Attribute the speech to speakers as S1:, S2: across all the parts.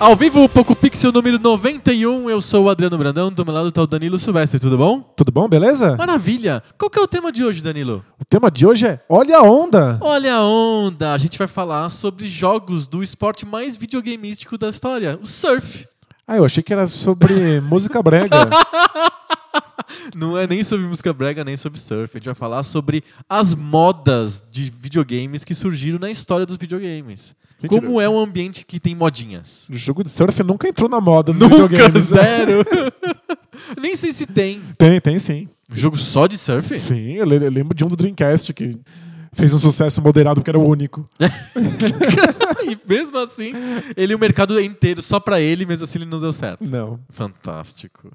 S1: Ao vivo, Poco Pixel número 91, eu sou o Adriano Brandão, do meu lado tá o Danilo Silvestre, tudo bom?
S2: Tudo bom, beleza?
S1: Maravilha! Qual que é o tema de hoje, Danilo?
S2: O tema de hoje é Olha a Onda.
S1: Olha a onda! A gente vai falar sobre jogos do esporte mais videogameístico da história, o surf.
S2: Ah, eu achei que era sobre música brega.
S1: Não é nem sobre música brega, nem sobre surf. A gente vai falar sobre as modas de videogames que surgiram na história dos videogames.
S2: Gente,
S1: Como é um ambiente que tem modinhas.
S2: O jogo de surf nunca entrou na moda dos
S1: Nunca,
S2: videogames. né?
S1: zero! nem sei se tem.
S2: Tem, tem sim.
S1: Jogo só de surf?
S2: Sim, eu, le- eu lembro de um do Dreamcast que fez um sucesso moderado porque era o único.
S1: e mesmo assim, ele o mercado é inteiro só pra ele, mesmo assim ele não deu certo.
S2: Não.
S1: Fantástico.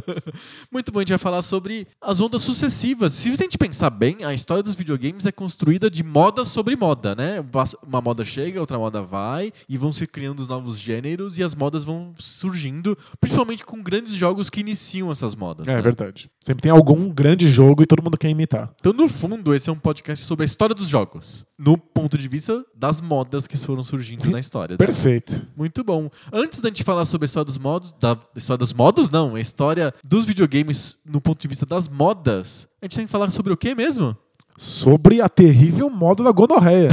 S1: Muito bom, a gente vai falar sobre as ondas sucessivas. Se a gente pensar bem, a história dos videogames é construída de moda sobre moda, né? Passa- Uma moda chega, outra moda vai, e vão se criando os novos gêneros e as modas vão surgindo, principalmente com grandes jogos que iniciam essas modas.
S2: É
S1: né?
S2: verdade. Sempre tem algum grande jogo e todo mundo quer imitar.
S1: Então, no fundo, esse é um podcast sobre a história dos jogos, no ponto de vista das modas que foram surgindo na história. né?
S2: Perfeito.
S1: Muito bom. Antes da gente falar sobre a história dos modos, da história dos modos não, a história dos videogames no ponto de vista das modas, a gente tem que falar sobre o que mesmo?
S2: Sobre a terrível moda da gonorreia.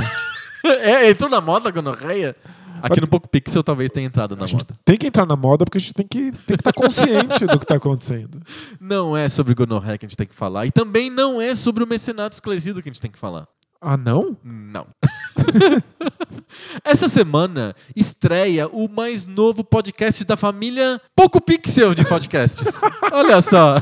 S1: é, entrou na moda a gonorreia? Aqui no Poco Pixel talvez tenha entrado na
S2: A gente
S1: moda.
S2: tem que entrar na moda porque a gente tem que estar consciente do que está acontecendo.
S1: Não é sobre gonorreia que a gente tem que falar e também não é sobre o mecenato esclarecido que a gente tem que falar.
S2: Ah, não?
S1: Não. Essa semana estreia o mais novo podcast da família Poco Pixel de podcasts. Olha só.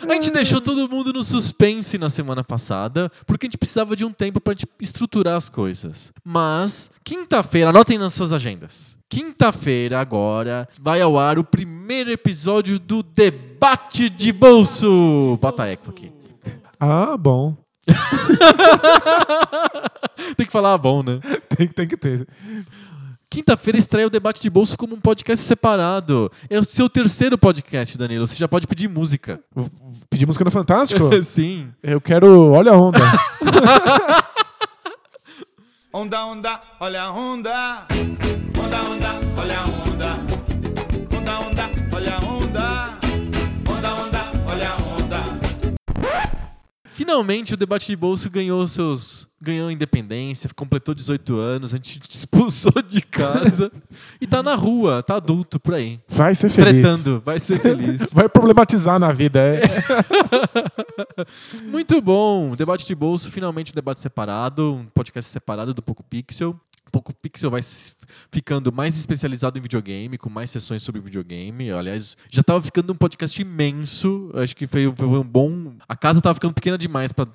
S1: A gente deixou todo mundo no suspense na semana passada, porque a gente precisava de um tempo pra gente estruturar as coisas. Mas, quinta-feira, anotem nas suas agendas. Quinta-feira, agora, vai ao ar o primeiro episódio do Debate de Bolso. Bota eco aqui.
S2: Ah, bom.
S1: Tem que falar ah, bom, né?
S2: Tem, tem que ter.
S1: Quinta-feira estreia o Debate de Bolso como um podcast separado. É o seu terceiro podcast, Danilo. Você já pode pedir música.
S2: V- v- Pedir música no Fantástico?
S1: Sim.
S2: Eu quero. Olha a onda.
S3: Onda, onda, olha a onda. Onda, onda, olha a onda. Onda, onda, olha a onda. Onda, onda, olha a onda.
S1: Finalmente, o Debate de Bolso ganhou seus. ganhou independência, completou 18 anos, a gente te expulsou de casa e tá na rua, tá adulto por aí.
S2: Vai ser feliz.
S1: Tretando, vai ser feliz.
S2: Vai problematizar na vida. É.
S1: Muito bom! Debate de bolso, finalmente um debate separado, um podcast separado do Poco Pixel. Poco Pixel vai s- ficando mais especializado em videogame, com mais sessões sobre videogame. Aliás, já tava ficando um podcast imenso. Acho que foi, foi um bom. A casa tava ficando pequena demais para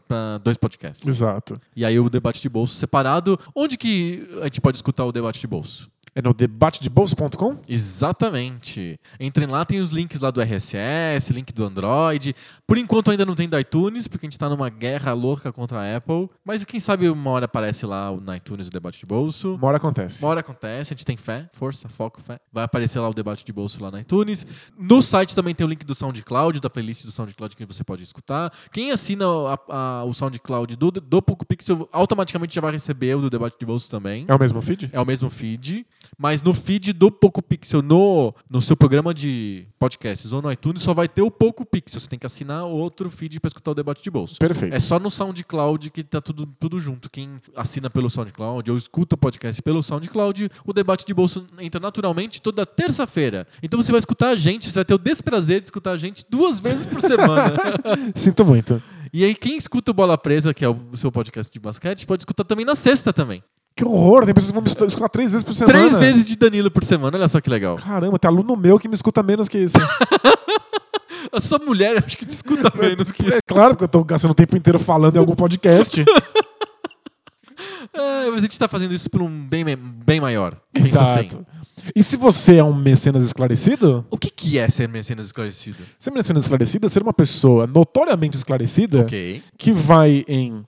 S1: dois podcasts.
S2: Exato.
S1: E aí o debate de bolso separado. Onde que a gente pode escutar o debate de bolso?
S2: É no debatedebolso.com?
S1: Exatamente. Entrem lá, tem os links lá do RSS, link do Android. Por enquanto ainda não tem do iTunes, porque a gente tá numa guerra louca contra a Apple. Mas quem sabe uma hora aparece lá no iTunes o debate de bolso.
S2: Uma hora acontece.
S1: Uma hora acontece, a gente tem fé, força, foco, fé. Vai aparecer lá o debate de bolso lá na iTunes. No site também tem o link do SoundCloud, da playlist do SoundCloud que você pode escutar. Quem assina a- a- o SoundCloud do, do Poco Pixel automaticamente já vai receber o do debate de bolso também.
S2: É o mesmo feed?
S1: É o mesmo feed, mas no feed do Poco Pixel, no, no seu programa de podcasts ou no iTunes, só vai ter o Poco Pixel. Você tem que assinar outro feed para escutar o debate de bolso.
S2: Perfeito.
S1: É só no SoundCloud que tá tudo, tudo junto. Quem assina pelo SoundCloud ou escuta o podcast pelo SoundCloud, o debate de bolso entra naturalmente toda terça-feira. Então você vai escutar a gente, você vai ter o desprazer de escutar a gente duas vezes por semana.
S2: Sinto muito.
S1: e aí, quem escuta o Bola Presa, que é o seu podcast de basquete, pode escutar também na sexta também.
S2: Que horror, tem pessoas que vão me escu- escutar três vezes por semana.
S1: Três vezes de Danilo por semana, olha só que legal.
S2: Caramba, tem aluno meu que me escuta menos que isso.
S1: A sua mulher acho que discuta menos que
S2: é
S1: isso.
S2: claro que eu tô gastando o tempo inteiro falando em algum podcast.
S1: Ah, É, mas a gente tá fazendo isso por um bem, bem maior. Pensa assim.
S2: Exato. E se você é um mecenas esclarecido,
S1: O que, que é ser mecenas esclarecido?
S2: ser mecenas esclarecido é ser uma pessoa notoriamente esclarecida
S1: Ok.
S2: que vai em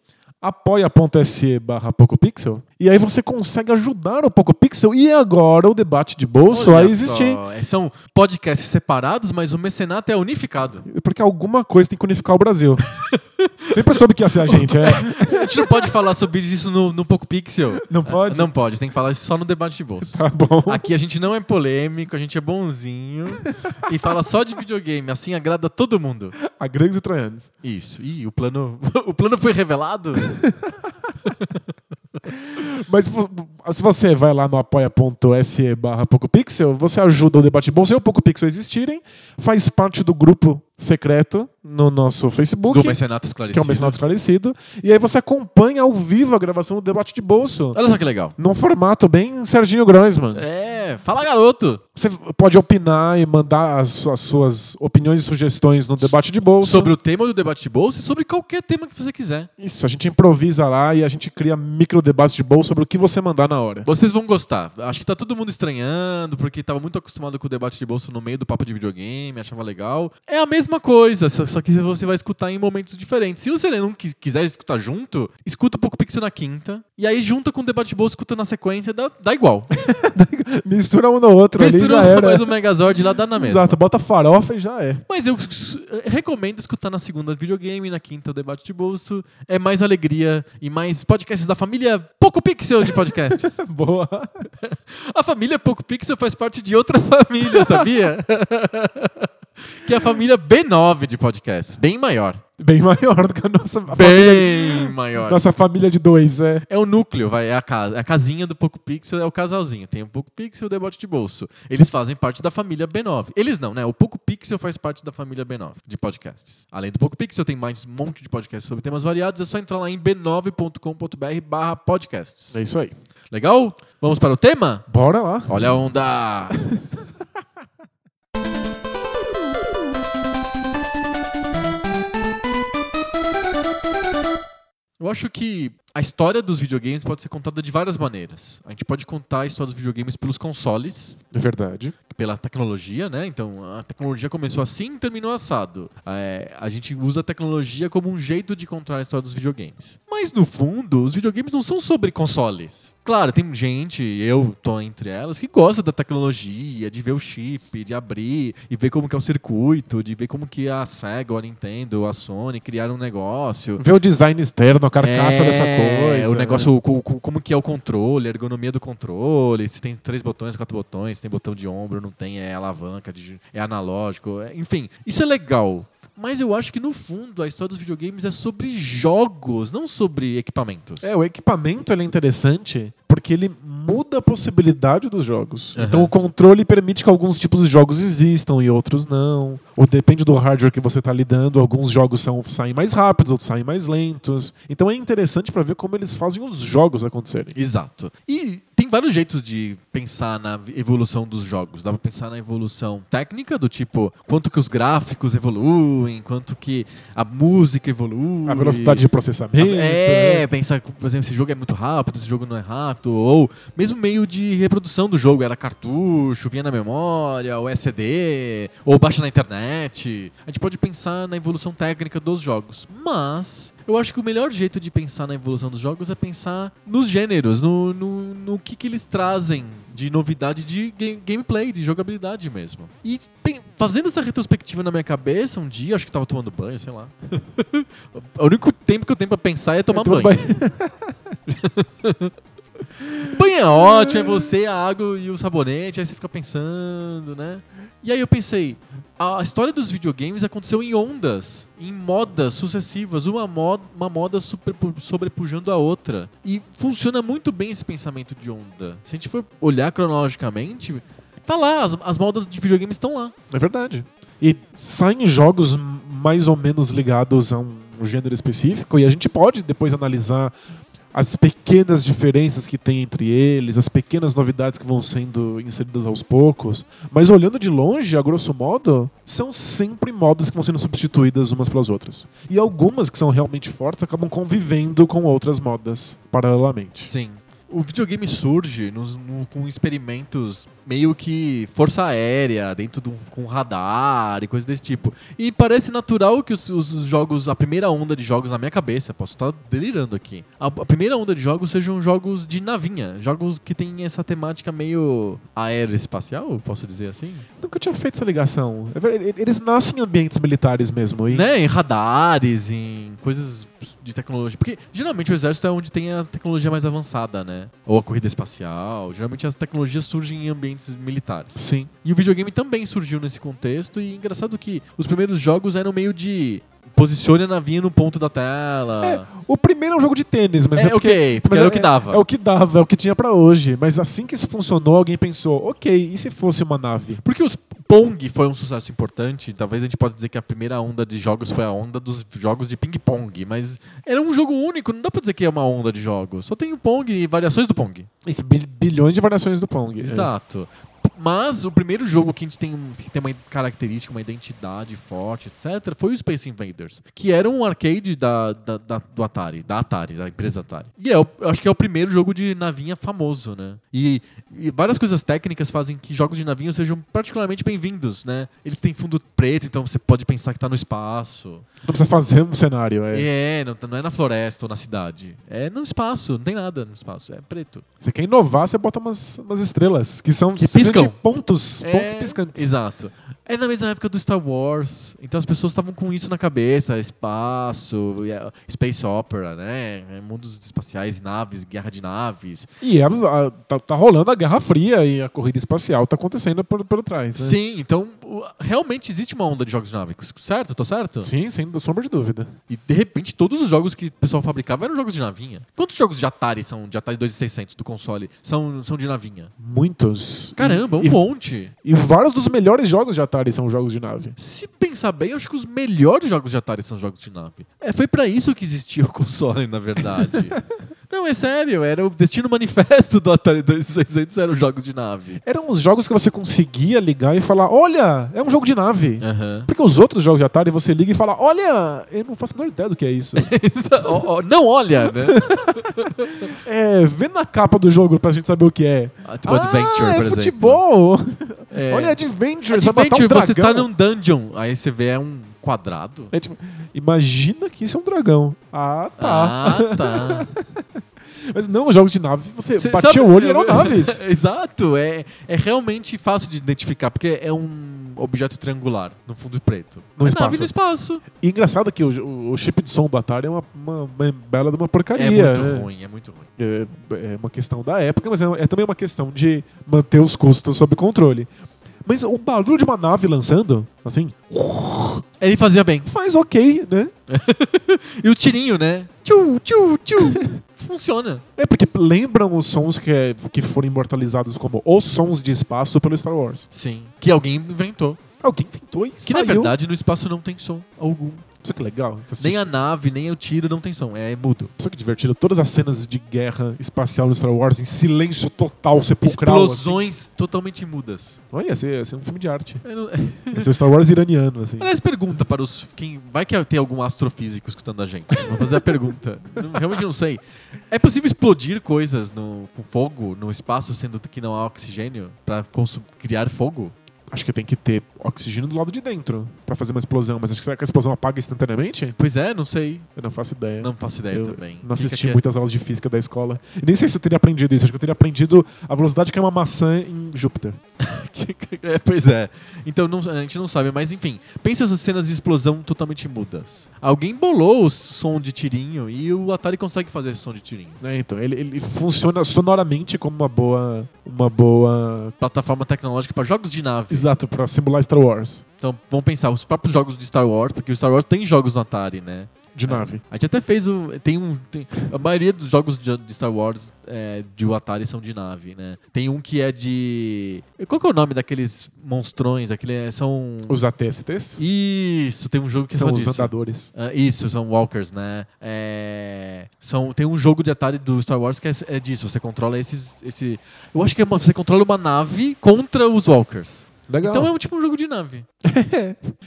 S2: apoia.se barra PocoPixel e aí você consegue ajudar o PocoPixel e agora o debate de bolso a
S1: Olha
S2: existir.
S1: só, é, São podcasts separados, mas o mecenato é unificado.
S2: Porque alguma coisa tem que unificar o Brasil. Sempre soube que ia ser a gente, é.
S1: A gente não pode falar sobre isso no, no Poco Pixel.
S2: Não pode?
S1: Não pode, tem que falar isso só no debate de bolso.
S2: Tá bom.
S1: Aqui a gente não é polêmico, a gente é bonzinho e fala só de videogame, assim agrada todo mundo.
S2: A gregos e troianos.
S1: Isso. Ih, o plano, o plano foi revelado?
S2: Mas vo- se você vai lá no apoia.se barra PocoPixel, você ajuda o debate bom e o PocoPixel a existirem, faz parte do grupo secreto no nosso Facebook.
S1: Do mecenato
S2: que é
S1: esclarecido.
S2: o Mencionado Esclarecido. E aí você acompanha ao vivo a gravação do debate de bolso.
S1: Olha só que legal.
S2: Num formato bem Serginho Groisman.
S1: É, fala garoto.
S2: Você pode opinar e mandar as su- as suas opiniões e sugestões no debate de bolso.
S1: Sobre o tema do debate de bolsa e sobre qualquer tema que você quiser.
S2: Isso, a gente improvisa lá e a gente cria micro debates de bolso sobre o que você mandar na hora.
S1: Vocês vão gostar. Acho que tá todo mundo estranhando, porque tava muito acostumado com o debate de bolso no meio do papo de videogame, achava legal. É a mesma coisa, só, só que você vai escutar em momentos diferentes. Se você não qui- quiser escutar junto, escuta um pouco Pixel na quinta, e aí junta com o debate de bolso, escuta na sequência, dá, dá igual.
S2: Mistura um no outro
S1: Mistura
S2: ali já era.
S1: mais o Megazord lá, dá na mesma.
S2: Exato, bota farofa e já é.
S1: Mas eu s- recomendo escutar na segunda videogame, na quinta o debate de bolso. É mais alegria e mais podcasts da família Poco Pixel de podcasts.
S2: Boa.
S1: a família Poco Pixel faz parte de outra família, sabia? que é a família B9 de podcasts, bem maior.
S2: Bem maior do que a nossa a família.
S1: Bem maior.
S2: Nossa família de dois, é.
S1: É o núcleo, vai, é a, casa, é a casinha do Poco Pixel, é o casalzinho. Tem o Poco Pixel e o debate de bolso. Eles fazem parte da família B9. Eles não, né? O Poco Pixel faz parte da família B9 de podcasts. Além do Poco Pixel, tem mais um monte de podcasts sobre temas variados. É só entrar lá em b9.com.br barra podcasts.
S2: É isso aí.
S1: Legal? Vamos para o tema?
S2: Bora lá.
S1: Olha a onda! Eu acho que a história dos videogames pode ser contada de várias maneiras. A gente pode contar a história dos videogames pelos consoles,
S2: É verdade.
S1: pela tecnologia, né? Então, a tecnologia começou assim e terminou assado. É, a gente usa a tecnologia como um jeito de contar a história dos videogames. Mas, no fundo, os videogames não são sobre consoles. Claro, tem gente, eu tô entre elas, que gosta da tecnologia, de ver o chip, de abrir e ver como que é o circuito, de ver como que a Sega, ou a Nintendo, ou a Sony criaram um negócio.
S2: Ver o design externo, a carcaça dessa coisa.
S1: É,
S2: né?
S1: O negócio, co- co- como que é o controle, a ergonomia do controle, se tem três botões, quatro botões, se tem botão de ombro, não tem, é alavanca, digi- é analógico. é- enfim, isso é legal. Mas eu acho que no fundo a história dos videogames é sobre jogos, não sobre equipamentos.
S2: É, o equipamento ele é interessante porque ele muda a possibilidade dos jogos.
S1: Aham.
S2: Então o controle permite que alguns tipos de jogos existam e outros não. Ou depende do hardware que você está lidando, alguns jogos são, saem mais rápidos, outros saem mais lentos. Então é interessante para ver como eles fazem os jogos acontecerem.
S1: Exato. E tem vários jeitos de pensar na evolução dos jogos. Dá pra pensar na evolução técnica, do tipo, quanto que os gráficos evoluem, quanto que a música evolui.
S2: A velocidade de processamento. né?
S1: É, pensar, por exemplo, esse jogo é muito rápido, esse jogo não é rápido, ou mesmo meio de reprodução do jogo, era cartucho, vinha na memória, ou SD, ou baixa na internet. A gente pode pensar na evolução técnica dos jogos, mas eu acho que o melhor jeito de pensar na evolução dos jogos é pensar nos gêneros, no, no, no que, que eles trazem de novidade de ga- gameplay, de jogabilidade mesmo. E pen- fazendo essa retrospectiva na minha cabeça, um dia, acho que tava tomando banho, sei lá. O único tempo que eu tenho pra pensar é tomar
S2: Então,
S1: banho. Banho. é ótimo, é você, a água e o sabonete, aí você fica pensando, né? E aí eu pensei, a história dos videogames aconteceu em ondas, em modas sucessivas, uma moda, uma moda superpu- sobrepujando a outra. E funciona muito bem esse pensamento de onda. Se a gente for olhar cronologicamente, tá lá, as, as modas de videogames estão lá.
S2: É verdade. E saem jogos mais ou menos ligados a um gênero específico, e a gente pode depois analisar as pequenas diferenças que tem entre eles, as pequenas novidades que vão sendo inseridas aos poucos. Mas olhando de longe, a grosso modo, são sempre modas que vão sendo substituídas umas pelas outras. E algumas que são realmente fortes acabam convivendo com outras modas paralelamente.
S1: Sim. O- o videogame surge nos- no- com experimentos meio que força aérea, dentro de um, com radar e coisas desse tipo. E parece natural que os, os- os jogos, a primeira onda de jogos na minha cabeça, posso estar delirando aqui, a, a primeira onda de jogos sejam jogos de navinha, jogos que tem essa temática meio aeroespacial, posso dizer assim?
S2: Nunca tinha feito essa ligação. É ver- Eles nascem em ambientes militares mesmo. E
S1: Né, em radares, em coisas de tecnologia. Porque geralmente o exército é onde tem a tecnologia mais avançada, né? Ou a corrida espacial. Geralmente as tecnologias surgem em ambientes militares.
S2: Sim.
S1: E o videogame também surgiu nesse contexto. E engraçado que os primeiros jogos eram meio de posicione a navinha no ponto da tela.
S2: O primeiro é um jogo de tênis, mas
S1: É,
S2: é, porque,
S1: ok, porque
S2: mas
S1: era
S2: é-
S1: o que dava.
S2: É, o que dava, é o que tinha pra hoje. Mas assim que isso funcionou, alguém pensou, ok, e se fosse uma nave?
S1: Porque os Pong foi um sucesso importante, talvez a gente possa dizer que a primeira onda de jogos foi a onda dos jogos de ping-pong, mas era um jogo único, não dá pra dizer que é uma onda de jogos. Só tem o Pong e variações do Pong.
S2: Esse bil- bilhões de variações do Pong.
S1: É.
S2: É,
S1: Exato. Mas o primeiro jogo que a gente tem, um- que tem uma característica, uma identidade forte, etc., foi o Space Invaders, que era um arcade da, da- da- do Atari, da Atari, da empresa Atari. E é, o- eu acho que é o primeiro jogo de navinha famoso, né? E, e várias coisas técnicas fazem que jogos de navinha sejam particularmente bem-vindos, né? Eles têm fundo preto, então você pode pensar que tá no espaço.
S2: É. Não precisa fazer um cenário. É.
S1: É, não, tá- não é na floresta ou na cidade. É no espaço, não tem nada no espaço, é preto.
S2: Você quer inovar, você bota umas, umas estrelas, que são
S1: Que
S2: simplesmente
S1: piscam.
S2: pontos,
S1: É,
S2: pontos piscantes.
S1: Exato. É na mesma época do Star Wars. Então as pessoas estavam com isso na cabeça: espaço, e, eh, space opera, né? Mundos espaciais, naves, guerra de naves.
S2: E é, a- tá, tá rolando a Guerra Fria e a corrida espacial tá acontecendo por, por trás. né?
S1: Sim, então o- realmente existe uma onda de jogos dinâmicos, certo? Tô certo?
S2: Sim, sem sombra de dúvida.
S1: E de repente todos os jogos que o pessoal fabricava eram jogos de navinha. Quantos jogos de Atari são, de Atari 2600 do console, são, são de navinha?
S2: Muitos.
S1: Caramba, um
S2: e,
S1: monte!
S2: e vários dos melhores jogos de Atari são jogos de nave.
S1: Se pensar bem, eu acho que os melhores jogos de Atari são jogos de nave. É, foi pra isso que existia o console, na verdade. Não, é sério, era o destino manifesto do Atari 2600 eram os jogos de nave.
S2: Eram os jogos que você conseguia ligar e falar: olha, é um jogo de nave.
S1: Aham.
S2: Porque os outros jogos de Atari você liga e fala: olha, eu não faço a menor ideia do que é isso.
S1: Ó, ó, não olha, né?
S2: é, vê na capa do jogo pra gente saber o que é.
S1: Tipo Adventure,
S2: ah, é
S1: por exemplo.
S2: futebol.
S1: É.
S2: Olha, Adventure, você vai matar um
S1: Adventure,
S2: dragão.
S1: você tá num dungeon, aí você vê é um quadrado.
S2: É tipo, imagina que isso é um dragão. Ah, tá.
S1: Ah, tá.
S2: Mas não, jogos de nave, você
S1: Cê
S2: batia
S1: sabe-
S2: o olho e eram naves.
S1: Exato, é, é realmente fácil de identificar, porque é um objeto triangular no fundo preto.
S2: No
S1: é
S2: espaço.
S1: nave no espaço.
S2: E engraçado que o, o- o chip de som do Atari é uma, uma- uma bela de uma porcaria.
S1: É muito
S2: né?
S1: ruim, é muito ruim.
S2: É, é uma questão da época, mas é, é também uma questão de manter os custos sob controle. Mas o barulho de uma nave lançando, assim,
S1: Ele fazia bem.
S2: faz ok, né?
S1: E o tirinho, né? Tchu, tchu, tchu. Funciona.
S2: É porque lembram os sons que, é- que foram imortalizados como os sons de espaço pelo Star Wars.
S1: Sim. Que alguém inventou.
S2: Alguém inventou isso.
S1: Que na verdade no espaço não tem som algum.
S2: Isso que é legal. Você assiste-
S1: Nem a nave, nem o tiro não tem som. É mudo.
S2: Só que divertido, todas as cenas de guerra espacial no Star Wars em silêncio
S1: É um
S2: total, sepulcral.
S1: Explosões totalmente mudas.
S2: Assim. Olha, ia ser, ia ser um filme de arte.
S1: Eu não-
S2: Ia ser o Star Wars iraniano, assim.
S1: Aliás, pergunta para os. Quem... Vai que tem algum astrofísico escutando a gente. Vou fazer a pergunta. Eu não- realmente não sei. É possível explodir coisas no... com fogo no espaço, sendo que não há oxigênio, para criar fogo?
S2: Acho que tem que ter oxigênio do lado de dentro pra fazer uma explosão, mas acho que será que a explosão apaga instantaneamente?
S1: Pois é, não sei.
S2: Eu não faço ideia.
S1: Não faço ideia
S2: Eu
S1: também.
S2: não
S1: Fica
S2: assisti
S1: aqui-
S2: muitas aulas de física da escola. E nem sei se eu teria aprendido isso. Acho que eu teria aprendido a velocidade que é uma maçã em Júpiter.
S1: É, pois é. Então não- a gente não sabe, mas enfim. Pensa essas cenas de explosão totalmente mudas. Alguém bolou o som de tirinho e o Atari consegue fazer esse som de tirinho.
S2: Né, Então, ele, ele funciona sonoramente como uma boa. Uma boa.
S1: Plataforma tecnológica para jogos de nave.
S2: Exato, pra simular Star Wars
S1: Então vamos pensar, os próprios jogos de Star Wars, porque o Star Wars tem jogos no Atari, né?
S2: de nave.
S1: A gente até fez um. Tem um. tem- a maioria dos jogos de, de Star Wars é, de Atari são de nave, né? Tem um que é de. Qual que é o nome daqueles monstrões? Aquele é- são.
S2: Os ATSTs?
S1: Isso, tem um jogo que
S2: que são
S1: é só
S2: os
S1: disso.
S2: andadores.
S1: Ah, isso, são walkers, né? É, são, tem um jogo de Atari do Star Wars que é, é disso. Você controla esses. Esse, eu acho que é uma- você controla uma nave contra os walkers.
S2: Legal.
S1: Então é um tipo um jogo de nave.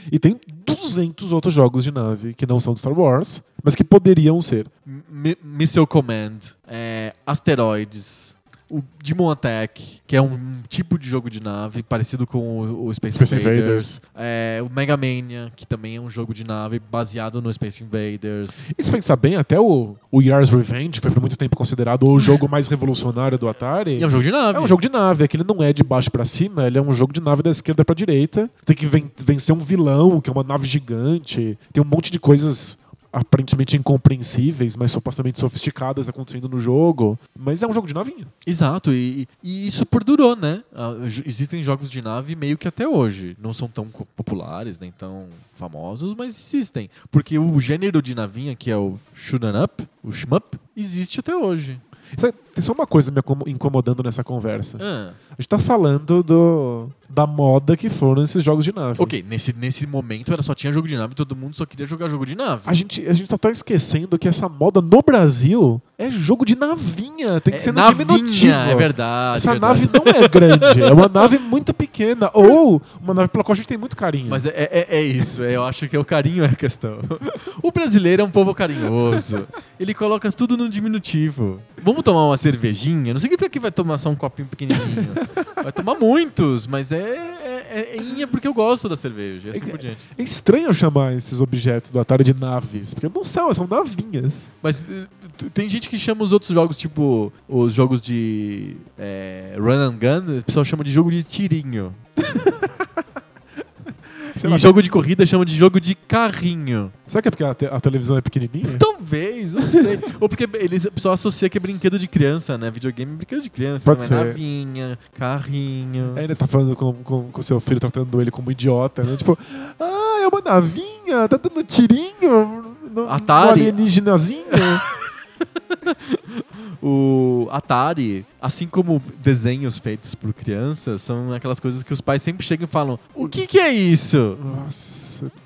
S2: E tem 200 outros jogos de nave que não são de Star Wars, mas que poderiam ser.
S1: Mi- Missile Command, é, Asteroides, o Demon Attack, que é um tipo de jogo de nave parecido com o, o Space,
S2: Space
S1: Invaders.
S2: Invaders.
S1: É, o Mega Mania, que também é um jogo de nave baseado no Space Invaders.
S2: E se pensar bem, até o, o Yars Revenge foi por muito tempo considerado o jogo mais revolucionário do Atari.
S1: E é um jogo de nave.
S2: É um jogo de nave, aquele não é de baixo pra cima, ele é um jogo de nave da esquerda pra direita. Tem que ven- vencer um vilão, que é uma nave gigante. Tem um monte de coisas aparentemente incompreensíveis, mas supostamente sofisticadas acontecendo no jogo. Mas é um jogo de navinha.
S1: Exato, e, e isso perdurou, né? Ah, j- Existem jogos de nave meio que até hoje. Não são tão co- populares, nem tão famosos, mas existem. Porque o gênero de navinha, que é o shoot'em up, o shmup, existe até hoje.
S2: Sabe, é, Tem só uma coisa me acom- incomodando nessa conversa.
S1: Ah,
S2: A gente tá falando do, da moda que foram esses jogos de nave.
S1: ok, nesse, nesse momento era só tinha jogo de nave, todo mundo só queria jogar jogo de nave.
S2: A gente, a gente tá tão esquecendo que essa moda no Brasil é jogo de navinha. Tem que ser no diminutivo.
S1: é verdade.
S2: Essa
S1: verdade.
S2: nave não é grande, é uma nave muito pequena. Ou uma nave pela qual a gente tem muito carinho.
S1: Mas é, é- é isso, eu acho que é o carinho é a questão. O brasileiro é um povo carinhoso. Ele coloca tudo no diminutivo. Vamos tomar uma cervejinha? Não significa que vai tomar só um copinho pequenininho. Vai tomar muitos, mas é, é, é, é porque eu gosto da cerveja. e assim por diante.
S2: É estranho chamar esses objetos do Atari de naves, porque não são, são navinhas.
S1: Mas eh, t- tem gente que chama os outros jogos, tipo os jogos de eh, run and gun, o pessoal chama de jogo de tirinho.
S2: Sei
S1: E
S2: lá,
S1: jogo de corrida chama de jogo de carrinho.
S2: Será que é porque a, te- a televisão é pequenininha?
S1: Então Talvez, não sei. Ou porque eles o pessoal associa que é brinquedo de criança, né? Videogame é brinquedo de criança.
S2: Pode
S1: então é
S2: ser. É.
S1: navinha, carrinho.
S2: Ainda está né, tá falando com, com, com seu filho, tá tratando ele como idiota, né? Tipo, ah, é uma navinha, tá dando tirinho no, no
S1: Atari.
S2: alienígenazinho.
S1: O Atari, assim como desenhos feitos por crianças, são aquelas coisas que os pais sempre chegam e falam: O que, que é isso?
S2: Nossa.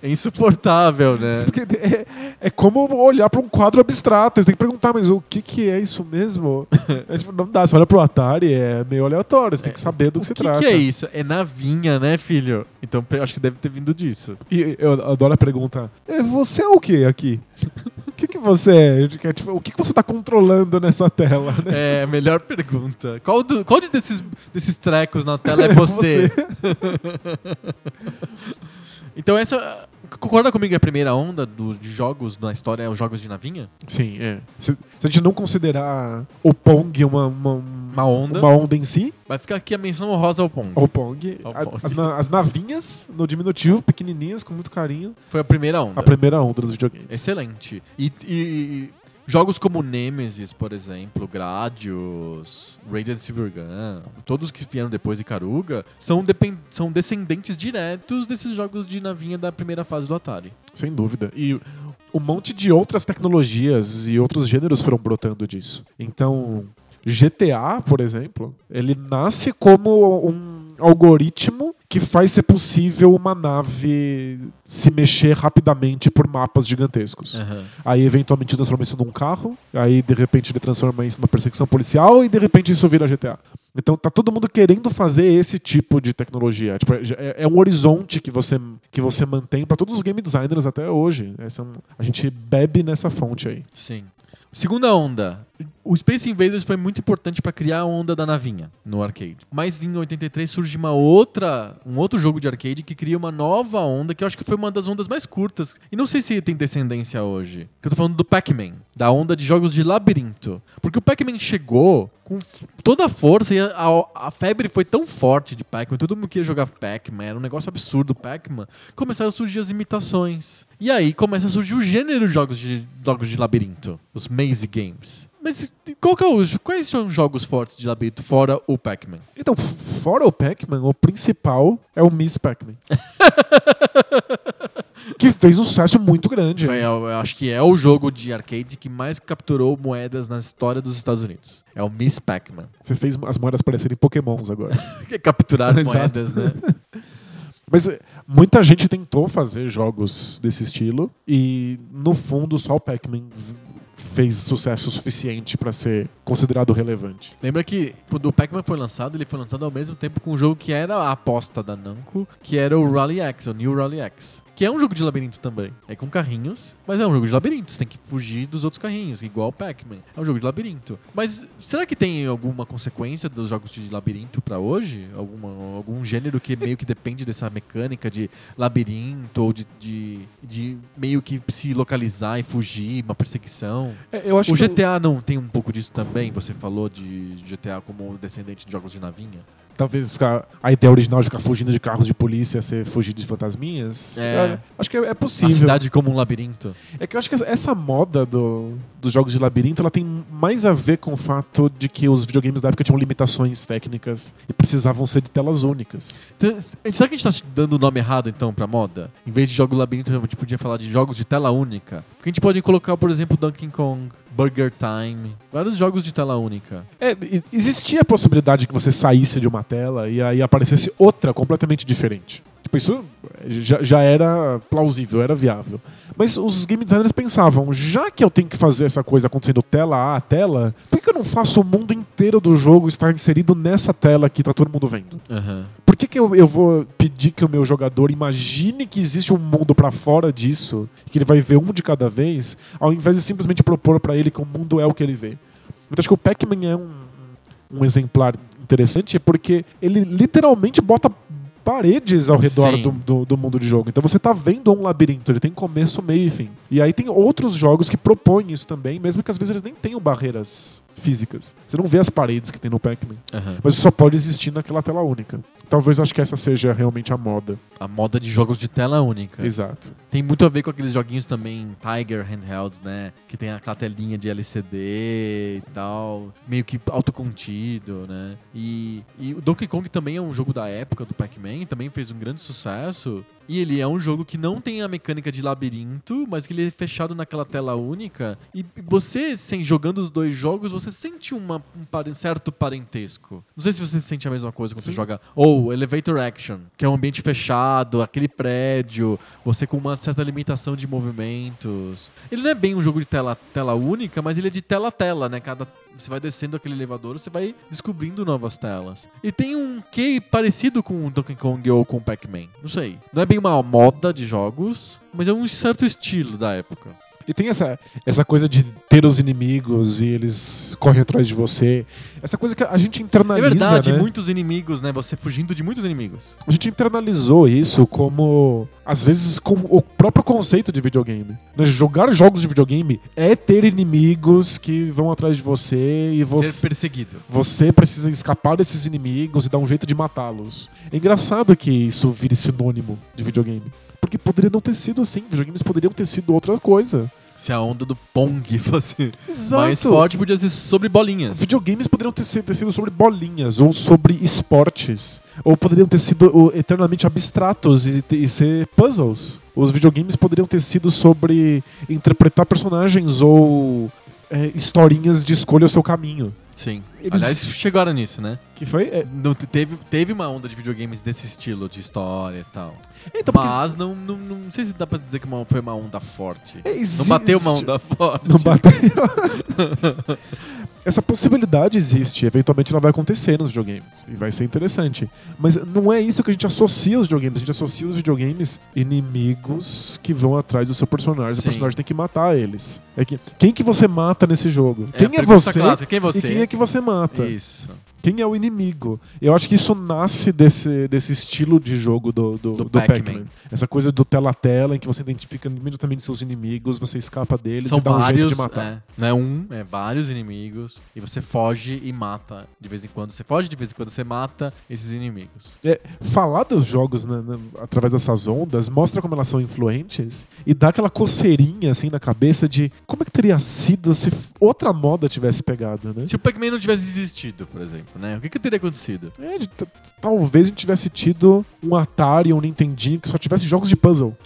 S1: É insuportável, né?
S2: Porque é, é como olhar para um quadro abstrato, você tem que perguntar, mas o que, que é isso mesmo? É, tipo, não dá, você olha pro Atari, é meio aleatório, você tem que saber do que se
S1: O que,
S2: trata.
S1: que é isso? É navinha, né, filho? Então pe- acho que deve ter vindo disso.
S2: E eu adoro a pergunta. "É, Você é o que aqui? O que, que você é? Que é, tipo, o que, que você tá controlando nessa tela? né?
S1: É, a melhor pergunta. Qual, do- qual de desses, desses trecos na tela é você? então essa... Concorda comigo que a primeira onda do- de jogos na história é os jogos de navinha?
S2: Sim, é. Se, se a gente não considerar o Pong uma, uma,
S1: Uma onda.
S2: uma onda em si,
S1: Vai ficar aqui a menção honrosa ao Pong.
S2: o Pong,
S1: Ao
S2: a-
S1: Pong.
S2: As, na- as navinhas no diminutivo, pequenininhas, com muito carinho,
S1: Foi a primeira onda.
S2: a primeira onda dos videogames.
S1: Excelente. E, e- e jogos como Nemesis, por exemplo, Gradius, Raided Silvergun, todos que vieram depois de Karuga, são, depen- são descendentes diretos desses jogos de navinha da primeira fase do Atari.
S2: Sem dúvida. E um monte de outras tecnologias e outros gêneros foram brotando disso. Então, GTA, por exemplo, ele nasce como um algoritmo que faz ser possível uma nave se mexer rapidamente por mapas
S1: É.
S2: gigantescos. Aí, eventualmente, transforma isso num carro. Aí, de repente, ele transforma isso numa perseguição policial. E, de repente, isso vira GTA. Então, tá todo mundo querendo fazer esse tipo de tecnologia. Tipo, é, é um horizonte que você, que você mantém para todos os game designers até hoje. Essa é um- a gente bebe nessa fonte aí.
S1: Sim. Segunda onda. O Space Invaders foi muito importante para criar a onda da navinha no arcade. Mas em 83 surge uma outra, um outro jogo de arcade que cria uma nova onda, que eu acho que foi uma das ondas mais curtas. E não sei se tem descendência hoje. Que eu tô falando do Pac-Man, da onda de jogos de labirinto. Porque o Pac-Man chegou com toda a força e a, a- a febre foi tão forte de Pac-Man, todo mundo queria jogar Pac-Man, era um negócio absurdo o Pac-Man. Começaram a surgir as imitações. E aí começa a surgir o gênero de jogos de, jogos de labirinto, os maze games. Mas qual que é o, quais são os jogos fortes de labirinto fora o Pac-Man?
S2: Então, f- fora o Pac-Man, o principal é o Miss Pac-Man. que fez um sucesso muito grande.
S1: Foi, eu, eu acho que é o jogo de arcade que mais capturou moedas na história dos Estados Unidos. É o Miss Pac-Man.
S2: Você fez as moedas parecerem pokémons agora.
S1: Que é capturar
S2: Exato.
S1: moedas, né?
S2: Mas é, muita gente tentou fazer jogos desse estilo e, no fundo, só o Pac-Man v- fez sucesso suficiente para ser considerado relevante.
S1: Lembra que quando o Pac-Man foi lançado, ele foi lançado ao mesmo tempo com um jogo que era a aposta da Namco, que era o Rally X, o New Rally X. Que é um jogo de labirinto também. É com carrinhos, mas é um jogo de labirinto. Você tem que fugir dos outros carrinhos, igual o Pac-Man. É um jogo de labirinto. Mas será que tem alguma consequência dos jogos de labirinto pra hoje? Alguma, algum gênero que meio que depende dessa mecânica de labirinto ou de, de, de meio que se localizar e fugir, uma perseguição?
S2: É, eu acho
S1: o GTA não tem um pouco disso também? Você falou de GTA como um descendente de jogos de navinha?
S2: talvez a, a ideia original de ficar fugindo de carros de polícia, ser fugir de fantasminhas.
S1: É.
S2: acho que é, é
S1: A
S2: possível.
S1: cidade como um labirinto.
S2: É que eu acho que essa- essa moda do, dos jogos de labirinto ela tem mais a ver com o fato de que os videogames da época tinham limitações técnicas e precisavam ser de telas únicas.
S1: T- Será que a gente tá dando o nome errado então pra moda? Em vez de jogo labirinto, a gente podia falar de jogos de tela única. Porque a gente pode colocar, por exemplo, Donkey Kong, Burger Time, vários jogos de tela única.
S2: É, e- existia a possibilidade que você saísse de uma tela e aí aparecesse outra completamente diferente. Tipo, isso já, já era plausível, era viável. Mas os game designers pensavam, já que eu tenho que fazer essa coisa acontecendo tela a tela, por que que eu não faço o mundo inteiro do jogo estar inserido nessa tela que tá todo mundo vendo?
S1: Aham.
S2: Por que, que eu, eu vou pedir que o meu jogador imagine que existe um mundo pra fora disso, que ele vai ver um de cada vez, ao invés de simplesmente propor pra ele que o mundo é o que ele vê? Então acho que o Pac-Man é um, um exemplar interessante porque ele literalmente bota paredes ao redor
S1: Sim.
S2: do, do, do mundo de jogo. Então você tá vendo um labirinto, ele tem começo, meio e fim. E aí tem outros jogos que propõem isso também, mesmo que às vezes eles nem tenham barreiras físicas. Você não vê as paredes que tem no Pac-Man.
S1: aham.
S2: Mas só pode existir naquela tela única. Talvez acho que essa seja realmente a moda.
S1: A moda de jogos de tela única.
S2: Exato.
S1: Tem muito a ver com aqueles joguinhos também, Tiger Handhelds, né? Que tem aquela telinha de LCD e tal, meio que autocontido, né? E, e o Donkey Kong também é um jogo da época do Pac-Man, também fez um grande sucesso. E ele é um jogo que não tem a mecânica de labirinto, mas que ele é fechado naquela tela única. E você, sem jogando os dois jogos, você sente uma- um pare- certo parentesco. Não sei se você sente a mesma coisa quando você
S2: Sim.
S1: joga. Ou Elevator Action, que é um ambiente fechado, aquele prédio, você com uma certa limitação de movimentos. Ele não é bem um jogo de tela, tela única, mas ele é de tela a tela, né? Cada você vai descendo aquele elevador, você vai descobrindo novas telas. E tem um que parecido com o Donkey Kong ou com o Pac-Man. Não sei. Não é bem uma moda de jogos, mas é um certo estilo da época.
S2: E tem essa, essa coisa de ter os inimigos e eles correm atrás de você. Essa coisa que a gente
S1: É
S2: internaliza.
S1: verdade,
S2: né?
S1: muitos inimigos, né? Você fugindo de muitos inimigos.
S2: A gente internalizou isso como, às vezes, com o próprio conceito de videogame. Né? Jogar jogos de videogame é ter inimigos que vão atrás de você e você.
S1: Ser perseguido.
S2: Você precisa escapar desses inimigos e dar um jeito de matá-los. É engraçado que isso vire sinônimo de videogame. Porque poderia não ter sido assim. Videogames poderiam ter sido outra coisa.
S1: Se é a onda do Pong fosse
S2: Exato.
S1: mais forte, podia ser sobre bolinhas.
S2: Videogames poderiam ter sido, ter sido sobre bolinhas, ou sobre esportes, ou poderiam ter sido o, eternamente abstratos e, te- e ser puzzles. Os videogames poderiam ter sido sobre interpretar personagens ou é, historinhas de escolha o seu caminho.
S1: Sim.
S2: Eles-
S1: Aliás, chegaram nisso, né?
S2: Que foi. é,
S1: Não, te- teve, teve uma onda de videogames desse estilo, de história e tal.
S2: então, porque-
S1: Mas não, não, não sei se dá pra dizer que uma- foi uma onda forte.
S2: é,
S1: Não bateu uma
S2: existe-
S1: onda forte.
S2: Não bateu. Essa possibilidade existe, eventualmente ela vai acontecer nos videogames e vai ser interessante. Mas não é isso que a gente associa aos videogames, a gente associa os videogames inimigos que vão atrás do seu personagem, o
S1: Sim.
S2: personagem tem que matar eles. É que quem que você mata nesse jogo?
S1: a
S2: quem é
S1: pergunta
S2: você?
S1: clássica, Quem é você?
S2: E quem é que você mata?
S1: Isso.
S2: Quem é o inimigo? Eu acho que isso nasce desse, desse estilo de jogo do, do,
S1: Do
S2: do Pac-Man.
S1: Pac-Man.
S2: Essa coisa do tela a tela, em que você identifica imediatamente seus inimigos, você escapa deles
S1: São
S2: e dá um jeito
S1: vários.
S2: de matar.
S1: é, não é um, é vários inimigos. E você foge e mata. De vez em quando você foge, de vez em quando você mata esses inimigos.
S2: É, falar dos jogos né, né, através dessas ondas mostra como elas são influentes e dá aquela coceirinha assim na cabeça de como é que teria sido se f- outra moda tivesse pegado, né?
S1: Se o Pac-Man não tivesse existido, por exemplo, né? O que, que teria acontecido?
S2: É, de- t- talvez a gente tivesse tido um Atari ou um Nintendinho que só tivesse jogos de puzzle.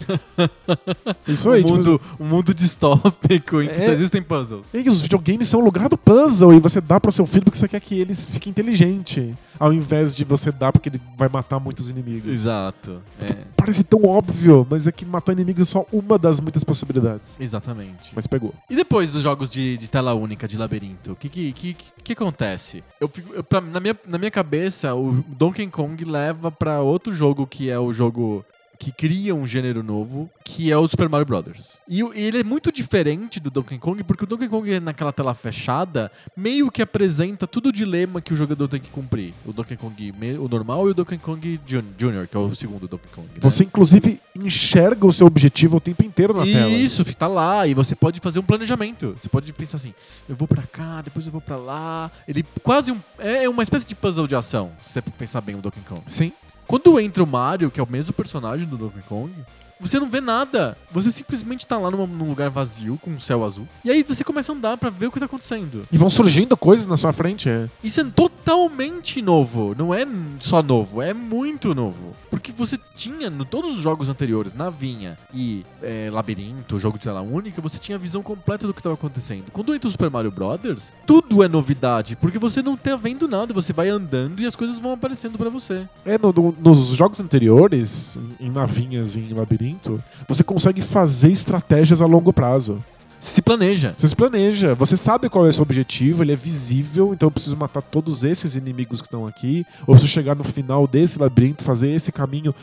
S2: Isso aí,
S1: um,
S2: tipo,
S1: mundo, um mundo distópico em que
S2: É.
S1: só existem puzzles.
S2: Ei, os videogames são o lugar do puzzle e você dá pro seu filho porque você quer que ele fique inteligente. ao invés de você dar porque ele vai matar muitos inimigos.
S1: Exato. É,
S2: Parece tão óbvio, mas é que matar inimigos é só uma das muitas possibilidades.
S1: exatamente.
S2: Mas pegou.
S1: E depois dos jogos de, de tela única, de labirinto, o que, que, que, que acontece? Eu fico- eu- pra- na, minha, na minha cabeça, o Donkey Kong leva pra outro jogo que é o jogo que cria um gênero novo, que é o Super Mario Brothers. E, o- e ele é muito diferente do Donkey Kong, porque o Donkey Kong naquela tela fechada meio que apresenta todo o dilema que o jogador tem que cumprir. O Donkey Kong, me- o normal, e o Donkey Kong Jun- Jr., que é o segundo Donkey Kong. né?
S2: Você, inclusive, enxerga o seu objetivo o tempo inteiro na tela.
S1: Isso, fi- tá lá. E você pode fazer um planejamento. Você pode pensar assim: eu vou pra cá, depois eu vou pra lá. Ele quase um, é uma espécie de puzzle de ação, se você pensar bem o Donkey Kong.
S2: Sim.
S1: Quando entra o Mario, que é o mesmo personagem do Donkey Kong, você não vê nada. Você simplesmente tá lá numa- num lugar vazio, com um céu azul. E aí você começa a andar pra ver o que tá acontecendo.
S2: E vão surgindo coisas na sua frente. é.
S1: Isso é totalmente novo. Não é só novo, é muito novo. Porque você tinha, em todos os jogos anteriores, Navinha e é, Labirinto, jogo de tela única, você tinha a visão completa do que estava acontecendo. Quando entra o Super Mario Brothers, tudo é novidade, porque você não tá vendo nada, você vai andando e as coisas vão aparecendo pra você.
S2: É, no- no- nos jogos anteriores, em- em navinhas e em labirinto, você consegue fazer estratégias a longo prazo.
S1: Você se planeja.
S2: Você se planeja, você sabe qual é o seu objetivo, ele é visível, então eu preciso matar todos esses inimigos que estão aqui, ou preciso chegar no final desse labirinto, fazer esse caminho.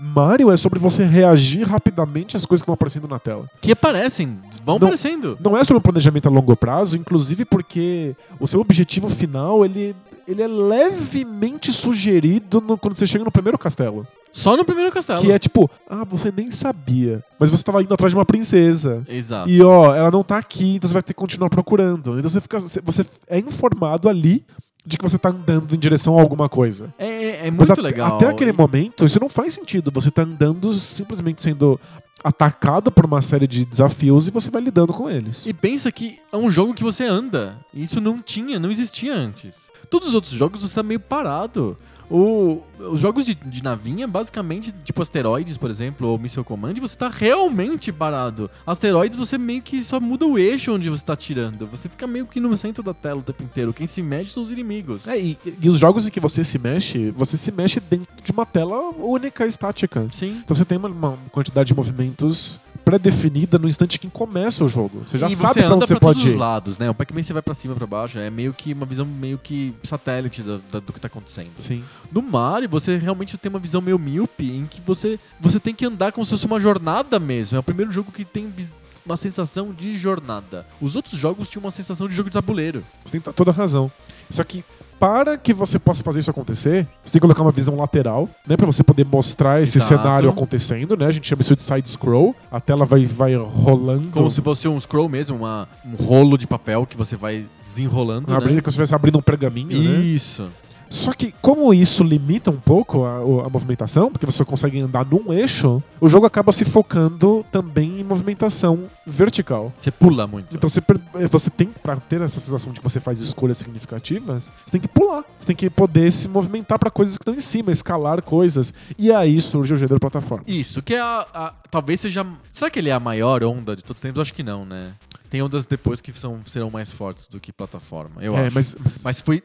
S2: Mario é sobre você reagir rapidamente às coisas que vão aparecendo na tela.
S1: Que aparecem, vão
S2: Não.
S1: aparecendo.
S2: Não é sobre um planejamento a longo prazo, inclusive porque o seu objetivo final, ele, ele é levemente sugerido no- quando você chega no primeiro castelo.
S1: Só no primeiro castelo.
S2: Que é tipo, ah, você nem sabia. Mas você tava indo atrás de uma princesa.
S1: Exato.
S2: E ó, ela não tá aqui, então você vai ter que continuar procurando. Então você fica. Você é informado ali de que você tá andando em direção a alguma coisa.
S1: É, é- é
S2: Mas
S1: muito
S2: a-
S1: legal.
S2: Até aquele
S1: E-
S2: momento, isso não faz sentido. Você tá andando simplesmente sendo atacado por uma série de desafios e você vai lidando com eles.
S1: E pensa que é um jogo que você anda. E isso não tinha, não existia antes. Todos os outros jogos você tá meio parado. O, os jogos de, de navinha, basicamente, tipo asteroides, por exemplo, ou Missile Command, você tá realmente parado. Asteroides, você meio que só muda o eixo onde você tá tirando. Você fica meio que no centro da tela o tempo inteiro. Quem se mexe são os inimigos.
S2: É, e, e os jogos em que você se mexe, você se mexe dentro de uma tela única, estática.
S1: Sim.
S2: Então você tem uma, uma quantidade de movimentos pré-definida no instante que começa o jogo. Você já
S1: e
S2: sabe
S1: você
S2: pra
S1: anda
S2: onde você
S1: pra
S2: pode
S1: todos os
S2: ir.
S1: lados, né? O Pac-Man você vai pra cima, pra baixo. É meio que uma visão meio que satélite da- da- do que tá acontecendo.
S2: Sim.
S1: No Mario, você realmente tem uma visão meio míope em que você, você tem que andar como se fosse uma jornada mesmo. É o primeiro jogo que tem vis- uma sensação de jornada. Os outros jogos tinham uma sensação de jogo de tabuleiro.
S2: Você tem to- toda a razão. Só que para que você possa fazer isso acontecer, você tem que colocar uma visão lateral, né? Pra você poder mostrar esse
S1: Exato.
S2: cenário acontecendo, né? A gente chama isso de side-scroll. A tela vai, vai rolando.
S1: Como se fosse um scroll mesmo, uma- um rolo de papel que você vai desenrolando.
S2: abrindo,
S1: Né?
S2: Como se estivesse abrindo um pergaminho, né?
S1: Isso.
S2: Só que como isso limita um pouco a, o- a movimentação, porque você consegue andar num eixo, o jogo acaba se focando também em movimentação vertical.
S1: Você pula muito.
S2: Então você, per- eh, você tem, pra ter essa sensação de que você faz escolhas significativas, você tem que pular. Você tem que poder se movimentar pra coisas que estão em cima, escalar coisas. E aí surge o gênero plataforma.
S1: Isso, que é a, a- Talvez seja. Será que ele é a maior onda de todos os tempos? Acho que não, né? Tem ondas depois que são, serão mais fortes do que plataforma, eu
S2: é,
S1: acho.
S2: mas, mas-
S1: Mas foi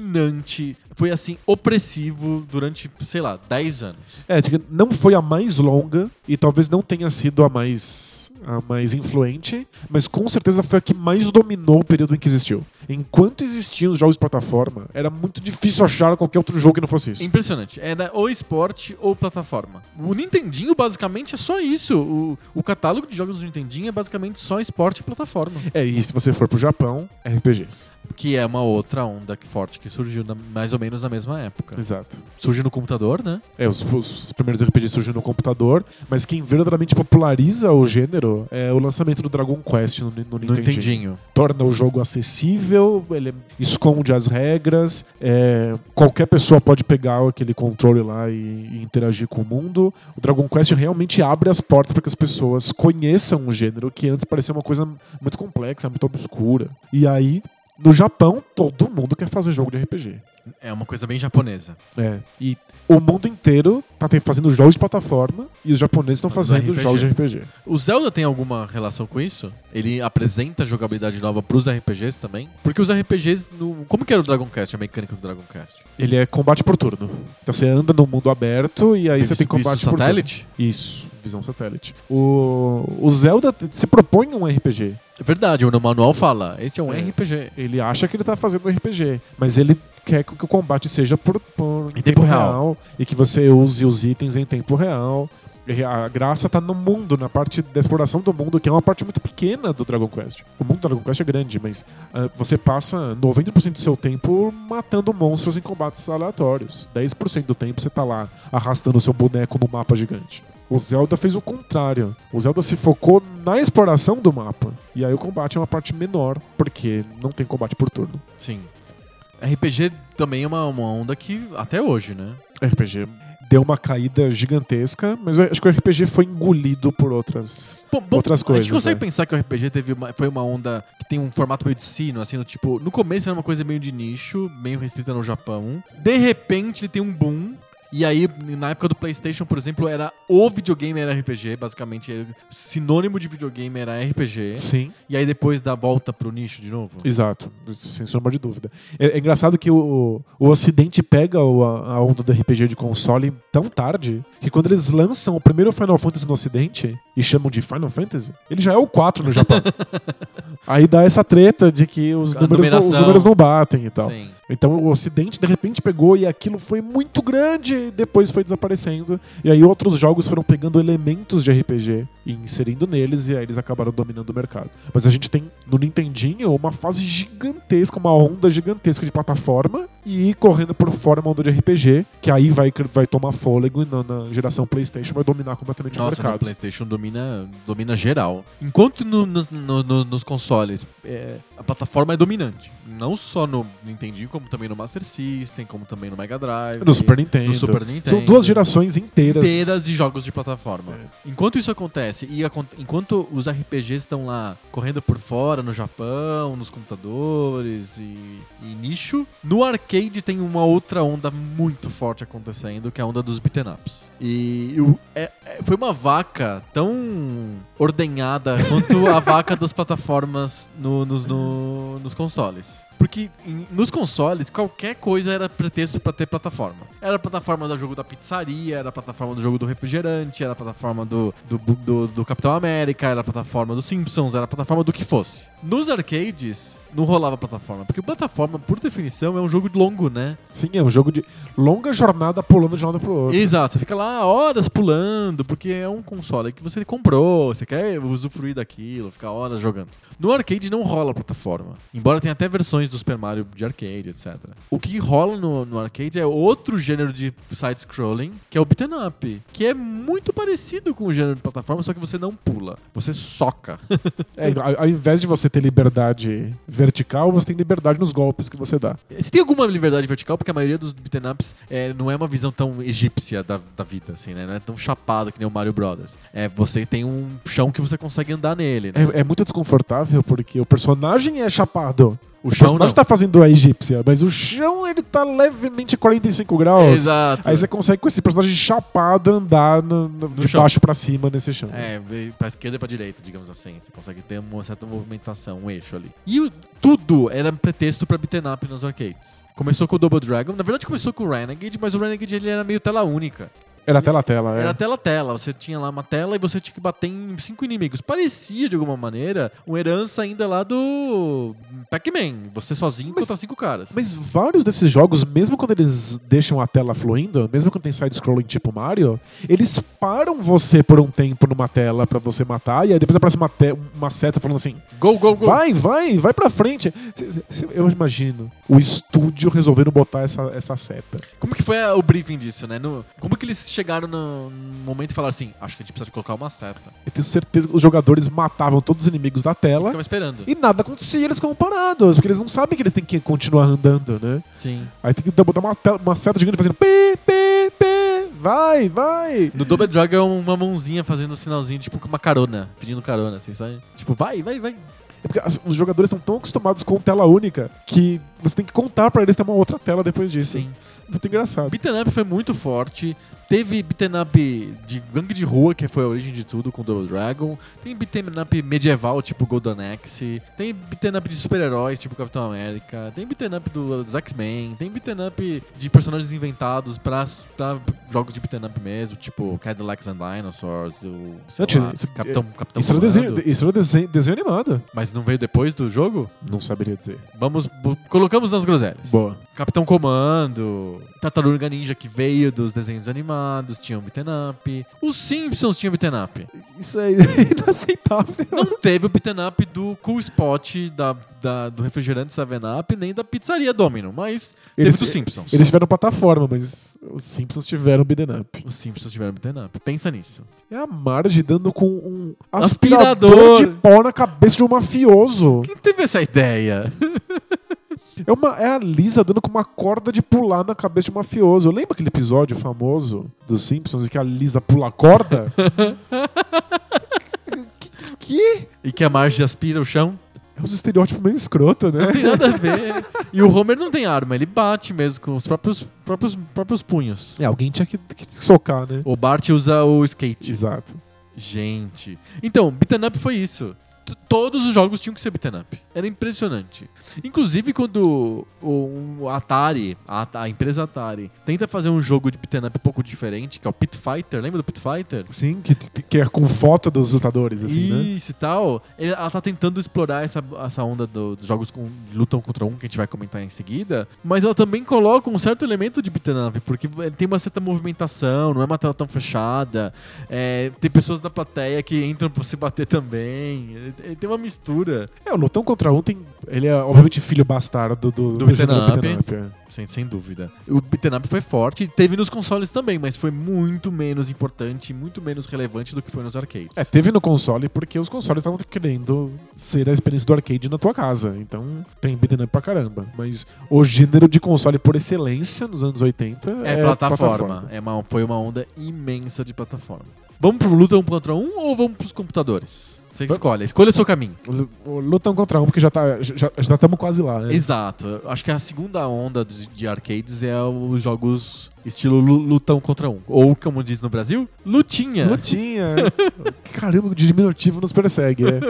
S1: dominante, foi assim, opressivo durante, sei lá, 10 anos.
S2: é, diga, não foi a mais longa e talvez não tenha sido a mais a mais influente, mas com certeza foi a que mais dominou o período em que existiu. Enquanto existiam os jogos de plataforma, era muito difícil achar qualquer outro jogo que não fosse isso.
S1: Impressionante. Era ou esporte ou plataforma. O Nintendinho, basicamente, é só isso. O, o catálogo de jogos do Nintendinho é basicamente só esporte e plataforma.
S2: É, e se você for pro Japão, RPGs.
S1: Que é uma outra onda que- forte que surgiu na- mais ou menos na mesma época.
S2: Exato.
S1: Surgiu no computador, né?
S2: É, os, os primeiros RPGs surgiram no computador, mas quem verdadeiramente populariza o gênero é o lançamento do Dragon Quest no, no
S1: No
S2: Nintendinho.
S1: Nintendinho.
S2: Torna o jogo acessível, ele esconde as regras, é, qualquer pessoa pode pegar aquele controle lá e, e interagir com o mundo. O Dragon Quest realmente abre as portas para que as pessoas conheçam o gênero, que antes parecia uma coisa muito complexa, muito obscura. E aí, no Japão, todo mundo quer fazer jogo de RPG.
S1: É uma coisa bem japonesa.
S2: É. E o mundo inteiro tá te- fazendo jogos de plataforma e os japoneses estão
S1: Fazendo
S2: fazendo
S1: RPG.
S2: jogos de RPG.
S1: O Zelda tem alguma relação com isso? Ele apresenta jogabilidade nova pros RPGs também? Porque os RPGs. No... Como que era o Dragon Quest, a mecânica do Dragon Quest?
S2: Ele é combate por turno. Então você anda no mundo aberto e aí
S1: Tem
S2: você tem
S1: visto
S2: combate por
S1: satélite?
S2: turno. Isso, visão satélite. O, o Zelda t- se propõe um RPG.
S1: É verdade, o manual fala. Este é um
S2: É.
S1: RPG.
S2: Ele acha que ele tá fazendo um RPG, mas ele quer que o combate seja por, por
S1: Em tempo real.
S2: e que você use os itens em tempo real. E A graça tá no mundo, na parte da exploração do mundo, que é uma parte muito pequena do Dragon Quest. O mundo do Dragon Quest é grande, mas ah, você passa 90% do seu tempo matando monstros em combates aleatórios. 10% do tempo você tá lá arrastando seu boneco no mapa gigante. O Zelda fez o contrário. O Zelda se focou na exploração do mapa. E aí o combate é uma parte menor, porque não tem combate por turno.
S1: Sim. RPG também é uma, uma onda que até hoje, né?
S2: RPG deu uma caída gigantesca, mas eu acho que o RPG foi engolido por outras.
S1: Bom, bom,
S2: Outras
S1: A
S2: coisas,
S1: gente consegue
S2: né?
S1: pensar que o RPG teve uma- foi uma onda que tem um formato meio de sino, assim, no tipo, no começo era uma coisa meio de nicho, meio restrita no Japão. De repente tem um boom. E aí, na época do PlayStation, por exemplo, era o videogame era RPG, basicamente. é Sinônimo de videogame era RPG.
S2: Sim.
S1: E aí depois dá a volta pro nicho de novo.
S2: Exato, sem sombra de dúvida. É, é engraçado que o, o Ocidente pega o- a, a onda do RPG de console tão tarde que quando eles lançam o primeiro Final Fantasy no Ocidente e chamam de Final Fantasy, ele já é o 4 no Japão. Aí dá essa treta de que os
S1: A
S2: números, não, os
S1: numeração.
S2: números não batem e tal.
S1: Sim.
S2: Então o Ocidente de repente pegou e aquilo foi muito grande, depois foi desaparecendo. E aí outros jogos foram pegando elementos de RPG e inserindo neles, e aí eles acabaram dominando o mercado. Mas a gente tem no Nintendinho uma fase gigantesca, uma onda gigantesca de plataforma e correndo por fora uma onda de RPG, que aí vai, cr- vai tomar fôlego e na, na geração PlayStation vai dominar completamente o
S1: Nossa, no
S2: mercado.
S1: PlayStation domina, domina geral. Enquanto no- nos- no- no- nos consoles é, a plataforma é dominante. Não só no Nintendinho, como também no Master System, como também no Mega Drive.
S2: No Super Nintendo.
S1: no Super Nintendo.
S2: São duas gerações inteiras.
S1: inteiras de jogos de plataforma. Enquanto isso acontece, e acon- enquanto os RPGs estão lá correndo por fora, no Japão, nos computadores e, e nicho, no arcade tem uma outra onda muito forte acontecendo, que é a onda dos beaten ups. E o- é- é- foi uma vaca tão ordenhada quanto a vaca das plataformas no- nos, no- nos consoles. Porque em- nos consoles, qualquer coisa era pretexto pra ter plataforma. Era a plataforma do jogo da pizzaria, era a plataforma do jogo do refrigerante, era a plataforma do, do, bu- do- do Capitão América, era a plataforma dos Simpsons, era a plataforma do que fosse. Nos arcades, não rolava plataforma. Porque plataforma, por definição, é um jogo longo, né?
S2: Sim, é um jogo de longa jornada pulando de um lado pro outro.
S1: Exato, você fica lá horas pulando, porque é um console que você comprou, você quer usufruir daquilo, ficar horas jogando. No arcade não rola plataforma, embora tenha até versões do Super Mario de arcade, etc. O que rola no, no arcade é outro gênero de side-scrolling, que é o beat'em up, que é muito parecido com o gênero de plataforma, só que você não pula, você soca.
S2: É, ao, ao invés de você ter liberdade vertical, você tem liberdade nos golpes que você dá.
S1: Você tem alguma liberdade vertical, porque a maioria dos beat'em ups é, não é uma visão tão egípcia da, da vida, assim, né? Não é tão chapado que nem o Mario Brothers. É, você tem um chão que você consegue andar nele, né?
S2: É, é muito desconfortável porque o personagem é chapado.
S1: o
S2: O
S1: chão
S2: personagem
S1: não.
S2: tá fazendo a egípcia, mas o chão ele tá levemente 45 graus.
S1: Exato.
S2: Aí você consegue com esse personagem chapado andar no- no- de
S1: chão.
S2: baixo pra cima nesse chão.
S1: É, veio pra esquerda e pra direita, digamos assim. Você consegue ter uma certa movimentação, um eixo ali. E o- tudo era um pretexto pra beaten up nos arcades. Começou com o Double Dragon, na verdade começou com o Renegade, mas o Renegade ele era meio tela única.
S2: Era tela a tela, é.
S1: Era tela-tela. Você tinha lá uma tela e você tinha que bater em cinco inimigos. Parecia, de alguma maneira, uma herança ainda lá do Pac-Man. Você sozinho
S2: Mas-
S1: contra cinco caras.
S2: Mas vários desses jogos, mesmo quando eles deixam a tela fluindo, mesmo quando tem side-scrolling tipo Mario, eles param você por um tempo numa tela pra você matar, e aí depois aparece uma, te- uma seta falando assim:
S1: Gol, gol, gol.
S2: Vai, vai, vai pra frente. C- c- c- Eu imagino o estúdio resolvendo botar essa, essa seta.
S1: Como que foi a- o briefing disso, né? No- como que eles chegaram no no momento e falaram assim, acho que a gente precisa de colocar uma seta.
S2: Eu tenho certeza que os jogadores matavam todos os inimigos da tela
S1: Ficava esperando.
S2: e nada acontecia, eles ficavam parados, porque eles não sabem que eles têm que continuar andando, né?
S1: Sim.
S2: Aí tem que botar uma, tela- uma seta gigante fazendo pi, pi, pi, vai, vai.
S1: No Double Dragon é uma mãozinha fazendo um sinalzinho, tipo com uma carona, pedindo carona, assim, sabe? Tipo, vai, vai, vai.
S2: É porque as- os jogadores estão tão acostumados com tela única que você tem que contar pra eles ter uma outra tela depois disso.
S1: Sim.
S2: Muito engraçado.
S1: Beaten up foi muito forte. Teve beaten up de gangue de rua, que foi a origem de tudo com Double Dragon. Tem beaten up medieval, tipo Golden Axe. Tem beaten up de super-heróis, tipo Capitão América. Tem beaten up do, dos X-Men. Tem beaten up de personagens inventados pra, pra jogos de beaten up mesmo, tipo Cadillacs and Dinosaurs, o sei
S2: Não, tio,
S1: lá,
S2: isso- é,
S1: Capitão, Capitão
S2: Isso era,
S1: Comando.
S2: desenho, isso era desenho, desenho animado.
S1: Mas não veio depois do jogo?
S2: Não saberia dizer.
S1: Vamos, bo- colocamos nas groselhas.
S2: Boa.
S1: Capitão Comando, Tartaruga Ninja que veio dos desenhos animados, tinha um beaten up. Os Simpsons tinha beaten up.
S2: Isso é inaceitável.
S1: Não teve o beaten up do Cool Spot da, da- do refrigerante 7-Up, nem da pizzaria Domino, mas
S2: Eles-
S1: teve dos Simpsons.
S2: Eles tiveram plataforma, mas os Simpsons tiveram beaten up.
S1: Os Simpsons tiveram beaten up. Pensa nisso.
S2: É a Marge dando com um aspirador,
S1: Aspirador.
S2: de pó na cabeça de um mafioso.
S1: Quem teve essa ideia?
S2: É, uma, é a Lisa dando com uma corda de pular na cabeça de um mafioso. Lembra aquele episódio famoso dos Simpsons em que a Lisa pula a corda? que, que?
S1: E que a Marge aspira o chão?
S2: É uns estereótipos meio escroto, né?
S1: Não tem nada a ver. E o Homer não tem arma, ele bate mesmo com os próprios, próprios, próprios punhos.
S2: É, alguém tinha que, que socar, né?
S1: O Bart usa o skate.
S2: Exato.
S1: Gente. Então, beaten up foi isso. T- Todos os jogos tinham que ser beaten up. Era impressionante. Inclusive, quando o o Atari, a, At- a empresa Atari, tenta fazer um jogo de beaten up um pouco diferente, que é o Pit Fighter. Lembra do Pit Fighter?
S2: Sim, que, que é com foto dos lutadores, assim, né?
S1: Isso e tal. Ela tá tentando explorar essa, essa onda do- dos jogos com, de lutam contra um, que a gente vai comentar em seguida. Mas ela também coloca um certo elemento de beat'em up, porque ele tem uma certa movimentação, não é uma tela tão fechada. é, tem pessoas da plateia que entram pra se bater também. Ele- Ele tem uma mistura,
S2: É, o Lutão contra um tem. Ele é, obviamente, filho bastardo do,
S1: Do beaten
S2: gênero
S1: up.
S2: beaten é.
S1: sem, sem dúvida. O beat'em up foi forte, teve nos consoles também, mas foi muito menos importante, muito menos relevante do que foi nos arcades.
S2: É, teve no console porque os consoles estavam querendo ser a experiência do arcade na tua casa. Então tem beaten up pra caramba. Mas o gênero de console por excelência nos anos 80 é,
S1: É, plataforma. É uma, foi uma onda imensa de plataforma. Vamos pro luta um contra um ou vamos pros computadores? Você que
S2: Vamos.
S1: escolhe, escolha o seu caminho.
S2: O lu- O Lutão contra um, porque já tá. Já estamos quase lá, né?
S1: Exato. Eu Acho que a segunda onda de de arcades é os jogos estilo lu- lutão contra um. Ou, como diz no Brasil, lutinha.
S2: Lutinha! Caramba, o diminutivo nos persegue. É.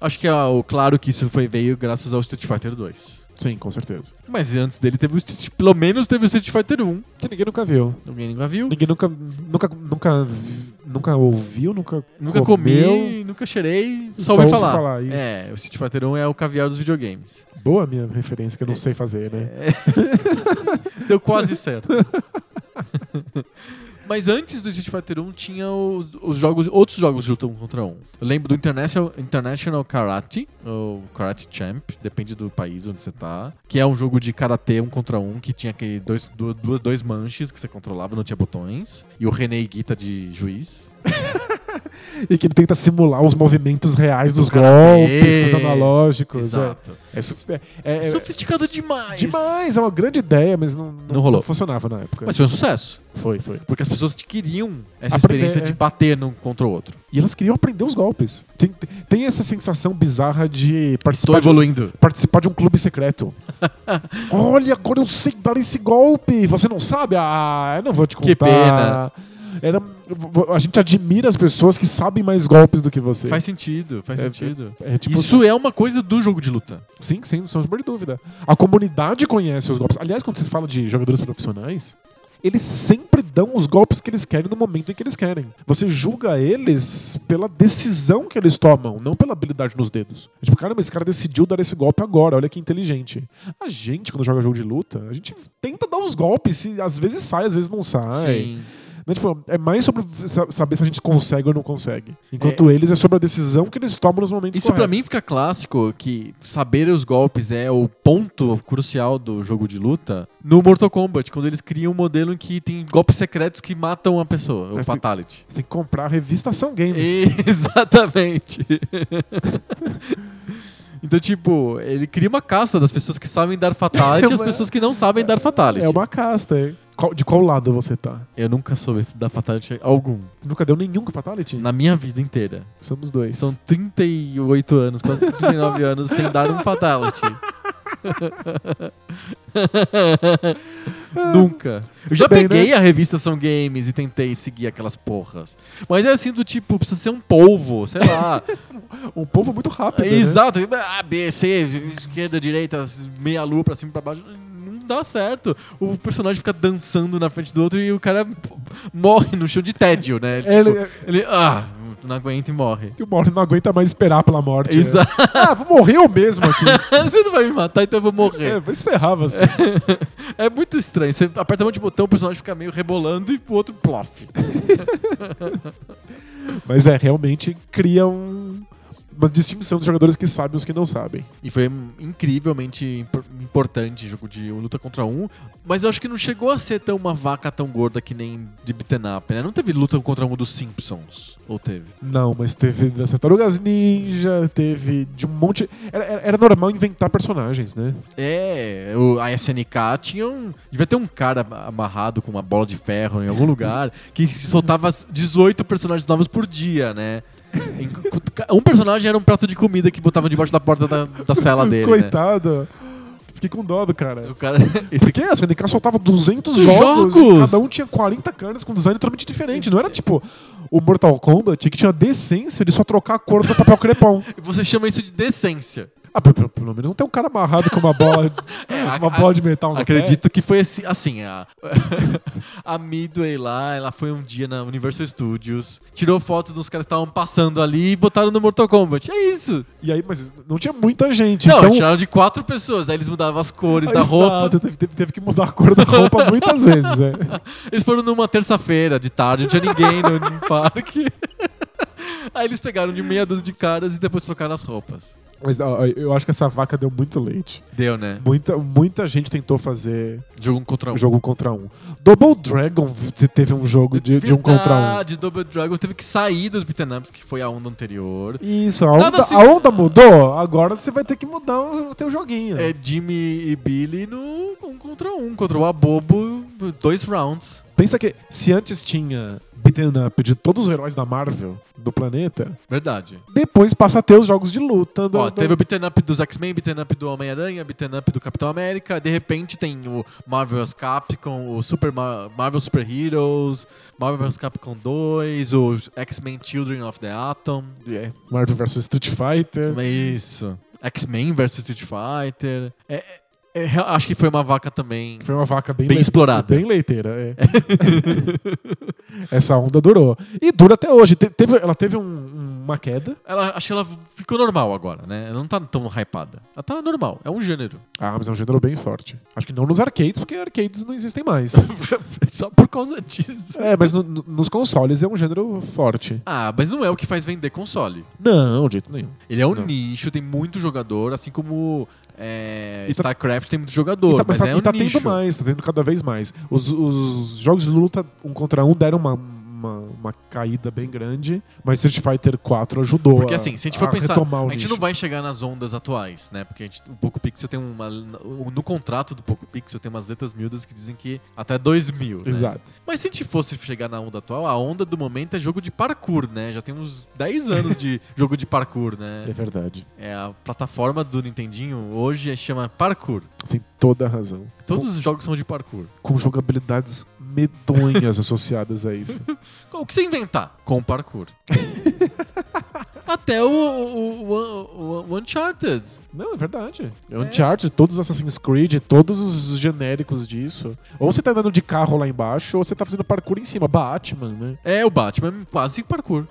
S1: Acho que é o claro que isso foi veio graças ao Street Fighter 2.
S2: Sim, com certeza.
S1: Mas antes dele teve o Street, pelo menos teve o Street Fighter 1.
S2: Que ninguém nunca viu.
S1: Ninguém nunca viu,
S2: Ninguém nunca. Nunca. Nunca, vi- nunca ouviu, nunca.
S1: nunca comi, nunca cheirei, só,
S2: Só
S1: ouvi
S2: ouço
S1: falar.
S2: falar, isso.
S1: É, o Street Fighter 1 é o caviar dos videogames.
S2: Boa a minha referência,
S1: É.
S2: que eu não sei fazer, né?
S1: Deu quase certo. Mas antes do Street Fighter 1 tinha os, os jogos, outros jogos de luta um contra um. Eu lembro do International, International Karate, ou Karate Champ, depende do país onde você tá. Que é um jogo de karatê um contra um, que tinha aquele dois, du- duas, dois manches que você controlava, não tinha botões. E o René Guita de juiz. É.
S2: E que ele tenta simular os movimentos reais dos
S1: Karatê.
S2: golpes, com os analógicos.
S1: Exato.
S2: É, é, sof- é- é-
S1: Sofisticado demais.
S2: demais, é uma grande ideia, mas não,
S1: Não rolou.
S2: funcionava na época.
S1: Mas foi um sucesso.
S2: foi, foi.
S1: Porque as pessoas queriam essa
S2: Aprender,
S1: experiência de
S2: é.
S1: bater num contra o outro.
S2: E elas queriam aprender os golpes. Tem, tem- tem essa sensação bizarra de
S1: Estou
S2: participar, de,
S1: evoluindo.
S2: participar de um clube secreto. Olha, agora eu sei dar esse golpe. Você não sabe? Ah, eu não vou te contar.
S1: Que pena.
S2: Era, a gente admira as pessoas que sabem mais golpes do que você.
S1: Faz sentido, faz
S2: É,
S1: sentido.
S2: é tipo-
S1: Isso é uma coisa do jogo de luta.
S2: Sim, sem sombra de dúvida. A comunidade conhece os golpes. Aliás, quando você fala de jogadores profissionais, eles sempre dão os golpes que eles querem no momento em que eles querem. Você julga eles pela decisão que eles tomam, não pela habilidade nos dedos. É tipo, caramba, esse cara decidiu dar esse golpe agora, olha que inteligente. A gente, quando joga jogo de luta, a gente tenta dar os golpes, e às vezes sai, às vezes não sai. Né, tipo, é mais sobre sa- saber se a gente consegue ou não consegue. Enquanto eles é sobre a decisão que eles tomam nos momentos
S1: Isso pra
S2: corretos.
S1: mim fica clássico que saber os golpes é o ponto crucial do jogo de luta no Mortal Kombat, quando eles criam um modelo em que tem golpes secretos que matam a pessoa, o
S2: Mas tem-
S1: fatality.
S2: Você tem que comprar a revista Ação Games.
S1: Exatamente. Então, tipo, ele cria uma casta das pessoas que sabem dar fatality
S2: É
S1: e as
S2: uma-
S1: pessoas que não sabem dar fatality.
S2: É uma casta, hein? Qual- de qual lado você tá?
S1: Eu nunca soube dar fatality algum.
S2: Nunca deu nenhum com Fatality?
S1: Na minha vida inteira.
S2: Somos dois.
S1: São 38 anos, quase 39 anos, sem dar um fatality. Nunca. Eu já
S2: Bem, né?
S1: peguei a revista São Games e tentei seguir aquelas porras. Mas é assim do tipo, precisa ser um polvo, sei lá.
S2: Um povo muito rápido. né?
S1: Exato. A, B, C, esquerda, direita, meia lua pra cima e pra baixo. Não dá certo. O personagem fica dançando na frente do outro e o cara p- morre no chão de tédio, né? Tipo,
S2: É, Ele-
S1: ele, ah, não aguenta e morre.
S2: Que o Morty não aguenta mais esperar pela morte. né?
S1: Exato.
S2: Ah, vou morrer eu mesmo aqui.
S1: Você não vai me matar, então eu vou
S2: é,
S1: morrer.
S2: vai se ferrar você.
S1: É muito estranho. Você aperta um monte de botão, o personagem fica meio rebolando e o outro plof.
S2: Mas é, realmente cria um- uma distinção dos jogadores que sabem e os que não sabem.
S1: E foi incrivelmente impor- importante jogo de luta contra um. Mas eu acho que não chegou a ser tão uma vaca tão gorda que nem de beaten up, né? Não teve luta contra um dos Simpsons. Ou teve?
S2: Não, mas teve das Tartarugas Ninja, teve de um monte. Era, era- era normal inventar personagens, né?
S1: É, o, a SNK tinha um. Devia ter um cara amarrado com uma bola de ferro em algum lugar que soltava as 18 personagens novos por dia, né? Em- Um personagem era um prato de comida que botava debaixo da porta da, da cela dele. né?
S2: Coitado. Fiquei com dó do cara.
S1: O cara. Esse
S2: Porque a SNK soltava 200
S1: Jogos!
S2: jogos, e cada um tinha 40 canas com design totalmente diferente. Não era tipo o Mortal Kombat que tinha a decência de só trocar a cor do papel crepom.
S1: Você chama isso de decência.
S2: Ah, pelo, pelo- pelo menos não tem um cara amarrado com uma bola,
S1: a-
S2: É, uma bola de metal no
S1: Acredito que foi assim, assim a, a Midway lá, ela foi um dia na Universal Studios, tirou foto dos caras que estavam passando ali e botaram no Mortal Kombat. É isso.
S2: pé. E aí, mas não tinha muita gente.
S1: Não,
S2: então,
S1: tiraram de quatro pessoas, aí eles mudavam as cores da
S2: Exato,
S1: roupa.
S2: Teve, teve- teve que mudar a cor da roupa muitas vezes. é.
S1: Eles foram numa terça-feira de tarde, não tinha ninguém no, no parque. Aí eles pegaram de meia dúzia de caras e depois trocaram as roupas.
S2: Mas ó, eu acho que essa vaca deu muito leite.
S1: Deu, né?
S2: Muita, muita gente tentou fazer
S1: Jogo um contra um.
S2: jogo um contra um. Double Dragon te- teve um jogo de, de um contra um.
S1: Verdade, Double Dragon teve que sair dos beaten ups, que foi a onda anterior.
S2: Isso, a
S1: Nada
S2: onda,
S1: se-
S2: a onda mudou, agora você vai ter que mudar o teu joguinho.
S1: É Jimmy e Billy no um contra um, contra o Abobo, dois rounds.
S2: Pensa que se antes tinha beaten up de todos os heróis da Marvel do planeta,
S1: Verdade.
S2: depois passa a ter os jogos de luta. do-
S1: Ó,
S2: do-
S1: teve o beaten up dos X-Men, beaten up do Homem-Aranha, beaten up do Capitão América. De repente tem o Marvel's Capcom, o Super Mar- Marvel Super Heroes, Marvel's Capcom 2, o X-Men Children of the Atom.
S2: É, Marvel vs Street Fighter.
S1: É isso. X-Men versus Street Fighter. É, é, é, acho que foi uma vaca também.
S2: Foi uma vaca bem,
S1: Bem
S2: leite-
S1: explorada.
S2: Bem leiteira, é. Essa onda durou. E dura até hoje. Te- teve- ela teve um- uma queda.
S1: Ela, acho que ela ficou normal agora, né? Ela não tá tão hypada. Ela tá normal, é um gênero.
S2: Ah, mas é um gênero bem forte. Acho que não nos arcades, porque arcades não existem mais.
S1: Só por causa disso.
S2: é, mas no- no- nos consoles é um gênero forte.
S1: Ah, mas não é o que faz vender console.
S2: Não, de jeito nenhum.
S1: Ele é um
S2: Não.
S1: nicho, tem muito jogador, assim como é,
S2: E tá-
S1: StarCraft tem muito jogador,
S2: e tá,
S1: mas
S2: mas tá-
S1: é
S2: e
S1: um
S2: tá
S1: nicho.
S2: tendo mais, tá tendo cada vez mais. Os, os jogos de luta um contra um deram uma, uma, uma caída bem grande, mas Street Fighter 4 ajudou.
S1: Porque assim, se a gente for pensar,
S2: Ah, retomar o
S1: a gente
S2: nicho.
S1: não vai chegar nas ondas atuais, né? Porque a gente, o Poco Pixel tem uma no contrato do Poco Pixel tem umas letras miúdas que dizem que até 2000, né?
S2: Exato.
S1: Mas se a gente fosse chegar na onda atual, a onda do momento é jogo de parkour, né? Já tem uns 10 anos de jogo de parkour,
S2: É
S1: né?
S2: verdade.
S1: É a plataforma do Nintendinho hoje é- chama Parkour.
S2: Tem toda a razão.
S1: Todos os jogos são de parkour.
S2: Com, com jogabilidades medonhas associadas a isso.
S1: O que você inventar? Com parkour. Até o, o- o- o- o Uncharted.
S2: Não, é verdade. É Uncharted, todos os Assassin's Creed, todos os genéricos disso. Ou você tá andando de carro lá embaixo, ou você tá fazendo parkour em cima. Batman, né?
S1: É, o Batman é quase parkour.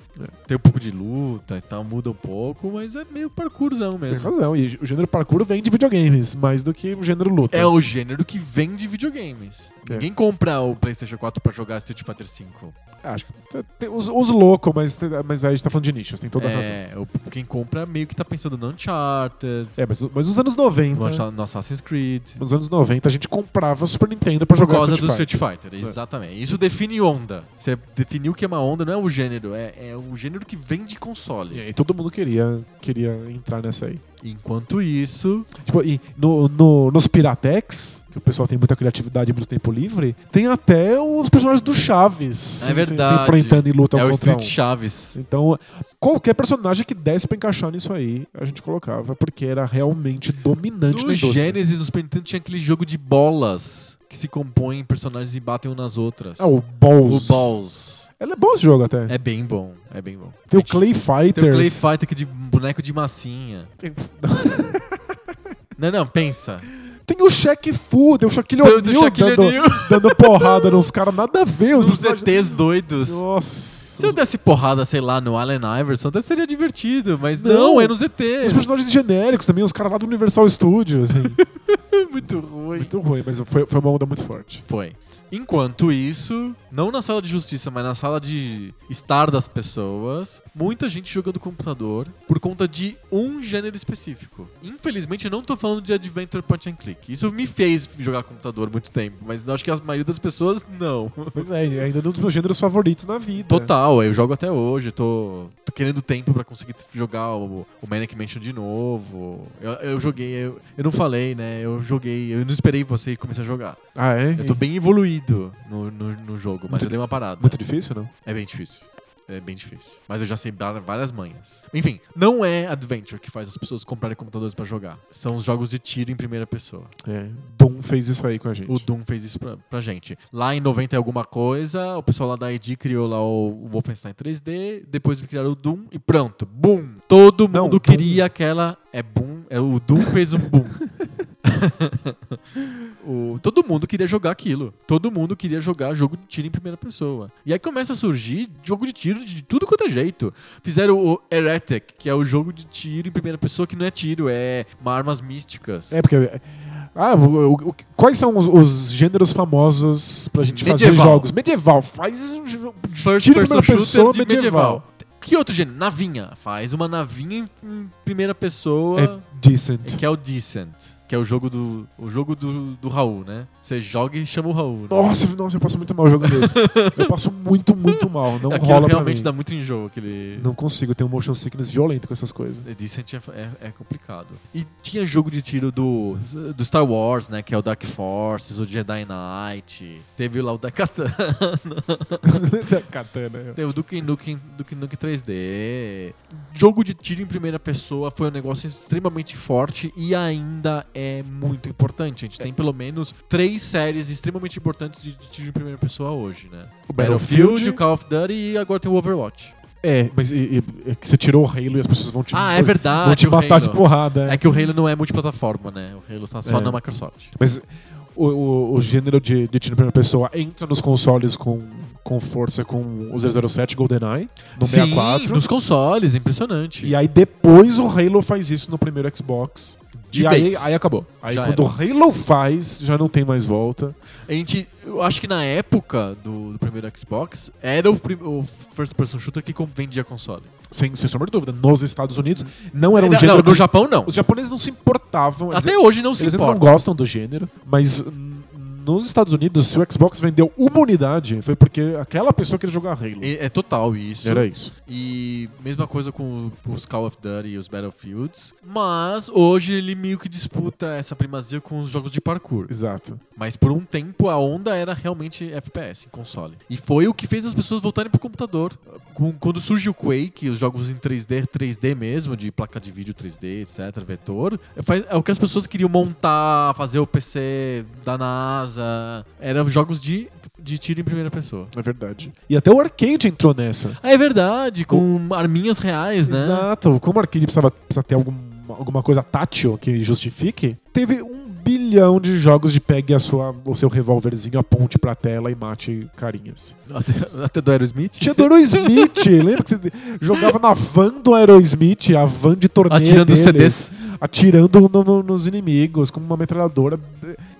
S1: Tem um pouco de luta e tal, muda um pouco, mas é meio parkourzão
S2: Você tem
S1: mesmo.
S2: razão. E o gênero parkour vem de videogames, mais do que o gênero luta.
S1: É o gênero que vende videogames.
S2: É.
S1: Ninguém compra o PlayStation 4 pra jogar Street Fighter 5.
S2: Ah, Acho que tem- tem os, os loucos, mas, mas aí a gente tá falando de nichos, tem toda a razão.
S1: É, o- quem compra meio que tá pensando no Uncharted,
S2: É, então. mas, mas nos anos 90.
S1: no, Uncha- no Assassin's Creed.
S2: Nos anos 90 a gente comprava Super Nintendo pra
S1: Por
S2: jogar
S1: causa
S2: Street
S1: do
S2: Fighter. É.
S1: Street Fighter, exatamente. Isso define onda. Você definiu o que é uma onda, não é o gênero, é, é o gênero que vende console.
S2: E aí todo mundo queria, queria entrar nessa aí.
S1: Enquanto isso,
S2: Tipo, e no, no- nos Piratex, que o pessoal tem muita criatividade e muito tempo livre, tem até os personagens do Chaves
S1: é verdade.
S2: enfrentando em luta
S1: É o
S2: contra
S1: Street
S2: um.
S1: Chaves.
S2: Então, qualquer personagem que desse pra encaixar nisso aí, a gente colocava, porque era realmente dominante
S1: No
S2: na indústria.
S1: Gênesis, no Super Nintendo, tinha aquele jogo de bolas que se compõem em personagens e batem um nas outras.
S2: Ah, o Balls.
S1: O Balls.
S2: Ele é bom esse jogo até.
S1: É bem bom, é bem bom.
S2: Tem o
S1: Aí tinha-
S2: Clay Fighters.
S1: Tem o Clay Fighter que é de boneco de massinha.
S2: Tem-
S1: Não, não, pensa.
S2: Tem o Shaq Fu, tem o Shaquille
S1: Tem o
S2: O'Neal
S1: do Shaquille
S2: dando,
S1: O'Neal.
S2: dando porrada nos caras, nada a ver. Os
S1: Os
S2: personagens-
S1: ETs doidos.
S2: Nossa.
S1: Se eu desse porrada, sei lá, no Allen Iverson, até seria divertido, mas não,
S2: Não.
S1: é nos
S2: Os
S1: ETs.
S2: personagens genéricos também, os caras lá do Universal Studios. assim.
S1: É muito ruim.
S2: muito ruim, mas foi, foi uma onda muito forte.
S1: Foi. Enquanto isso, não na sala de justiça, mas na sala de estar das pessoas, muita gente jogando computador por conta de um gênero específico. Infelizmente, eu não tô falando de adventure point and click. Isso me fez jogar computador muito tempo, mas eu acho que a maioria das pessoas não.
S2: Pois é, e ainda é um dos meus gêneros favoritos na vida.
S1: Total, eu jogo até hoje, tô, tô querendo tempo pra conseguir t- jogar o, o Manic Mansion de novo. Eu, eu joguei, eu, eu não falei, né? Eu joguei, eu não esperei você começar a jogar.
S2: Ah, é?
S1: Eu tô bem evoluído no, no, no jogo, mas
S2: Muito-
S1: eu dei uma parada.
S2: Muito difícil, não?
S1: É bem difícil. É bem difícil. Mas eu já sei dar várias manhas. Enfim, não é Adventure que faz as pessoas comprarem computadores pra jogar. São os jogos de tiro em primeira pessoa.
S2: É. Doom fez isso aí com a gente.
S1: O Doom fez isso pra, pra gente. Lá em 90 e alguma coisa, o pessoal lá da ID criou lá o Wolfenstein 3D, depois criaram o Doom e pronto. Boom! Todo
S2: Não,
S1: mundo
S2: Doom.
S1: queria aquela... É boom? É, o Doom fez um boom. O- todo mundo queria jogar aquilo. Todo mundo queria jogar jogo de tiro em primeira pessoa. E aí começa a surgir jogo de tiro de tudo quanto é jeito. Fizeram o Heretic, que é o jogo de tiro em primeira pessoa, que não é tiro, é uma armas místicas.
S2: É, porque. Ah, o- o- o- quais são os, os gêneros famosos pra gente fazer
S1: Medieval.
S2: jogos? Medieval. Faz um jogo.
S1: First
S2: Tiro em
S1: person
S2: primeira
S1: shooter
S2: pessoa
S1: de medieval.
S2: medieval.
S1: Que outro gênero? Navinha. Faz uma navinha em- em primeira pessoa.
S2: É decent.
S1: Que é o Decent. Que é o jogo do. O jogo do, do Raul, né? Você joga e chama o Raul. Né?
S2: Nossa, nossa, eu passo muito mal jogando isso. eu passo muito, muito mal. Não
S1: Aquilo
S2: rola pra
S1: realmente
S2: mim.
S1: dá muito enjoo, aquele.
S2: Não consigo, eu tenho um motion sickness violento com essas coisas.
S1: Decent é, é, é complicado. E tinha jogo de tiro do, do Star Wars, né? Que é o Dark Forces, o Jedi Knight. Teve lá o da Katana.
S2: da katana.
S1: Tem o Duke Nukem, Duke Nukem 3D. Jogo de tiro em primeira pessoa foi um negócio extremamente forte e ainda é muito importante. A gente tem pelo menos três séries extremamente importantes de de tiro em primeira pessoa hoje, né?
S2: O
S1: Battlefield, o Call of Duty e agora tem o Overwatch.
S2: É, mas e- e- é que você tirou o Halo e as pessoas vão te,
S1: Ah, é verdade.
S2: vão te
S1: o
S2: matar de
S1: Halo.
S2: porrada.
S1: É que o Halo não é multiplataforma, né? O Halo tá só
S2: É.
S1: na Microsoft.
S2: Mas o, o, o gênero de, de tiro em primeira pessoa entra nos consoles com, com força com o 007 GoldenEye, no
S1: Sim,
S2: 64.
S1: nos consoles, impressionante.
S2: E aí depois o Halo faz isso no primeiro Xbox.
S1: De
S2: e aí,
S1: vez.
S2: aí acabou. Aí
S1: Já
S2: quando o Halo faz, já não tem mais volta.
S1: A gente, eu acho que na época do, do primeiro Xbox, era o, prim- o first person shooter que com- vendia console.
S2: Sem, sem sombra de dúvida. Nos Estados Unidos, não era um
S1: Não,
S2: gênero.
S1: não,
S2: que
S1: no Japão não.
S2: Os japoneses não se importavam. eles-
S1: Até hoje não se
S2: Eles ainda não
S1: importa.
S2: gostam do gênero, mas hum, nos Estados Unidos, se o Xbox vendeu uma unidade, foi porque aquela pessoa queria jogar Halo.
S1: É, é total isso.
S2: Era isso.
S1: E mesma coisa com os Call of Duty e os Battlefields. Mas hoje ele meio que disputa essa primazia com os jogos de parkour.
S2: Exato.
S1: Mas por um tempo a onda era realmente FPS em console. E foi o que fez as pessoas voltarem pro computador. Com- Quando surge o Quake, os jogos em 3D, 3D mesmo, de placa de vídeo 3D, etc, vetor, é faz- é o que as pessoas queriam montar, fazer o PC da NASA. Eram jogos de, de tiro em primeira pessoa.
S2: É verdade. E até o arcade entrou nessa.
S1: Ah, é verdade, com arminhas reais, né?
S2: Exato. Como o arcade precisava, precisa ter algum, alguma coisa tátil que justifique, teve um bilhão de jogos de pegue a sua, o seu revólverzinho, aponte pra tela e mate carinhas.
S1: Até, até do Aerosmith.
S2: Tinha do Aerosmith, lembra que você jogava na van do Aerosmith, a van de torneio
S1: Atirando
S2: deles.
S1: CDs.
S2: atirando no- no- nos inimigos com uma metralhadora.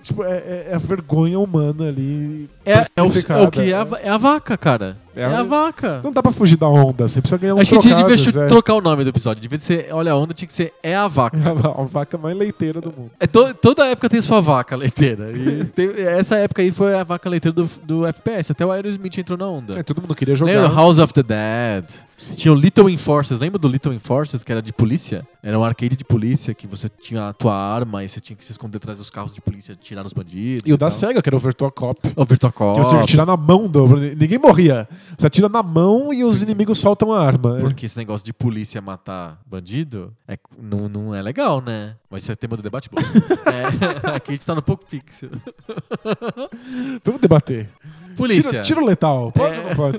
S2: Tipo, é, é- é a vergonha humana ali.
S1: É, é o, é o que é a,
S2: personificada.
S1: va- é a vaca, cara. É,
S2: É
S1: a
S2: a-
S1: vaca.
S2: Não dá pra fugir da onda, você precisa ganhar uns
S1: Acho que a gente devia
S2: trocados,
S1: chu-
S2: é.
S1: trocar o nome do episódio. Devia ser Olha a Onda, tinha que ser É a Vaca.
S2: A vaca mais leiteira do mundo.
S1: É to- toda época tem sua vaca leiteira. E teve- essa época aí foi a vaca leiteira do, do FPS. Até É. o Aerosmith entrou na onda.
S2: É, todo mundo queria jogar.
S1: Lembra House of the Dead? Tinha o Little Enforcers, lembra do Little Enforcers, que era de polícia? Era um arcade de polícia que você tinha a tua arma e você tinha que se esconder atrás dos carros de polícia e tirar os bandidos.
S2: E o da um
S1: tal.
S2: SEGA, que era o Virtua Cop.
S1: O Virtua
S2: Que você
S1: Cop.
S2: atira na mão do. Ninguém morria. Você atira na mão e os inimigos soltam a arma.
S1: Porque esse negócio de polícia matar bandido é- não, não é legal, né? Mas isso é tema do debate bom. É, aqui a gente tá no pouco pixel.
S2: Vamos debater.
S1: Polícia.
S2: Tiro, tiro letal.
S1: É.
S2: Pode ou não pode?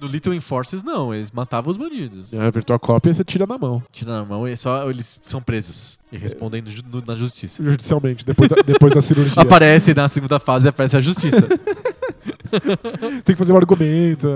S1: No Little Enforcers, não. Eles matavam os bandidos.
S2: É, Virtua Cop você tira na mão.
S1: Tira na mão e só eles são presos. E respondem no ju- no- na justiça.
S2: Judicialmente, depois da, depois da cirurgia.
S1: Aparece na segunda fase, aparece a justiça.
S2: Tem que fazer um argumento.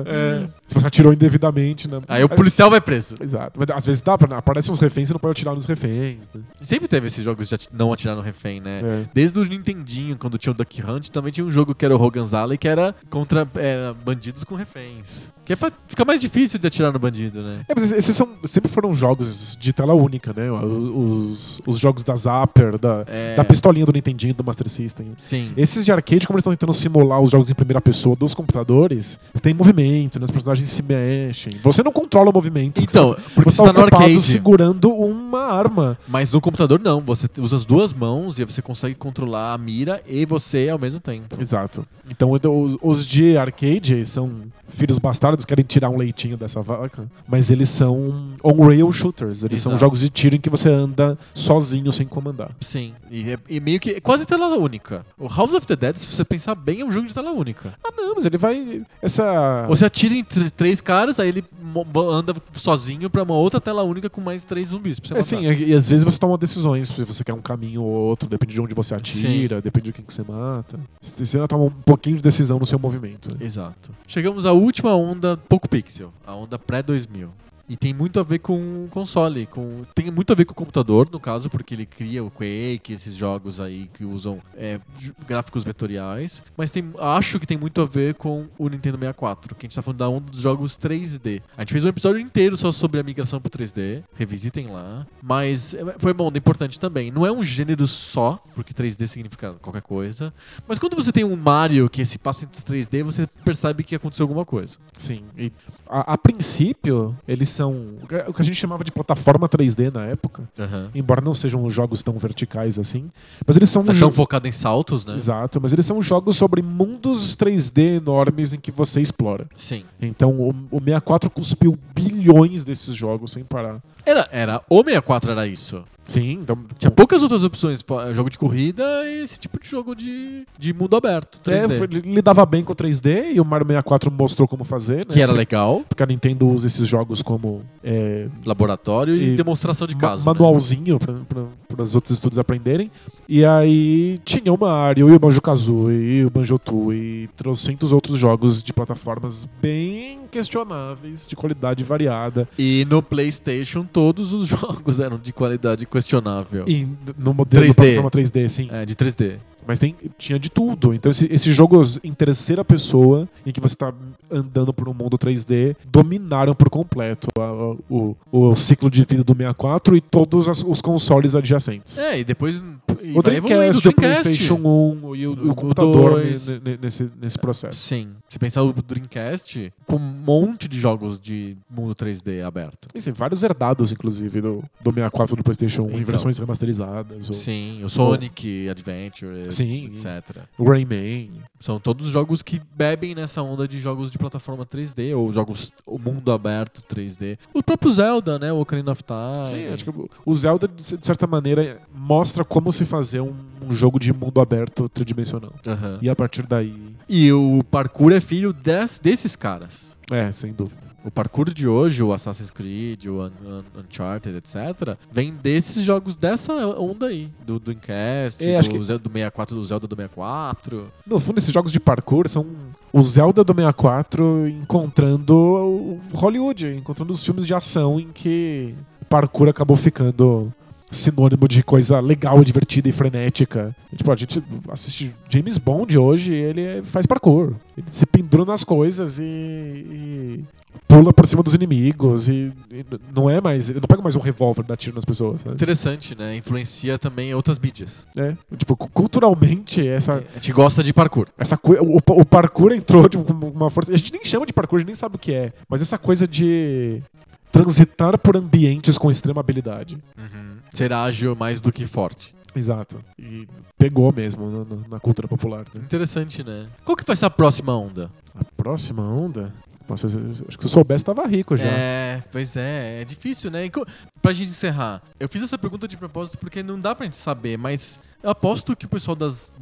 S2: Se você atirou indevidamente. Né?
S1: É. Aí o policial vai preso.
S2: Exato. Mas às vezes dá pra. né? Aparecem uns reféns, você não pode atirar nos reféns. Né?
S1: Sempre teve esses jogos de ati- não atirar no refém, né?
S2: É.
S1: Desde o Nintendinho, quando tinha o Duck Hunt, também tinha um jogo que era o Hogan's Alley, que era contra era bandidos com reféns. Que é pra ficar mais difícil de atirar no bandido, né?
S2: É, mas esses são, sempre foram jogos de tela única, né? Os, os jogos da Zapper, da,
S1: É.
S2: da pistolinha do Nintendinho, do Master System.
S1: Sim.
S2: Esses de arcade, como eles estão tentando simular os jogos em primeira pessoa dos computadores, tem movimento, né? os personagens se mexem. Você não controla o movimento.
S1: Então,
S2: você,
S1: porque
S2: você
S1: você tá no
S2: ocupado
S1: arcade.
S2: segurando uma arma.
S1: Mas no computador não, você te- usa as duas mãos e você consegue controlar a mira e você é ao mesmo tempo.
S2: Exato. Então, os, os de arcade são filhos bastardos, querem tirar um leitinho dessa vaca, mas eles são on-rail shooters. Eles são
S1: Exato.
S2: jogos de tiro em que você anda sozinho sem comandar.
S1: Sim. E, é- e meio que é quase tela única. O House of the Dead, se você pensar bem, é um jogo de tela única.
S2: Ah, não, mas ele vai. Essa.
S1: Você atira em tr- três caras, aí ele mo- bo- anda sozinho pra uma outra tela única com mais três zumbis. Pra você
S2: É sim,
S1: matar.
S2: e e às vezes você toma decisões, se você quer um caminho ou outro, depende de onde você atira, depende de quem que você mata. Você ainda toma um pouquinho de decisão no seu movimento. né?
S1: Exato. Chegamos à última onda pouco pixel, a onda pré-2000. E tem muito a ver com o console, com tem muito a ver com o computador, no caso, porque ele cria o Quake, esses jogos aí que usam é, ju- gráficos vetoriais, mas tem, acho que tem muito a ver com o Nintendo 64, que a gente tá falando da onda dos jogos 3D. A gente fez um episódio inteiro só sobre a migração pro 3D, revisitem lá, mas é, foi uma onda importante também. Não é um gênero só, porque 3D significa qualquer coisa, mas quando você tem um Mario que se passa em 3D, você percebe que aconteceu alguma coisa.
S2: Sim. E a, a princípio, eles são o que- o que a gente chamava de plataforma 3D na época, embora não sejam jogos tão verticais assim, mas eles são
S1: Tá
S2: jo-
S1: tão focado em saltos, né?
S2: Exato, mas eles são jogos sobre mundos 3D enormes em que você explora.
S1: Sim.
S2: Então o, o 64 cuspiu bilhões desses jogos sem parar.
S1: Era, era, o 64 era isso.
S2: Sim, então.
S1: Tinha poucas outras opções, fora jogo de corrida e esse tipo de jogo de, de mundo aberto, 3D.
S2: É, foi, ele lidava bem com 3D e o Mario 64 mostrou como fazer, né?
S1: Que era legal,
S2: Porque a Nintendo usa esses jogos como é,
S1: laboratório e,
S2: E
S1: demonstração de
S2: ma-
S1: caso. né?
S2: manualzinho para os outros estudos aprenderem. E aí tinha o Mario e o Banjo-Kazooie e o Banjo-Tooie e trocentos outros jogos de plataformas bem questionáveis, de qualidade variada.
S1: E no PlayStation todos os jogos eram de qualidade questionável.
S2: E n- no modelo
S1: 3D.
S2: de plataforma 3D, sim.
S1: É, de 3D.
S2: Mas tem, tinha de tudo. Então, esse- esses jogos em terceira pessoa, em que você tá andando por um mundo 3D, dominaram por completo a- a- o, o ciclo de vida do 64 e todos as- os consoles adjacentes.
S1: É, e depois. E
S2: o
S1: vai evoluindo,
S2: Dreamcast, o é PlayStation 1 e o, e o
S1: o
S2: computador
S1: dois.
S2: ne- ne- nesse, nesse processo.
S1: Sim. Se pensar o Dreamcast, com um monte de jogos de mundo 3D aberto.
S2: E, sim, assim, vários herdados, inclusive, do, do 64 do PlayStation 1, em
S1: Então.
S2: versões remasterizadas. Ou
S1: Sim, o Sonic Adventure,
S2: Sim.
S1: etc.
S2: o Rayman.
S1: São todos jogos que bebem nessa onda de jogos de plataforma 3D, ou jogos o mundo aberto 3D. O próprio Zelda, né? O Ocarina of Time.
S2: Sim, acho que o- o Zelda, de c- de certa maneira, mostra como se fazer um- um jogo de mundo aberto tridimensional.
S1: Aham.
S2: E a partir daí.
S1: E o parkour é filho des- desses caras.
S2: É, sem dúvida.
S1: O parkour de hoje, o Assassin's Creed, o Un- Un- Uncharted, etc., vem desses jogos dessa onda aí. Do Dreamcast,
S2: É, acho
S1: do,
S2: que-
S1: Zelda, do 64, do Zelda do 64.
S2: No fundo, esses jogos de parkour são o Zelda do 64 encontrando o Hollywood, encontrando os filmes de ação em que parkour acabou ficando sinônimo de coisa legal, divertida e frenética. Tipo, a gente assiste James Bond hoje, ele é- faz parkour. Ele se pendura nas coisas e, e pula por cima dos inimigos e, e não é mais, ele não pega mais um revólver e dá tiro nas pessoas, sabe?
S1: Interessante, né? Influencia também outras mídias.
S2: É, tipo, cu- culturalmente essa
S1: A gente gosta de parkour.
S2: essa coi- o, o parkour entrou tipo, com uma força. A gente nem chama de parkour, a gente nem sabe o que é. Mas essa coisa de transitar por ambientes com extrema habilidade. Uhum.
S1: Ser ágil mais do que forte.
S2: Exato. E pegou mesmo na, na- na cultura popular. né?
S1: Interessante, né? Qual que vai ser a próxima onda?
S2: A próxima onda. Nossa, eu- eu- acho que se eu soubesse, tava rico já.
S1: É, pois é, é difícil, né? E co- Pra gente encerrar, eu fiz essa pergunta de propósito porque não dá pra gente saber, mas eu aposto que o pessoal das.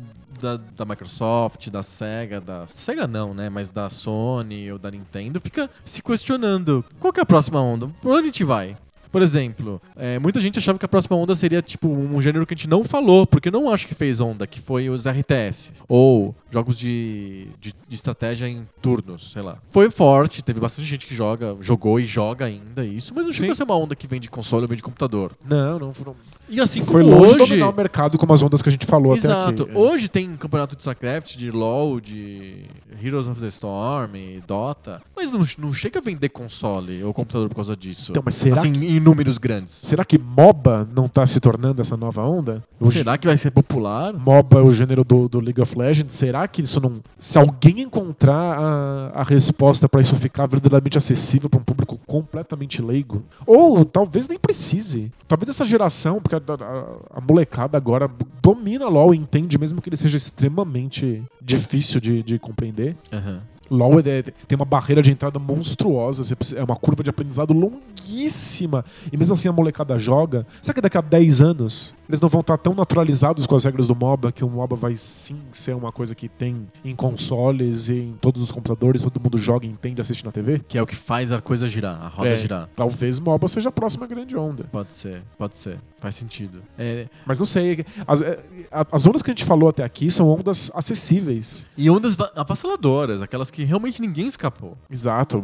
S1: Da, da Microsoft, da Sega, da. Sega não, né? Mas da Sony ou da Nintendo, fica se questionando. Qual que é a próxima onda? Por onde a gente vai? Por exemplo, é, muita gente achava que a próxima onda seria tipo um gênero que a gente não falou, porque eu não acho que fez onda, que foi os RTS. Ou jogos de, de, de estratégia em turnos, sei lá. Foi forte, teve bastante gente que joga, jogou e joga ainda isso, mas não chegou
S2: Sim.
S1: a ser uma onda que vem de console, vem de computador.
S2: Não, não foram.
S1: E assim
S2: Foi
S1: como
S2: longe de
S1: hoje.
S2: dominar o mercado como as ondas que a gente falou até
S1: Exato.
S2: aqui. É.
S1: Hoje tem campeonato de StarCraft, de LoL, de Heroes of the Storm, Dota, mas não, não chega a vender console ou computador por causa disso.
S2: Então, mas será
S1: assim, em números grandes.
S2: Será que MOBA não tá se tornando essa nova onda? O gê-
S1: Será que vai ser popular?
S2: MOBA é o gênero do, do League of Legends. Será que isso não. Se alguém encontrar a, a resposta pra isso ficar verdadeiramente acessível pra um público completamente leigo, ou talvez nem precise. Talvez essa geração, porque a, a- a molecada agora domina LOL e entende, mesmo que ele seja extremamente difícil de- de compreender.
S1: Aham.
S2: LOL é- tem uma barreira de entrada monstruosa, você precisa- é uma curva de aprendizado longuíssima. E mesmo assim a molecada joga. Será que daqui a 10 anos eles não vão estar tão naturalizados com as regras do MOBA que o MOBA vai sim ser uma coisa que tem em consoles e em todos os computadores, todo mundo joga, entende, assiste na TV?
S1: Que é o que faz a coisa girar, a roda
S2: É,
S1: girar.
S2: Talvez MOBA seja a próxima grande onda.
S1: Pode ser, pode ser. Faz sentido. É,
S2: Mas não sei. As, é, a- as ondas que a gente falou até aqui são ondas acessíveis.
S1: e ondas va- avassaladoras, aquelas que realmente ninguém escapou.
S2: Exato.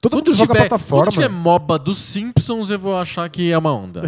S2: Todo mundo joga plataforma.
S1: quando tiver MOBA dos Simpsons, eu vou achar que é uma onda.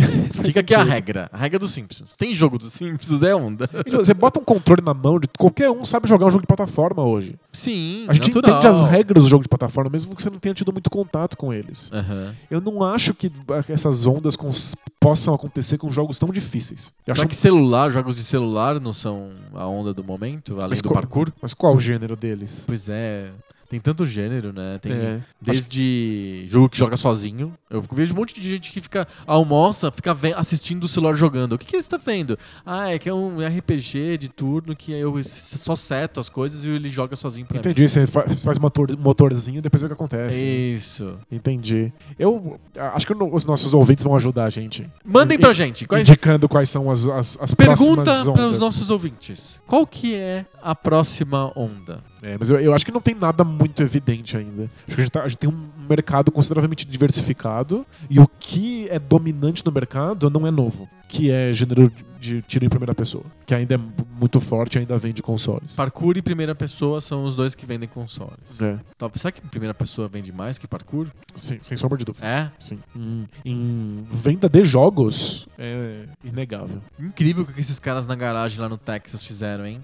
S1: Fica aqui a
S2: sentido.
S1: regra. A regra dos Simpsons. Tem jogo dos Simpsons, é onda.
S2: Você bota um controle na mão de qualquer um sabe jogar um jogo de plataforma hoje.
S1: Sim,
S2: A gente
S1: natural.
S2: entende as regras do jogo de plataforma, mesmo que você não tenha tido muito contato com eles.
S1: Aham.
S2: Eu não acho que essas ondas cons- possam acontecer com jogos tão difíceis. Eu
S1: Será
S2: acho
S1: que celular, jogos de celular não são a onda do momento, além
S2: Mas
S1: do
S2: co-
S1: parkour?
S2: Mas qual o gênero deles?
S1: Pois é. Tem tanto gênero, né? Tem
S2: É.
S1: desde jogo que joga sozinho. Eu vejo um monte de gente que fica almoça, fica ve- assistindo o celular jogando. O que, que você tá vendo? Ah, é que é um RPG de turno que eu s- só seto as coisas e ele joga sozinho pra
S2: Entendi, assim. você fa- faz motor, motorzinho e depois vê o que acontece.
S1: mim. Isso.
S2: Entendi. Eu ah, acho que no- os nossos ouvintes vão ajudar a gente.
S1: Mandem
S2: E-
S1: pra gente. Quais...
S2: Indicando quais são as, as, as próximas
S1: Pergunta
S2: ondas.
S1: para os nossos ouvintes. Qual que é a próxima onda?
S2: É, mas eu, eu acho que não tem nada muito evidente ainda. Acho que a gente, tá- a gente tem um mercado consideravelmente diversificado e o que é dominante no mercado não é novo, que é gênero de- de tiro em primeira pessoa, que ainda é mu- muito forte, ainda vende consoles.
S1: Parkour e primeira pessoa são os dois que vendem consoles.
S2: É,
S1: Tá, Será que primeira pessoa vende mais que parkour?
S2: sim, sem sombra de dúvida.
S1: É.
S2: Sim. Em, em venda de jogos é inegável.
S1: Incrível o que esses caras na garagem lá no Texas fizeram, hein?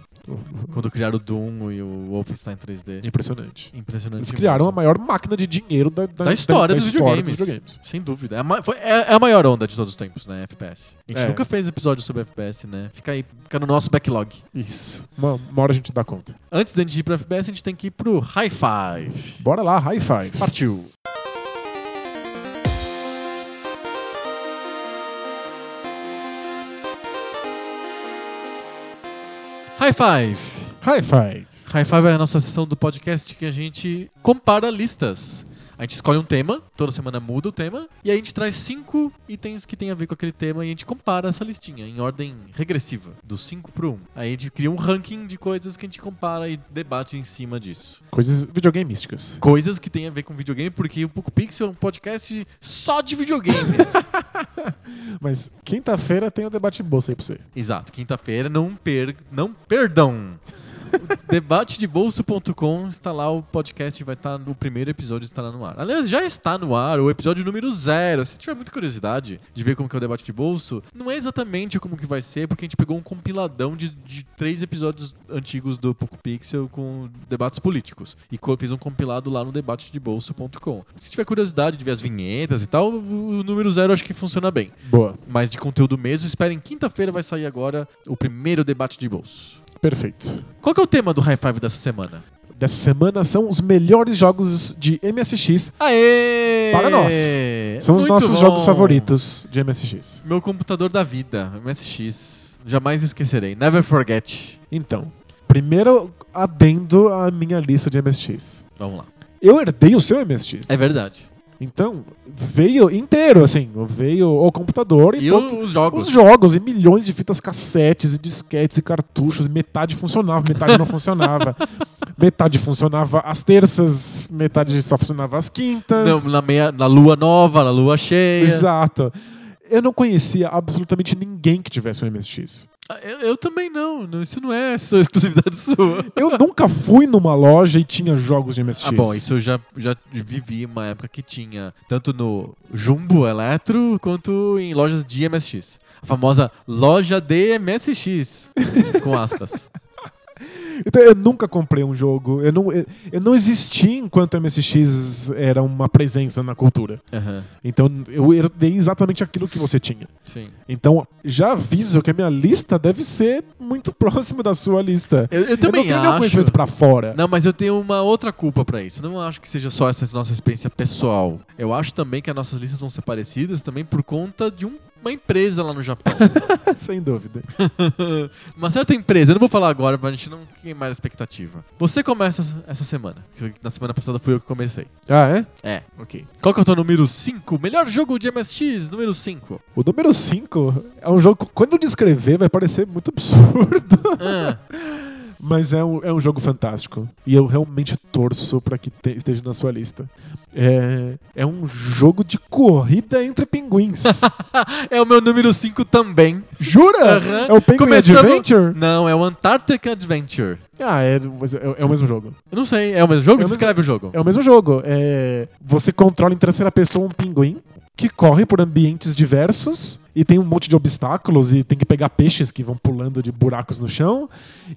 S1: Quando criaram o Doom e o Wolfenstein 3D.
S2: É Impressionante.
S1: Impressionante.
S2: Eles criaram
S1: mesmo.
S2: a maior máquina de dinheiro da, da-
S1: Da história
S2: da- da
S1: dos
S2: história
S1: videogames.
S2: dos videogames.
S1: Sem dúvida. É a, ma- foi- é- é a maior onda de todos os tempos, né? FPS. A gente
S2: É.
S1: nunca fez episódio sobre FPS, né? Fica aí, fica no nosso backlog.
S2: Isso. Uma, uma hora a gente dá conta.
S1: Antes da gente ir pra FPS, a gente tem que ir pro High Five.
S2: Bora lá, high five.
S1: Partiu. High Five.
S2: High five.
S1: High Five é a nossa sessão do podcast que a gente compara listas. A gente escolhe um tema, toda semana muda o tema, e aí a gente traz cinco itens que tem a ver com aquele tema e a gente compara essa listinha em ordem regressiva, do 5 pro 1. Um. Aí a gente cria um ranking de coisas que a gente compara e debate em cima disso.
S2: Coisas videogameísticas.
S1: Coisas que tem a ver com videogame, porque o Poco Pixel é um podcast só de videogames.
S2: Mas quinta-feira tem o debate bolsa aí pra vocês.
S1: Exato, quinta-feira, não per... não perdão. Debatedebolso.com está lá, o podcast vai estar no primeiro episódio, estará no ar. Aliás, já está no ar o episódio número zero. Se tiver muita curiosidade de ver como que é o debate de bolso, não é exatamente como que vai ser, porque a gente pegou um compiladão de, de três episódios antigos do Poco Pixel com debates políticos. E co- fez um compilado lá no debatedebolso.com. Se tiver curiosidade de ver as vinhetas e tal, o o número zero acho que funciona bem.
S2: Boa.
S1: Mas de conteúdo mesmo, esperem quinta-feira vai sair agora o primeiro debate de bolso.
S2: Perfeito.
S1: Qual que é o tema do High Five dessa semana?
S2: Dessa semana são os melhores jogos de MSX.
S1: Aê!
S2: Para nós. São os
S1: É Muito
S2: nossos
S1: bom.
S2: jogos favoritos de MSX.
S1: Meu computador da vida, MSX. Jamais esquecerei. Never forget.
S2: Então, primeiro adendo à minha lista de MSX.
S1: Vamos lá.
S2: Eu herdei o seu MSX.
S1: É verdade.
S2: Então, veio inteiro, assim. Veio o computador e,
S1: E
S2: todo-
S1: o- os jogos.
S2: Então, Os jogos e milhões de fitas cassetes e disquetes e cartuchos, metade funcionava, metade não funcionava. Metade funcionava às terças, metade só funcionava às quintas.
S1: Não, na, meia- na lua nova, na lua cheia.
S2: Exato. Eu não conhecia absolutamente ninguém que tivesse um MSX.
S1: Ah, Eu, eu também não. Não, Isso não é só exclusividade sua.
S2: Eu nunca fui numa loja e tinha jogos de MSX.
S1: Ah, bom, isso eu já, já vivi uma época que tinha tanto no Jumbo Eletro quanto em lojas de MSX. A famosa loja de MSX, com aspas.
S2: Então, eu nunca comprei um jogo. Eu não, eu, eu não existi enquanto MSX era uma presença na cultura.
S1: Aham,
S2: Então, eu herdei exatamente aquilo que você tinha.
S1: sim.
S2: Então, já aviso que a minha lista deve ser muito próxima da sua lista.
S1: Eu, eu
S2: não
S1: também
S2: tenho meu
S1: acho.
S2: conhecimento pra fora.
S1: Não, mas eu tenho uma outra culpa pra isso. Não acho que seja só essa nossa experiência pessoal. Eu acho também que as nossas listas vão ser parecidas também por conta de um- uma empresa lá no Japão.
S2: Sem dúvida.
S1: uma certa empresa, eu não vou falar agora pra gente não queimar a expectativa. Você começa essa semana. que Na semana passada fui eu que comecei.
S2: Ah, é?
S1: É.
S2: Ok.
S1: Qual que é o teu número 5? Melhor jogo de MSX, número 5.
S2: O número 5 é um jogo. que, Quando eu descrever, vai parecer muito absurdo.
S1: Ah,
S2: Mas é um, é um jogo fantástico. E eu realmente torço pra que te- esteja na sua lista. É, é um jogo de corrida entre pinguins.
S1: é o meu número 5 também.
S2: Jura?
S1: Aham.
S2: É o Penguin
S1: Começando-
S2: Adventure?
S1: Não, é o Antarctic Adventure.
S2: Ah, é, mas é- é o mesmo jogo.
S1: Eu não sei, é o mesmo jogo?
S2: É o mesmo-
S1: Descreve o jogo.
S2: É o mesmo jogo. É, você controla em terceira pessoa um pinguim que corre por ambientes diversos e tem um monte de obstáculos e tem que pegar peixes que vão pulando de buracos no chão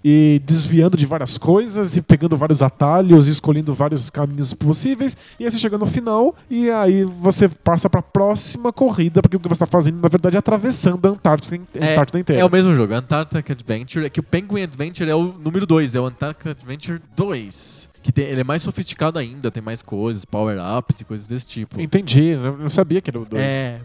S2: e desviando de várias coisas e pegando vários atalhos, e escolhendo vários caminhos possíveis e aí você chega no final e aí você passa pra próxima corrida porque o que você tá fazendo na verdade é atravessando a Antártida, a Antártida inteira.
S1: é o mesmo jogo, Antarctic Adventure. É que o Penguin Adventure é o número 2, é o Antarctic Adventure 2. Que tem- ele é mais sofisticado ainda, tem mais coisas, power-ups e coisas desse tipo.
S2: Entendi, eu não sabia que era o 2.
S1: É,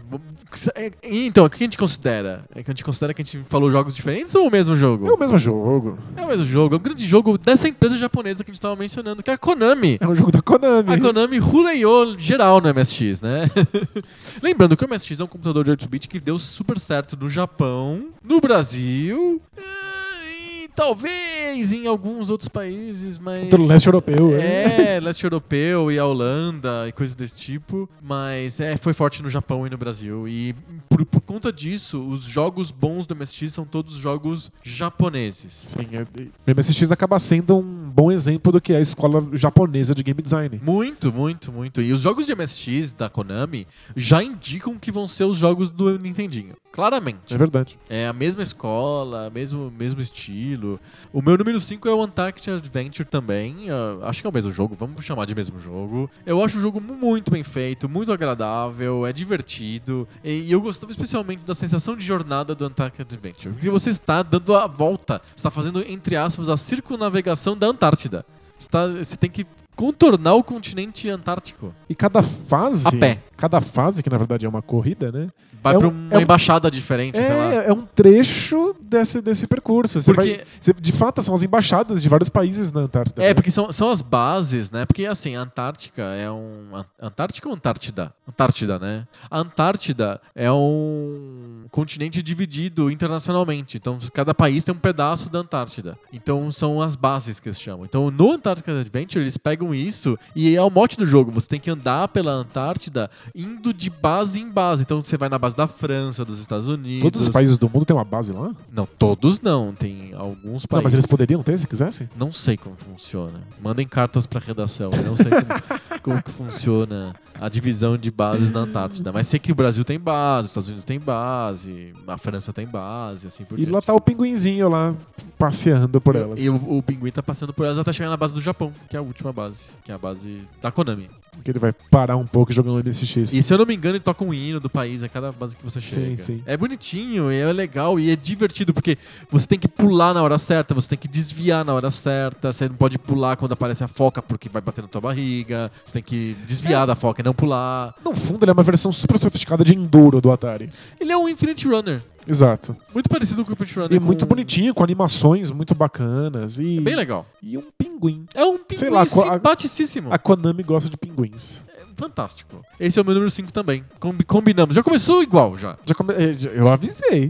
S1: é, Então, o que a gente considera? É que a gente considera que a gente falou jogos diferentes ou o mesmo jogo?
S2: É o mesmo jogo.
S1: É o mesmo jogo, é um grande jogo dessa empresa japonesa que a gente tava mencionando, que é a Konami.
S2: É um jogo da Konami.
S1: A Konami ruleou geral no MSX, né? Lembrando que o MSX é um computador de 8-bit que deu super certo no Japão, no Brasil eh, e talvez em alguns outros países, mas...
S2: Do leste europeu. né?
S1: É, leste europeu e a Holanda e coisas desse tipo. Mas é, foi forte no Japão e no Brasil. E por, por conta disso, os jogos bons do MSX são todos jogos japoneses.
S2: Sim, é- o MSX acaba sendo um bom exemplo do que é a escola japonesa de game design.
S1: Muito, muito, muito. E os jogos de MSX da Konami já indicam que vão ser os jogos do Nintendinho. Claramente.
S2: É verdade.
S1: É a mesma escola, mesmo, mesmo estilo. O meu número 5 é o Antarctic Adventure também. ah, acho que é o mesmo jogo, vamos chamar de mesmo jogo. Eu acho o jogo mu- muito bem feito, muito agradável, é divertido. E e eu gostava especialmente da sensação de jornada do Antarctic Adventure. Porque você está dando a volta, está fazendo, entre aspas, a circunnavegação da Antártida. Você, tá- você tem que contornar o continente antártico.
S2: E cada fase.
S1: A pé.
S2: Cada fase, que na verdade é uma corrida, né?
S1: Vai
S2: É
S1: pra
S2: um-
S1: uma
S2: é um-
S1: embaixada diferente, sei lá.
S2: É, é um trecho desse, desse percurso. Você
S1: Porque-
S2: vai- você- de fato, são as embaixadas de vários países na Antártida.
S1: É,
S2: né?
S1: porque são, são as bases, né? Porque, assim, a Antártica é um... An- Antártica ou Antártida? Antártida, né? A Antártida é um continente dividido internacionalmente. Então, cada país tem um pedaço da Antártida. Então, são as bases que eles chamam. Então, no Antarctic Adventure, eles pegam com isso. E é o mote do jogo. Você tem que andar pela Antártida indo de base em base. Então você vai na base da França, dos Estados Unidos.
S2: Todos os países do mundo têm uma base lá?
S1: Não, todos não. Tem alguns países.
S2: Não, mas eles poderiam ter se quisessem?
S1: Não sei como funciona. Mandem cartas pra redação. Eu não sei como, como que funciona a divisão de bases na Antártida. Mas sei que o Brasil tem base, os Estados Unidos tem base, a França tem base, assim por
S2: E
S1: diante.
S2: lá tá o pinguinzinho lá, passeando por elas.
S1: E o, o pinguim tá passando por elas até chegar na base do Japão, que é a última base, que é a base da Konami.
S2: Porque ele vai parar um pouco jogando NSX.
S1: E se eu não me engano, ele toca um hino do país a cada base que você chega.
S2: sim.
S1: É bonitinho, e é legal e é divertido, porque você tem que pular na hora certa, você tem que desviar na hora certa, você não pode pular quando aparece a foca porque vai bater na tua barriga, você tem que
S2: É.
S1: desviar da foca e não pular.
S2: No fundo, ele é uma versão super sofisticada de Enduro do Atari.
S1: Ele é um Infinite Runner,
S2: Exato.
S1: muito parecido com o Infinite Runner.
S2: E
S1: com-
S2: muito bonitinho, com animações muito bacanas. E,
S1: É bem legal.
S2: e um pinguim.
S1: É um
S2: Sei
S1: pinguim
S2: lá, qual- a-
S1: simpaticíssimo.
S2: A Konami gosta de pinguins.
S1: É fantástico. Esse é o meu número 5 também. Combi- combinamos. Já começou igual, já.
S2: Já come- eh, já- Eu avisei.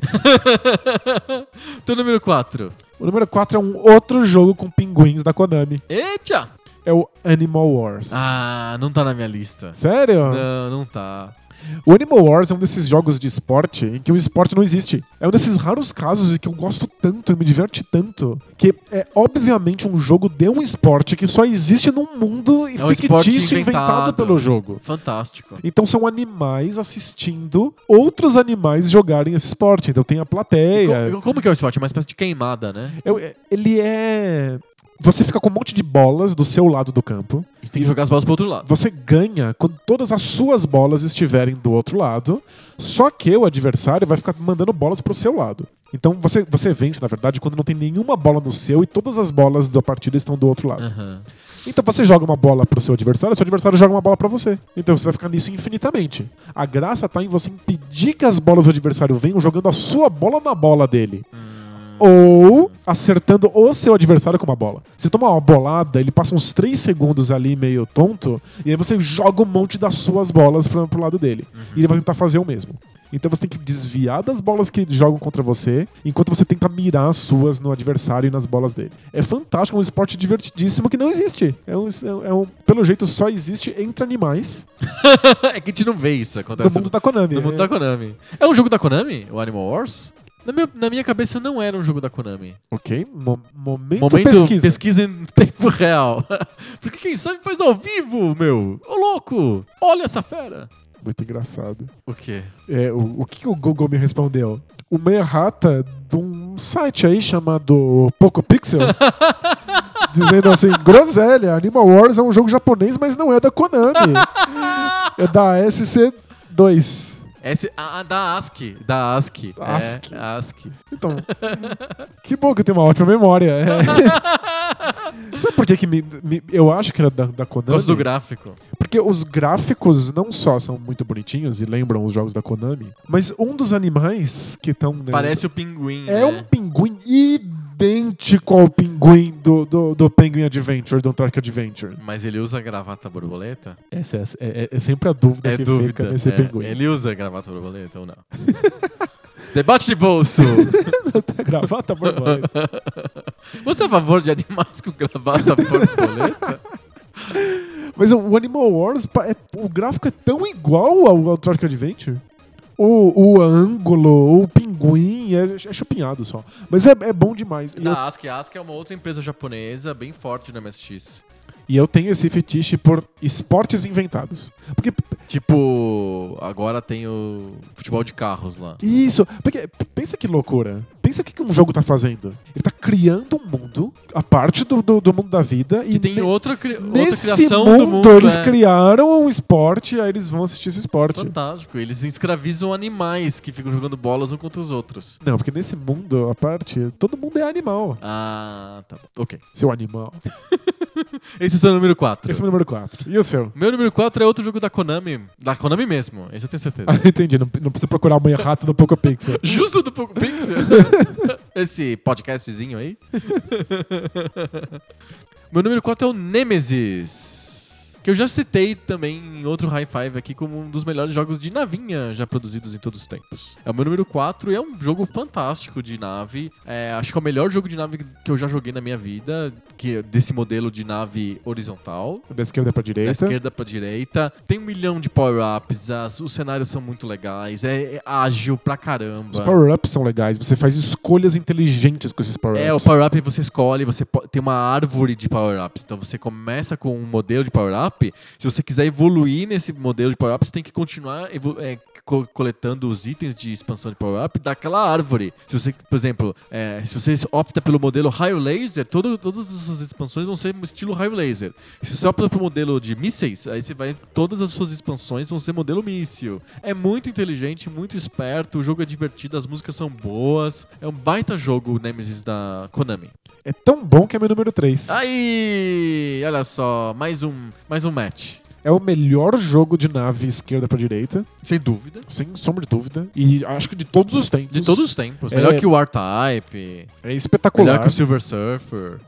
S1: Teu número 4.
S2: o número 4 é um outro jogo com pinguins da Konami.
S1: Eita!
S2: É o Animal Wars.
S1: Ah, não tá na minha lista.
S2: Sério?
S1: Não, não tá.
S2: O Animal Wars é um desses jogos de esporte em que o esporte não existe. É um desses raros casos em que eu gosto tanto e me diverte tanto que é obviamente um jogo de um esporte que só existe num mundo
S1: É um
S2: fictício
S1: esporte inventado.
S2: inventado pelo jogo.
S1: Fantástico.
S2: Então são animais assistindo outros animais jogarem esse esporte. Então tem a plateia.
S1: Co- Como que é o esporte? É uma espécie de queimada, né?
S2: Eu- é- ele é. Você fica com um monte de bolas do seu lado do campo.
S1: E Você tem que jogar as bolas pro outro lado.
S2: Você ganha quando todas as suas bolas estiverem do outro lado. Só que o adversário vai ficar mandando bolas pro seu lado. Então você, você vence, na verdade, quando não tem nenhuma bola no seu e todas as bolas da partida estão do outro lado.
S1: Aham.
S2: Então você joga uma bola pro seu adversário, seu adversário joga uma bola pra você. Então você vai ficar nisso infinitamente. A graça tá em você impedir que as bolas do adversário venham jogando a sua bola na bola dele. Ou acertando o seu adversário com uma bola. Você toma uma bolada, ele passa uns 3 segundos ali meio tonto, e aí você joga um monte das suas bolas pro, pro lado dele. E ele vai tentar fazer o mesmo. Então você tem que desviar das bolas que jogam contra você, enquanto você tenta mirar as suas no adversário e nas bolas dele. É fantástico, é um esporte divertidíssimo que não existe. É um, é um- pelo jeito, só existe entre animais
S1: é que a gente não vê isso
S2: do
S1: acontece.
S2: mundo da Konami. né?
S1: No mundo da Konami. É um jogo da Konami? O Animal Wars? Na minha, na minha cabeça não era um jogo da Konami.
S2: Ok, mo- momento,
S1: Momento pesquisa.
S2: pesquisa.
S1: em tempo real. Porque quem sabe faz ao vivo, meu. Ô louco! Olha essa fera!
S2: Muito engraçado.
S1: O quê?
S2: É, o, o que que o Google me respondeu? Uma errata de um site aí chamado PocoPixel. dizendo assim, groselha, Animal Wars é um jogo japonês, mas não é da Konami. é da SC2.
S1: Esse, a, a da ASCII. Da ASCII.
S2: Da ASCII.
S1: É, ASCII.
S2: Então, que bom que eu tenho uma ótima memória. É. Sabe por que, que me- me- eu acho que era da, da
S1: Eu
S2: Konami?
S1: Gosto do gráfico.
S2: Porque os gráficos não só são muito bonitinhos e lembram os jogos da Konami, mas um dos animais que né, estão...
S1: Parece o pinguim.
S2: É
S1: né?
S2: um pinguim idêntico ao pinguim do, do, do Penguin Adventure, do Tark Adventure.
S1: Mas ele usa gravata borboleta?
S2: Essa é, é- é sempre a dúvida
S1: é
S2: que
S1: dúvida.
S2: fica nesse
S1: é.
S2: pinguim.
S1: Ele usa gravata borboleta ou não? Debate de bolso!
S2: Gravata borboleta.
S1: Você é a favor de animais com gravata borboleta?
S2: Mas o- o Animal Wars, pa- é- o gráfico é tão igual ao, ao Tark Adventure. O, o ângulo, o pinguim, é, é chupinhado só. Mas é, é bom demais. E eu,
S1: a ASCII, a ASCII é uma outra empresa japonesa bem forte no MSX.
S2: e eu tenho esse fetiche por esportes inventados. Porque
S1: Tipo, agora tem o futebol de carros lá.
S2: Isso, porque pensa que loucura. Pensa o que, que um jogo tá fazendo. Ele tá criando um mundo, a parte do, do, do mundo da vida.
S1: Que
S2: e
S1: tem
S2: ne-
S1: outra, cri- outra
S2: nesse
S1: criação
S2: mundo,
S1: do mundo.
S2: eles
S1: é.
S2: criaram um esporte, aí eles vão assistir esse esporte.
S1: Fantástico. Eles escravizam animais que ficam jogando bolas um contra os outros.
S2: Não, porque nesse mundo, a parte, todo mundo é animal.
S1: Ah, tá bom. Ok.
S2: Seu animal.
S1: Esse é o seu número 4.
S2: Esse é o número 4. E o seu?
S1: Meu número 4 é outro jogo da Konami. Da Konami mesmo, esse eu tenho certeza.
S2: Ah, entendi. Não, não precisa procurar uma errata no Poco Pixel.
S1: Justo do Poco Pixel. esse podcastzinho aí. Meu número 4 é o Nemesis. Que eu já citei também em outro High Five aqui como um dos melhores jogos de navinha já produzidos em todos os tempos. É o meu número 4 e é um jogo fantástico de nave. É, acho que é o melhor jogo de nave que eu já joguei na minha vida, que é desse modelo de nave horizontal.
S2: Da esquerda pra
S1: Da
S2: direita.
S1: esquerda pra direita. Tem um milhão de power-ups, as- os cenários são muito legais, é, é ágil pra caramba.
S2: Os power-ups são legais, você faz escolhas inteligentes com esses power-ups.
S1: É, o power-up você escolhe, você po- tem uma árvore de power-ups. Então você começa com um modelo de power-up. Se você quiser evoluir nesse modelo de power-up, você tem que continuar evo- é, co- coletando os itens de expansão de power-up daquela árvore. Se você, por exemplo, é, se você opta pelo modelo raio laser, todo- todas as suas expansões vão ser um estilo raio laser. Se você opta pelo modelo de mísseis, aí você vai. Todas as suas expansões vão ser modelo míssil. É muito inteligente, muito esperto, o jogo é divertido, as músicas são boas. É um baita jogo o Nemesis da Konami.
S2: É tão bom que é meu número 3.
S1: Ah, Aí! Olha só, mais um, mais um match.
S2: É o melhor jogo de nave esquerda pra direita,
S1: Sem dúvida.
S2: sem sombra de dúvida. E acho que de todos os tempos.
S1: De todos os tempos.
S2: É.
S1: Melhor que o R-Type,
S2: É espetacular.
S1: melhor que o Silver Surfer.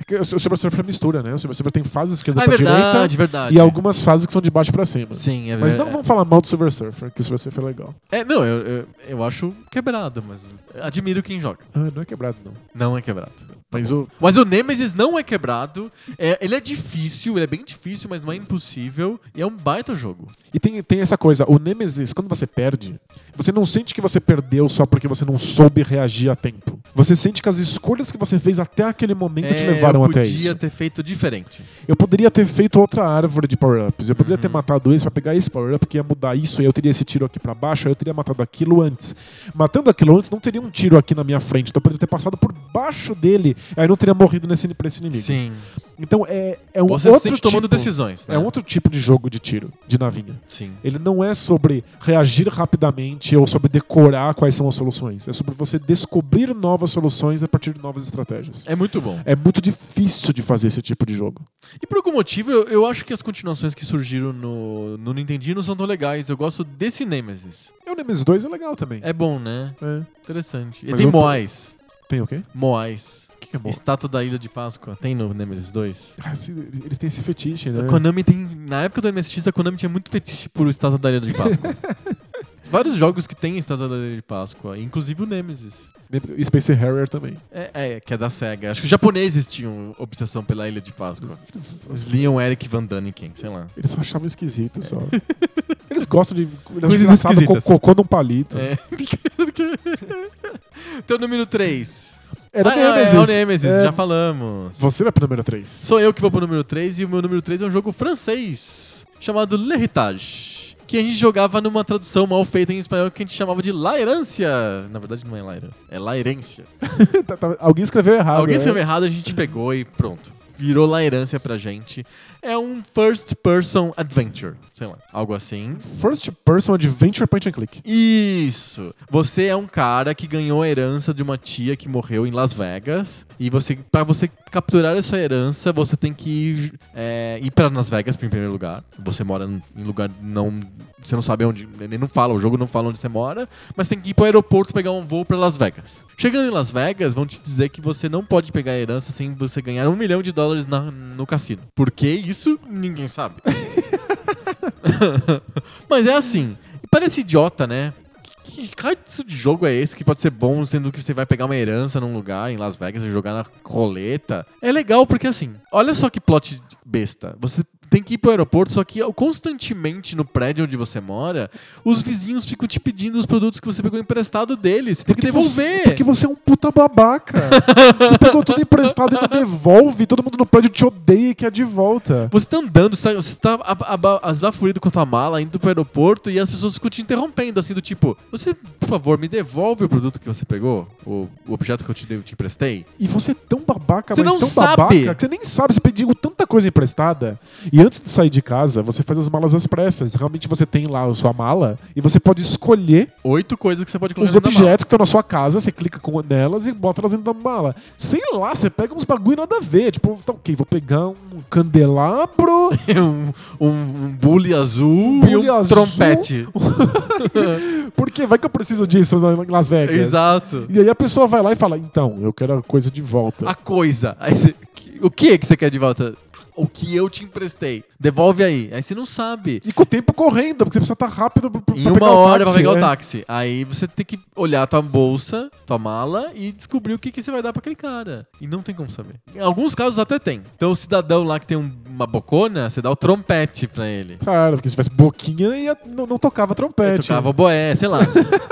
S2: É que O Silver Surfer é mistura, né? O Silver Surfer tem fases esquerda
S1: Ah, é
S2: pra
S1: verdade,
S2: direita
S1: verdade.
S2: e algumas fases que são de baixo pra cima.
S1: Sim, é
S2: Mas
S1: verdade.
S2: não vamos falar mal do Silver Surfer, que o Silver Surfer é legal.
S1: É, não, eu, eu, eu acho quebrado, mas admiro quem joga.
S2: Ah, não é quebrado, não.
S1: Não é quebrado.
S2: Mas o.
S1: Mas o Nemesis não é quebrado. É, ele é difícil, ele é bem difícil, mas não é impossível. E é um baita jogo.
S2: E tem, tem essa coisa, o Nemesis, quando você perde, você não sente que você perdeu só porque você não soube reagir a tempo. Você sente que as escolhas que você fez até aquele momento te
S1: É, eu
S2: levaram até
S1: podia
S2: isso.
S1: ter feito diferente.
S2: Eu poderia ter feito outra árvore de power-ups. Eu
S1: Uhum.
S2: poderia ter matado esse pra pegar esse power-up que ia mudar isso, aí eu teria esse tiro aqui pra baixo, aí eu teria matado aquilo antes. Matando aquilo antes, não teria um tiro aqui na minha frente. Então eu poderia ter passado por baixo dele, aí não teria morrido nesse, pra esse inimigo.
S1: Sim.
S2: Então é, é um
S1: Você
S2: outro
S1: sempre
S2: tipo,
S1: tomando decisões, né?
S2: É um outro tipo de jogo de tiro, de navinha.
S1: Sim.
S2: Ele não é sobre reagir rapidamente ou sobre decorar quais são as soluções. É sobre você descobrir novas soluções a partir de novas estratégias.
S1: É muito bom.
S2: É muito difícil de fazer esse tipo de jogo.
S1: E por algum motivo, eu, eu acho que as continuações que surgiram no, no Nintendinho não são tão legais. Eu gosto desse Nemesis.
S2: E o Nemesis 2 é legal também.
S1: É bom, né?
S2: É.
S1: Interessante. E
S2: Mas
S1: tem
S2: eu tô-
S1: Moais.
S2: Tem o quê?
S1: Moais.
S2: O que, que é bom?
S1: Estátua da Ilha de Páscoa. Tem no Nemesis 2?
S2: Ah, se- Eles têm esse fetiche, né?
S1: A Konami tem. Na época do MSX, a Konami tinha muito fetiche por Estátua da Ilha de Páscoa. Vários jogos que tem Estátua da Ilha de Páscoa, inclusive o Nemesis.
S2: E Space Harrier também.
S1: É, é, que é da SEGA. Acho que os japoneses tinham obsessão pela Ilha de Páscoa.
S2: Eles,
S1: Eles liam Eric Van Daniken, sei lá.
S2: eles só achavam esquisito só. Eles gostam de.
S1: Coisas
S2: Eles engraçado com
S1: esquisitas.
S2: cocô num palito.
S1: É. Teu Então, número 3.
S2: Era
S1: ah, não,
S2: Nemesis.
S1: É, o Nemesis,
S2: É,
S1: já falamos.
S2: Você vai pro número 3.
S1: Sou eu que vou pro número 3 e o meu número 3 é um jogo francês chamado L'Héritage. Que a gente jogava numa tradução mal feita em espanhol que a gente chamava de La Herância. Na verdade, não é La Herância, é La Herência.
S2: tá, Alguém escreveu errado.
S1: Alguém
S2: né?
S1: escreveu errado, a gente pegou e pronto. Virou La Herância pra gente. É um first person adventure, sei lá, algo assim.
S2: First Person Adventure Point and Click.
S1: Isso! Você é um cara que ganhou a herança de uma tia que morreu em Las Vegas. E você, para você capturar essa herança, você tem que ir, é, ir para Las Vegas em primeiro lugar. Você mora num- em lugar não. Você não sabe onde. Ele não fala, o jogo não fala onde você mora. Mas tem que ir para o aeroporto pegar um voo para Las Vegas. Chegando em Las Vegas, vão te dizer que você não pode pegar a herança sem você ganhar um milhão de dólares na- no cassino. Por que isso? Ninguém sabe. Mas é assim, parece idiota, né? Que que raio de jogo é esse que pode ser bom, sendo que você vai pegar uma herança num lugar, em Las Vegas, e jogar na roleta? É legal porque, assim, olha só que plot besta. Você tem que ir pro aeroporto, só que constantemente no prédio onde você mora, os vizinhos ficam te pedindo os produtos que você pegou emprestado deles. Você tem que devolver.
S2: Você, porque você é um puta babaca. você pegou tudo emprestado e não devolve. Todo mundo no prédio te odeia e quer de volta.
S1: Você tá andando, você tá, você tá aba- aba- esbaforido com a tua mala, indo pro aeroporto e as pessoas ficam te interrompendo, assim, do tipo: Você, por favor, me devolve o produto que você pegou? O, o objeto que eu te, dei, eu te emprestei?
S2: E você é tão babaca,
S1: Você
S2: mas
S1: não
S2: tão
S1: sabe.
S2: babaca que você nem sabe. Você pediu tanta coisa emprestada. E antes de sair de casa, você faz as malas às pressas. Realmente você tem lá a sua mala e você pode escolher
S1: Oito coisas que você pode colocar
S2: os
S1: dentro da mala.
S2: objetos que estão na sua casa. Você clica com nelas e bota elas dentro da mala. Sei lá, você pega uns bagulho nada a ver. Tipo, tá ok, vou pegar um candelabro.
S1: um, um, um bule azul
S2: bule
S1: e um
S2: azul.
S1: trompete.
S2: Porque vai que eu preciso disso lá em Las Vegas.
S1: Exato.
S2: E aí a pessoa vai lá e fala, então, eu quero a coisa de volta.
S1: A coisa. Aí você- O que é que você quer de volta? o que eu te emprestei. Devolve aí. Aí você não sabe.
S2: E com o tempo correndo, porque você precisa estar rápido pra, pra
S1: Em
S2: pegar
S1: uma
S2: o
S1: hora
S2: táxi,
S1: pra pegar
S2: é.
S1: o táxi. Aí você tem que olhar a tua bolsa, tua mala e descobrir o que, que você vai dar pra aquele cara. E não tem como saber. Em alguns casos até tem. Então o cidadão lá que tem um- uma bocona, você dá o trompete pra ele.
S2: Claro, porque se tivesse boquinha, ia- não, não tocava
S1: Ele
S2: trompete.
S1: tocava boé, sei lá.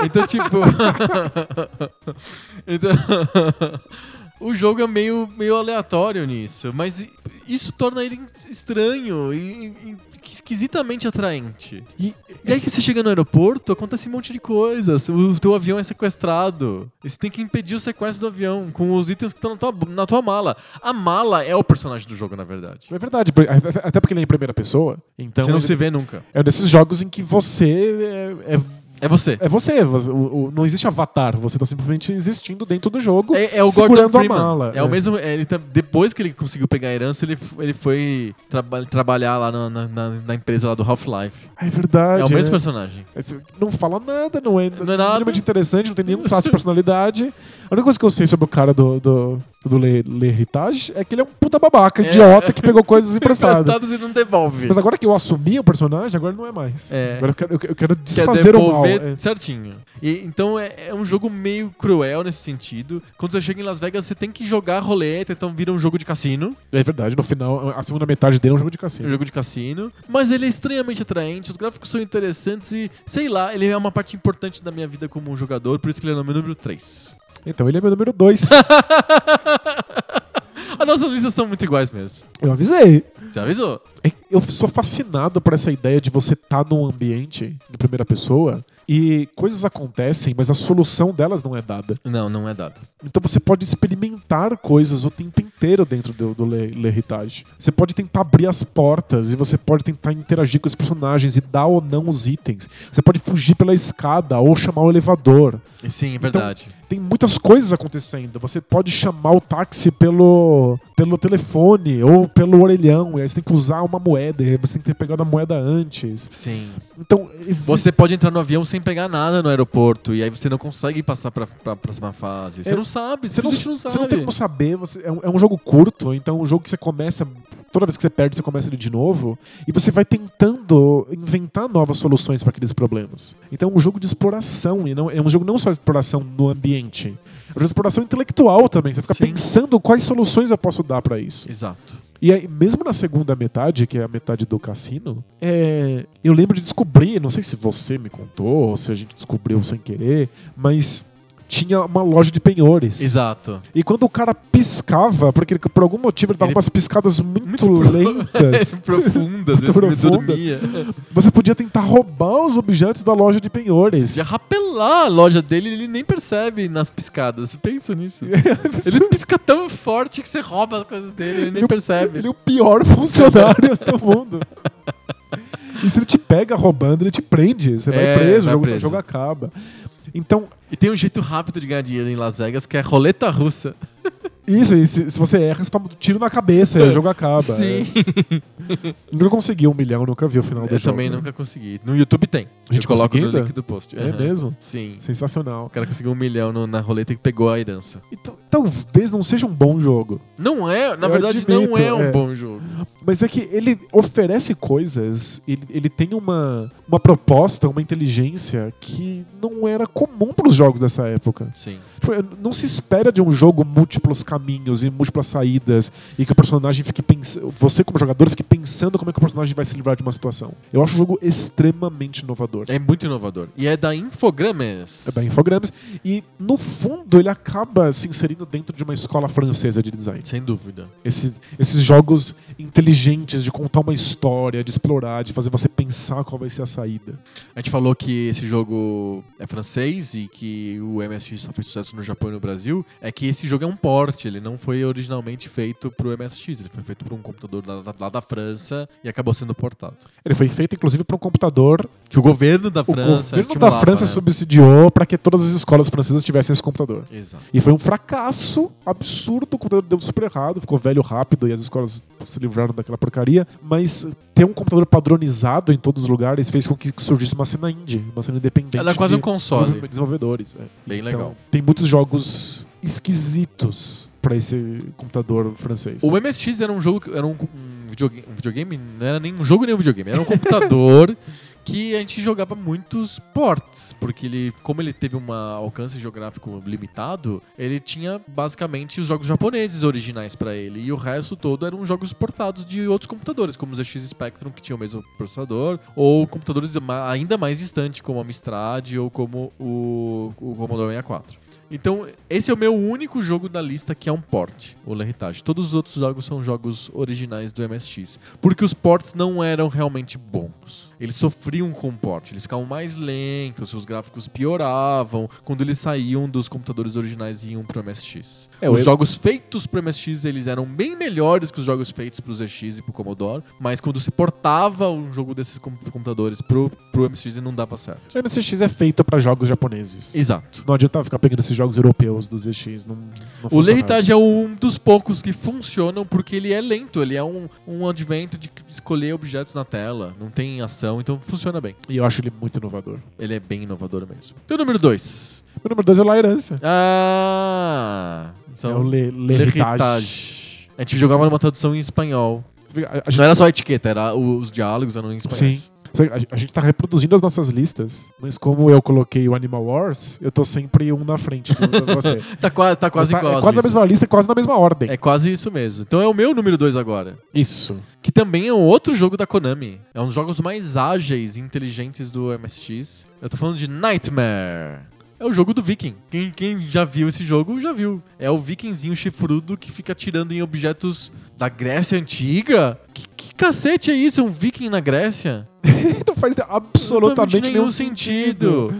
S1: Então, tipo. então. o jogo é meio, meio aleatório nisso, mas i- isso torna ele estranho e, e- e esquisitamente atraente.
S2: E-
S1: E aí que você chega no aeroporto, acontece um monte de coisas. O teu avião é sequestrado. E Você tem que impedir o sequestro do avião com os itens que estão na tua, na tua mala. A mala é o personagem do jogo, na verdade.
S2: É verdade, por- até porque ele é em primeira pessoa. Então
S1: você não
S2: ele-
S1: se vê nunca.
S2: é um desses jogos em que você é, é-
S1: É você.
S2: é você. você- o- o- não existe avatar, você tá simplesmente existindo dentro do jogo.
S1: É, é o Gordon
S2: segurando
S1: Freeman.
S2: a mala.
S1: É, o mesmo. é, ele tá- depois que ele conseguiu pegar a herança, ele, f- ele foi traba- trabalhar lá na, na- na- na empresa lá do Half-Life.
S2: É verdade.
S1: É o mesmo
S2: né?
S1: personagem.
S2: Esse- Não fala nada, não é,
S1: Não é nada.
S2: minimamente interessante, não tem nenhum traço de personalidade. A única coisa que eu sei sobre o cara do, do, do Le, Le Heritage é que ele é um puta babaca,
S1: É.
S2: idiota, que pegou coisas emprestadas.
S1: Emprestados e não devolve.
S2: Mas agora que eu assumi o personagem, agora não é mais.
S1: É.
S2: Agora eu quero, eu quero- eu quero
S1: Quer
S2: desfazer o mal.
S1: devolver
S2: é.
S1: certinho. E, então é, é um jogo meio cruel nesse sentido. Quando você chega em Las Vegas, você tem que jogar roleta, então vira um jogo de cassino.
S2: É verdade, no final, a segunda metade dele é um jogo de
S1: É um
S2: cassino.
S1: jogo de cassino. Mas ele é extremamente atraente, os gráficos são interessantes e, sei lá, ele é uma parte importante da minha vida como jogador, por isso que ele é o meu número 3.
S2: Então ele é meu número 2.
S1: As nossas listas são muito iguais mesmo.
S2: eu avisei.
S1: Você avisou?
S2: É que Eu sou fascinado por essa ideia de você estar num ambiente de primeira pessoa e coisas acontecem, mas a solução delas não é dada.
S1: Não, não é dado.
S2: Então você pode experimentar coisas o tempo inteiro dentro do, do Le, Le Heritage. Você pode tentar abrir as portas e você pode tentar interagir com os personagens e dar ou não os itens. Você pode fugir pela escada ou chamar o elevador.
S1: Sim, é
S2: Então,
S1: verdade.
S2: Tem muitas coisas acontecendo. Você pode chamar o táxi pelo, pelo telefone ou pelo orelhão. E aí você tem que usar uma moeda. E aí você tem que ter pegado a moeda antes.
S1: Sim.
S2: Então, existe...
S1: Você pode entrar no avião sem pegar nada no aeroporto e aí você não consegue passar pra, pra próxima fase. Você
S2: É,
S1: não sabe,
S2: Você não,
S1: simplesmente não
S2: você não tem
S1: sabe.
S2: como saber. você- é, um, é um jogo curto, então é um jogo que você começa. Toda vez que você perde, você começa ele de novo. E você vai tentando inventar novas soluções para aqueles problemas. Então é um jogo de exploração. E não, é um jogo não só de exploração no ambiente. É um jogo de exploração intelectual também. Você fica
S1: Sim.
S2: pensando quais soluções eu posso dar para isso.
S1: Exato.
S2: E aí, mesmo na segunda metade, que é a metade do cassino, é, eu lembro de descobrir, não sei se você me contou, ou se a gente descobriu sem querer, mas tinha uma loja de penhores.
S1: Exato.
S2: E quando o cara piscava, porque ele- por algum motivo ele dava
S1: Ele-
S2: umas piscadas muito,
S1: pro-
S2: lentas,
S1: Profundas,
S2: Muito
S1: eu
S2: profundas.
S1: dormia.
S2: você podia tentar roubar os objetos da loja de
S1: Você
S2: penhores.
S1: podia rapelar a loja dele ele nem percebe nas piscadas. Pensa nisso. ele pisca tão forte que você rouba as coisas dele, ele nem
S2: Ele-
S1: percebe.
S2: Ele é o pior funcionário do mundo. E se ele te pega roubando, ele te prende. Você vai
S1: É,
S2: preso, o
S1: vai
S2: jogo,
S1: preso.
S2: o jogo acaba. Então,
S1: E tem um jeito rápido de ganhar dinheiro em Las Vegas que é roleta russa.
S2: Isso, e se, se você erra, você toma um tiro na cabeça e o jogo acaba.
S1: Sim.
S2: É. Nunca consegui um milhão, nunca vi o final do
S1: Eu
S2: jogo.
S1: também nunca consegui. No YouTube tem.
S2: A gente
S1: eu coloco
S2: conseguiu
S1: no
S2: ainda?
S1: link do post.
S2: É
S1: Aham.
S2: mesmo?
S1: Sim.
S2: Sensacional.
S1: O cara conseguiu um milhão no- na roleta e pegou a herança.
S2: Então, talvez não seja um bom jogo,
S1: Não é, na
S2: Eu
S1: verdade, não
S2: admito,
S1: é um
S2: é.
S1: bom jogo.
S2: mas é que ele oferece coisas, ele, ele tem uma, uma proposta, uma inteligência que não era comum pros jogos dessa época.
S1: Sim.
S2: Tipo, Não se espera de um jogo múltiplos caminhos e múltiplas saídas e que o personagem fique pensando. Você, como jogador, fique pensando como é que o personagem vai se livrar de uma situação. Eu acho o jogo extremamente inovador.
S1: É muito inovador. E é da Infogrames.
S2: É da Infogrames. E, no fundo, ele acaba se inserindo dentro de uma escola francesa de design.
S1: Sem dúvida.
S2: Esse- esses jogos inteligentes de contar uma história, de explorar, de fazer você pensar qual vai ser a saída.
S1: A gente falou que esse jogo é francês e que o MSX só fez sucesso no Japão e no Brasil. É que esse jogo é um port, ele não foi originalmente feito pro MSX. Ele foi feito por um computador lá, lá- lá da França e acabou sendo portado.
S2: Ele foi feito, inclusive, para um computador.
S1: Que o governo da
S2: O
S1: França
S2: governo da
S1: estimulava,
S2: França
S1: né?
S2: subsidiou para que todas as escolas francesas tivessem esse computador.
S1: Exato.
S2: E foi um fracasso absurdo, o computador deu super errado, ficou velho rápido e as escolas se livraram daquela porcaria. Mas ter um computador padronizado em todos os lugares fez com que surgisse uma cena indie, uma cena independente.
S1: Ela é quase
S2: de
S1: um console.
S2: Desenvolvedores. é.
S1: Bem
S2: Então,
S1: legal.
S2: Tem muitos jogos esquisitos pra esse computador francês.
S1: O MSX era um jogo, que- era um, um videogame, um videogame não era nem um jogo nem um videogame, era um computador que a gente jogava muitos ports, porque ele, como ele teve um alcance geográfico limitado, ele tinha basicamente os jogos japoneses originais pra ele e o resto todo eram jogos portados de outros computadores, como o ZX Spectrum que tinha o mesmo processador, ou computadores de ma- ainda mais distantes como o Amstrad ou como o, o Commodore 64. Então, esse é o meu único jogo da lista que é um port, o L'Heritage. Todos os outros jogos são jogos originais do MSX. Porque os ports não eram realmente bons. Eles sofriam com o port, eles ficavam mais lentos, seus gráficos pioravam quando eles saíam dos computadores originais e iam pro MSX.
S2: É,
S1: os
S2: eu-
S1: jogos feitos pro MSX, eles eram bem melhores que os jogos feitos pro ZX e pro Commodore, mas quando se portava um jogo desses com- computadores pro, pro MSX, não dava certo.
S2: O MSX é feito pra jogos japoneses.
S1: Exato.
S2: Não adianta ficar pegando esses jogos europeus do ZX. Não, não
S1: O
S2: funciona.
S1: L'Heritage é um dos poucos que funcionam porque ele é lento, ele é um, um advento de escolher objetos na tela, não tem ação, então funciona bem.
S2: E eu acho ele muito inovador.
S1: Ele é bem inovador mesmo. Então, número 2.
S2: Meu número 2 é La Herança.
S1: Ah!
S2: é o
S1: Então,
S2: Le, L'Heritage.
S1: L'Heritage. A gente jogava numa tradução em espanhol.
S2: A, a gente,
S1: Não era só a etiqueta, era o- os diálogos eram em espanhol.
S2: Sim. a, a gente tá reproduzindo as nossas listas. Mas como eu coloquei o Animal Wars, eu tô sempre um na frente do, do você.
S1: Tá quase, tá quase
S2: Tá-
S1: igual.
S2: É
S1: as
S2: quase a
S1: listas.
S2: mesma lista, e quase na mesma ordem.
S1: É quase isso mesmo. Então é o meu número 2 agora.
S2: Isso.
S1: que também é um outro jogo da Konami. É um dos jogos mais ágeis e inteligentes do MSX. Eu tô falando de Nightmare. É o jogo do Viking. Quem, quem já viu esse jogo, já viu. É o Vikingzinho chifrudo que fica atirando em objetos da Grécia Antiga. Que, que cacete é isso? Um Viking na Grécia?
S2: Não faz absolutamente nenhum, sentido.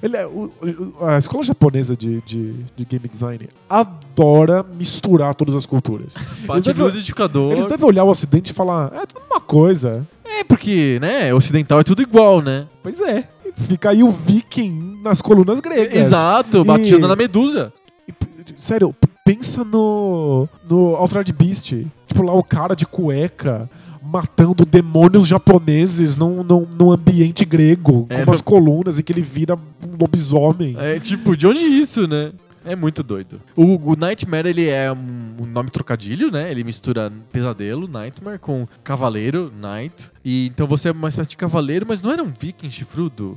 S2: Ele é- o- o- a escola japonesa de, de, de game design adora misturar todas as culturas. Eles
S1: Bate
S2: devem-
S1: no edificador.
S2: Eles devem olhar o ocidente e falar, é tudo uma coisa.
S1: É, porque, né, ocidental é tudo igual, né?
S2: Pois é. Fica aí o viking nas colunas gregas.
S1: É, Exato,
S2: E-
S1: batida na medusa.
S2: E, p- Sério, p- pensa no, no Altered Beast. Tipo, lá o cara de cueca matando demônios japoneses num, num, num ambiente grego,
S1: É,
S2: com umas
S1: no-
S2: colunas e que ele vira um lobisomem.
S1: É tipo, de onde isso, né? É muito doido. O, o Nightmare, ele é um, um nome trocadilho, né? Ele mistura pesadelo, Nightmare, com cavaleiro, Knight. E então você é uma espécie de cavaleiro, mas não era um viking chifrudo?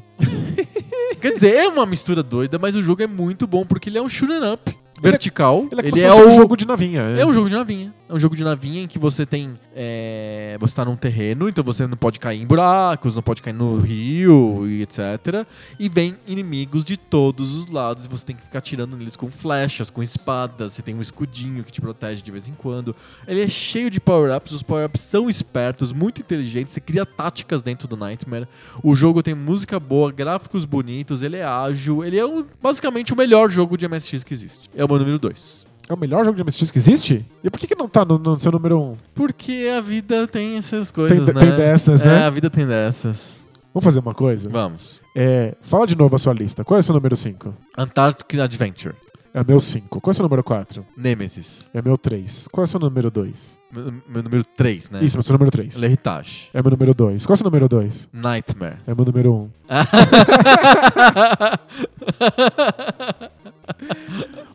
S1: Quer dizer, é uma mistura doida, mas o jogo é muito bom porque ele é um shooter up vertical.
S2: Ele é
S1: ele
S2: como se
S1: é
S2: fosse um
S1: o
S2: jogo de navinha.
S1: é um jogo de navinha. É um jogo de navinha em que você tem. é, você tá num terreno, então você não pode cair em buracos, não pode cair no rio e etc. E vem inimigos de todos os lados e você tem que ficar atirando neles com flechas, com espadas. Você tem um escudinho que te protege de vez em quando. Ele é cheio de power-ups. Os power-ups são espertos, muito inteligentes. Você cria táticas dentro do Nightmare. O jogo tem música boa, gráficos bonitos. Ele é ágil. Ele é um- basicamente o melhor jogo de MSX que existe. É o meu número 2.
S2: É o melhor jogo de MSX que existe? E por que, que não tá no, no seu número 1? Um?
S1: Porque a vida tem essas coisas,
S2: Tem-
S1: né?
S2: tem dessas,
S1: É,
S2: né?
S1: a vida tem dessas.
S2: Vamos fazer uma coisa?
S1: Vamos.
S2: É, fala de novo a sua lista. Qual é o seu número 5?
S1: Antarctic Adventure.
S2: É o meu 5. Qual é o seu número 4?
S1: Nemesis.
S2: É o meu 3. Qual é o seu número 2?
S1: Meu, meu número 3, né?
S2: Isso, é o seu número 3.
S1: L'Heritage.
S2: É meu número 2. Qual é o seu número 2?
S1: Nightmare.
S2: É meu número 1. Um.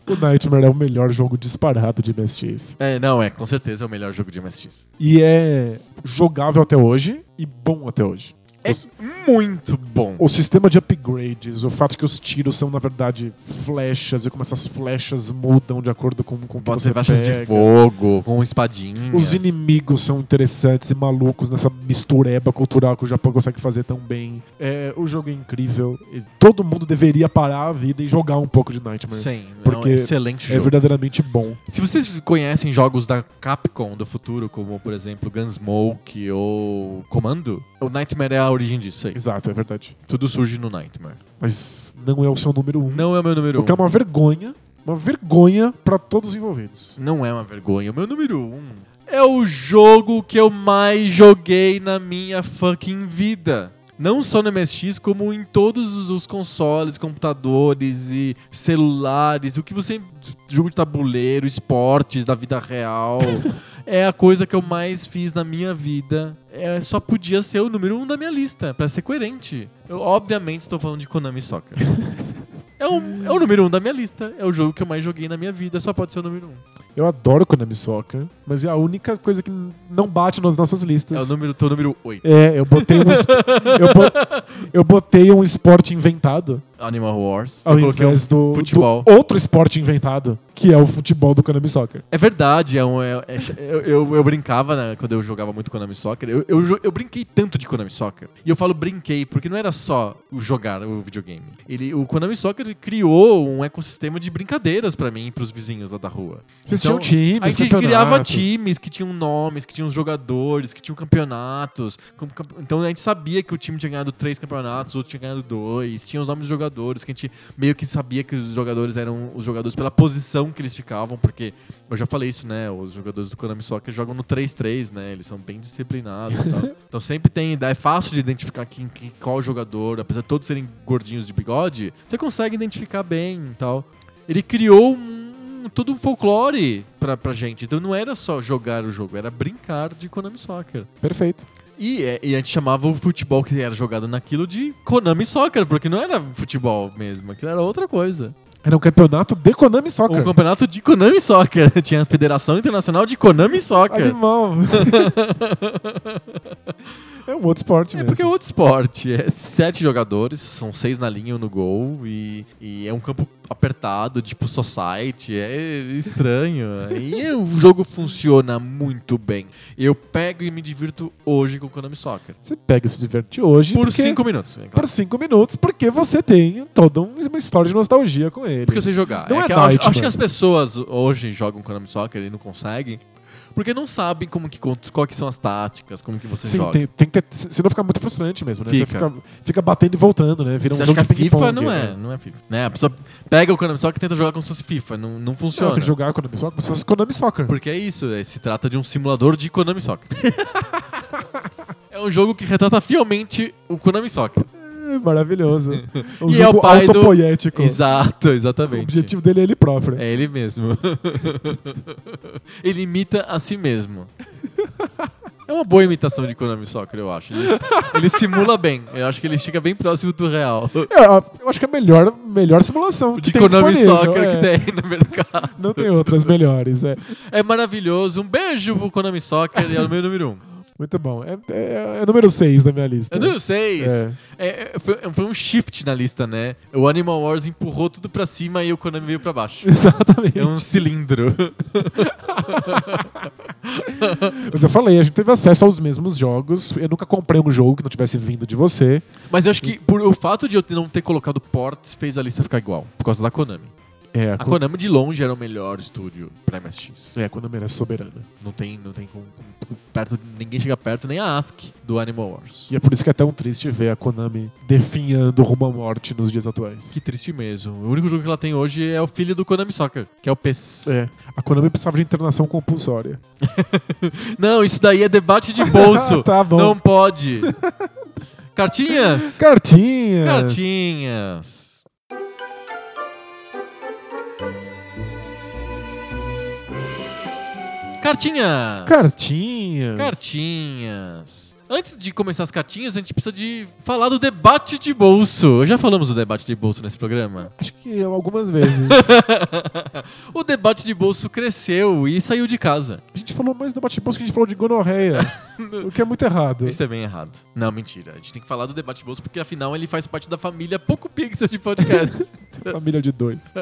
S2: O Nightmare é o melhor jogo disparado de MSX.
S1: é, não, é, com certeza é o melhor jogo de MSX.
S2: E é jogável até hoje e bom até hoje.
S1: É
S2: Os-
S1: muito bom.
S2: O sistema de upgrades, o fato que os tiros são, na verdade, flechas, e como essas flechas mudam de acordo com, com o que
S1: Pode
S2: você
S1: ser baixas
S2: pega.
S1: de fogo, com espadinhas.
S2: Os inimigos são interessantes e malucos nessa mistureba cultural que o Japão consegue fazer tão bem. É, o jogo é incrível. E todo mundo deveria parar a vida e jogar um pouco de Nightmare.
S1: Sim, porque
S2: Porque
S1: é um excelente
S2: É
S1: jogo.
S2: verdadeiramente bom.
S1: Se vocês conhecem jogos da Capcom do futuro, como, por exemplo, Gunsmoke ou Commando, o Nightmare é a origem disso aí.
S2: Exato, é verdade.
S1: Tudo surge no Nightmare.
S2: Mas não é o seu número um.
S1: Não é o meu número
S2: o que é
S1: 1.
S2: uma vergonha. Uma vergonha pra todos os envolvidos.
S1: Não é uma vergonha. O meu número 1 um é o jogo que eu mais joguei na minha fucking vida. Não só no MSX, como em todos os consoles, computadores e celulares, o que você. jogo de tabuleiro, esportes da vida real. é a coisa que eu mais fiz na minha vida. É, só podia ser o número um da minha lista, pra ser coerente. Eu, obviamente, estou falando de Konami Soccer. É o, é o número um da minha lista. É o jogo que eu mais joguei na minha vida. Só pode ser o número um.
S2: Eu adoro Konami Soca, mas é a única coisa que não bate nas nossas listas.
S1: É o número, teu número 8.
S2: É, eu botei um, es- eu, bo- eu botei um esporte inventado
S1: Animal Wars.
S2: ao
S1: eu coloquei
S2: invés
S1: um
S2: do,
S1: futebol.
S2: do outro esporte inventado, que é o futebol do Konami Soccer.
S1: É verdade, é um, é, é- eu, eu, eu brincava né, quando eu jogava muito Konami Soccer. Eu, eu, jo- eu brinquei tanto de Konami Soccer. E eu falo brinquei, porque não era só o jogar o videogame. Ele, o Konami Soccer criou um ecossistema de brincadeiras pra mim e pros vizinhos lá da rua. Então,
S2: Vocês tinham times,
S1: A gente
S2: campeonatos.
S1: criava times que tinham nomes, que tinham jogadores, que tinham campeonatos. Com- com- Então a gente sabia que o time tinha ganhado três campeonatos, o outro tinha ganhado dois. Tinha os nomes dos jogadores, que a gente meio que sabia que os jogadores eram os jogadores pela posição que eles ficavam, porque eu já falei isso, né? Os jogadores do Konami Soccer jogam no 3-3, né? Eles são bem disciplinados e tal. Então sempre tem. É fácil de identificar quem, quem- qual jogador, apesar de todos serem gordinhos de bigode, você consegue identificar bem e tal. Ele criou um, todo um folclore pra, pra gente. Então não era só jogar o jogo, era brincar de Konami Soccer.
S2: Perfeito.
S1: E, é, e a gente chamava o futebol que era jogado naquilo de Konami Soccer, porque não era futebol mesmo, aquilo era outra coisa.
S2: Era um campeonato de Konami Soccer.
S1: Um campeonato de Konami Soccer. Tinha a Federação Internacional de Konami Soccer.
S2: Animal. é um outro esporte
S1: É
S2: mesmo.
S1: porque é outro esporte. É sete jogadores, são seis na linha, um no gol, e, e é um campo apertado, tipo society, é estranho. e o jogo funciona muito bem. Eu pego e me divirto hoje com o Konami Soccer.
S2: Você pega e se diverte hoje.
S1: Por
S2: porque-
S1: cinco minutos, é claro.
S2: Por cinco minutos, porque você tem toda um- uma história de nostalgia com ele.
S1: Porque eu sei jogar.
S2: Não é
S1: que eu acho-
S2: Dite,
S1: acho que
S2: mano.
S1: as pessoas hoje jogam Konami Soccer e não conseguem, porque não sabem como que, qual que são as táticas, como que você
S2: Sim,
S1: joga.
S2: tem, tem que ter, senão fica muito frustrante mesmo, né? Você
S1: Fica.
S2: fica, fica batendo e voltando, né? Vira um
S1: Você acha
S2: jogo
S1: que a
S2: de
S1: FIFA
S2: ping-pong,
S1: não é,
S2: né?
S1: não é FIFA. Né? A pessoa pega o Konami Soccer e tenta jogar como se fosse FIFA. Não, não
S2: Não,
S1: funciona.
S2: você tem que jogar Konami Soccer como se fosse Konami Soccer.
S1: Porque é isso, é, se trata de um simulador de Konami Soccer. é um jogo que retrata fielmente o Konami Soccer.
S2: É maravilhoso. Um
S1: E é
S2: jogo
S1: o pai do-
S2: autopoético.
S1: Exato,
S2: O
S1: exatamente.
S2: objetivo dele é ele próprio.
S1: É ele mesmo. ele imita a si mesmo. É uma boa imitação de Konami Soccer, eu acho. Ele, ele simula bem. Eu acho que ele chega bem próximo do real.
S2: É, eu acho que é a melhor, melhor simulação que
S1: De
S2: tem
S1: Konami
S2: disponível,
S1: Soccer
S2: é.
S1: que tem aí no mercado.
S2: Não tem outras melhores, é.
S1: É maravilhoso. Um beijo pro Konami Soccer. É o meu número um.
S2: Muito bom. É, é, é número 6 da minha lista.
S1: É número 6.
S2: É.
S1: foi, foi um shift na lista, né? O Animal Wars empurrou tudo pra cima e o Konami veio pra baixo.
S2: Exatamente.
S1: É um cilindro.
S2: Mas eu falei, a gente teve acesso aos mesmos jogos. Eu nunca comprei um jogo que não tivesse vindo de você.
S1: Mas eu acho que por o fato de eu não ter colocado ports fez a lista ficar igual, por causa da Konami.
S2: É,
S1: A
S2: quando,
S1: Konami de longe era o melhor estúdio pra MSX.
S2: é, quando merece soberana.
S1: Não tem, não tem como, como- perto, ninguém chega perto, nem a ASCII do Animal Wars.
S2: E é por isso que é tão triste ver a Konami definhando rumo à morte nos dias atuais.
S1: Que triste mesmo. O único jogo que ela tem hoje é o filho do Konami Soccer, que é o PES.
S2: É, a Konami precisava de internação compulsória.
S1: Não, isso daí é debate de bolso.
S2: Tá bom.
S1: Não pode. Cartinhas?
S2: Cartinhas!
S1: Cartinhas. Cartinhas.
S2: Cartinhas!
S1: Cartinhas. Antes de começar as cartinhas, a gente precisa de falar do debate de bolso. Já falamos do debate de bolso nesse programa?
S2: Acho que algumas vezes.
S1: o debate de bolso cresceu e saiu de casa.
S2: a gente falou mais do bate-bolso que a gente falou de gonorreia. o que é muito errado.
S1: Isso é bem errado. Não, mentira. A gente tem que falar do debate de bolso porque afinal ele faz parte da família Poco Pixel de podcasts.
S2: Família de dois.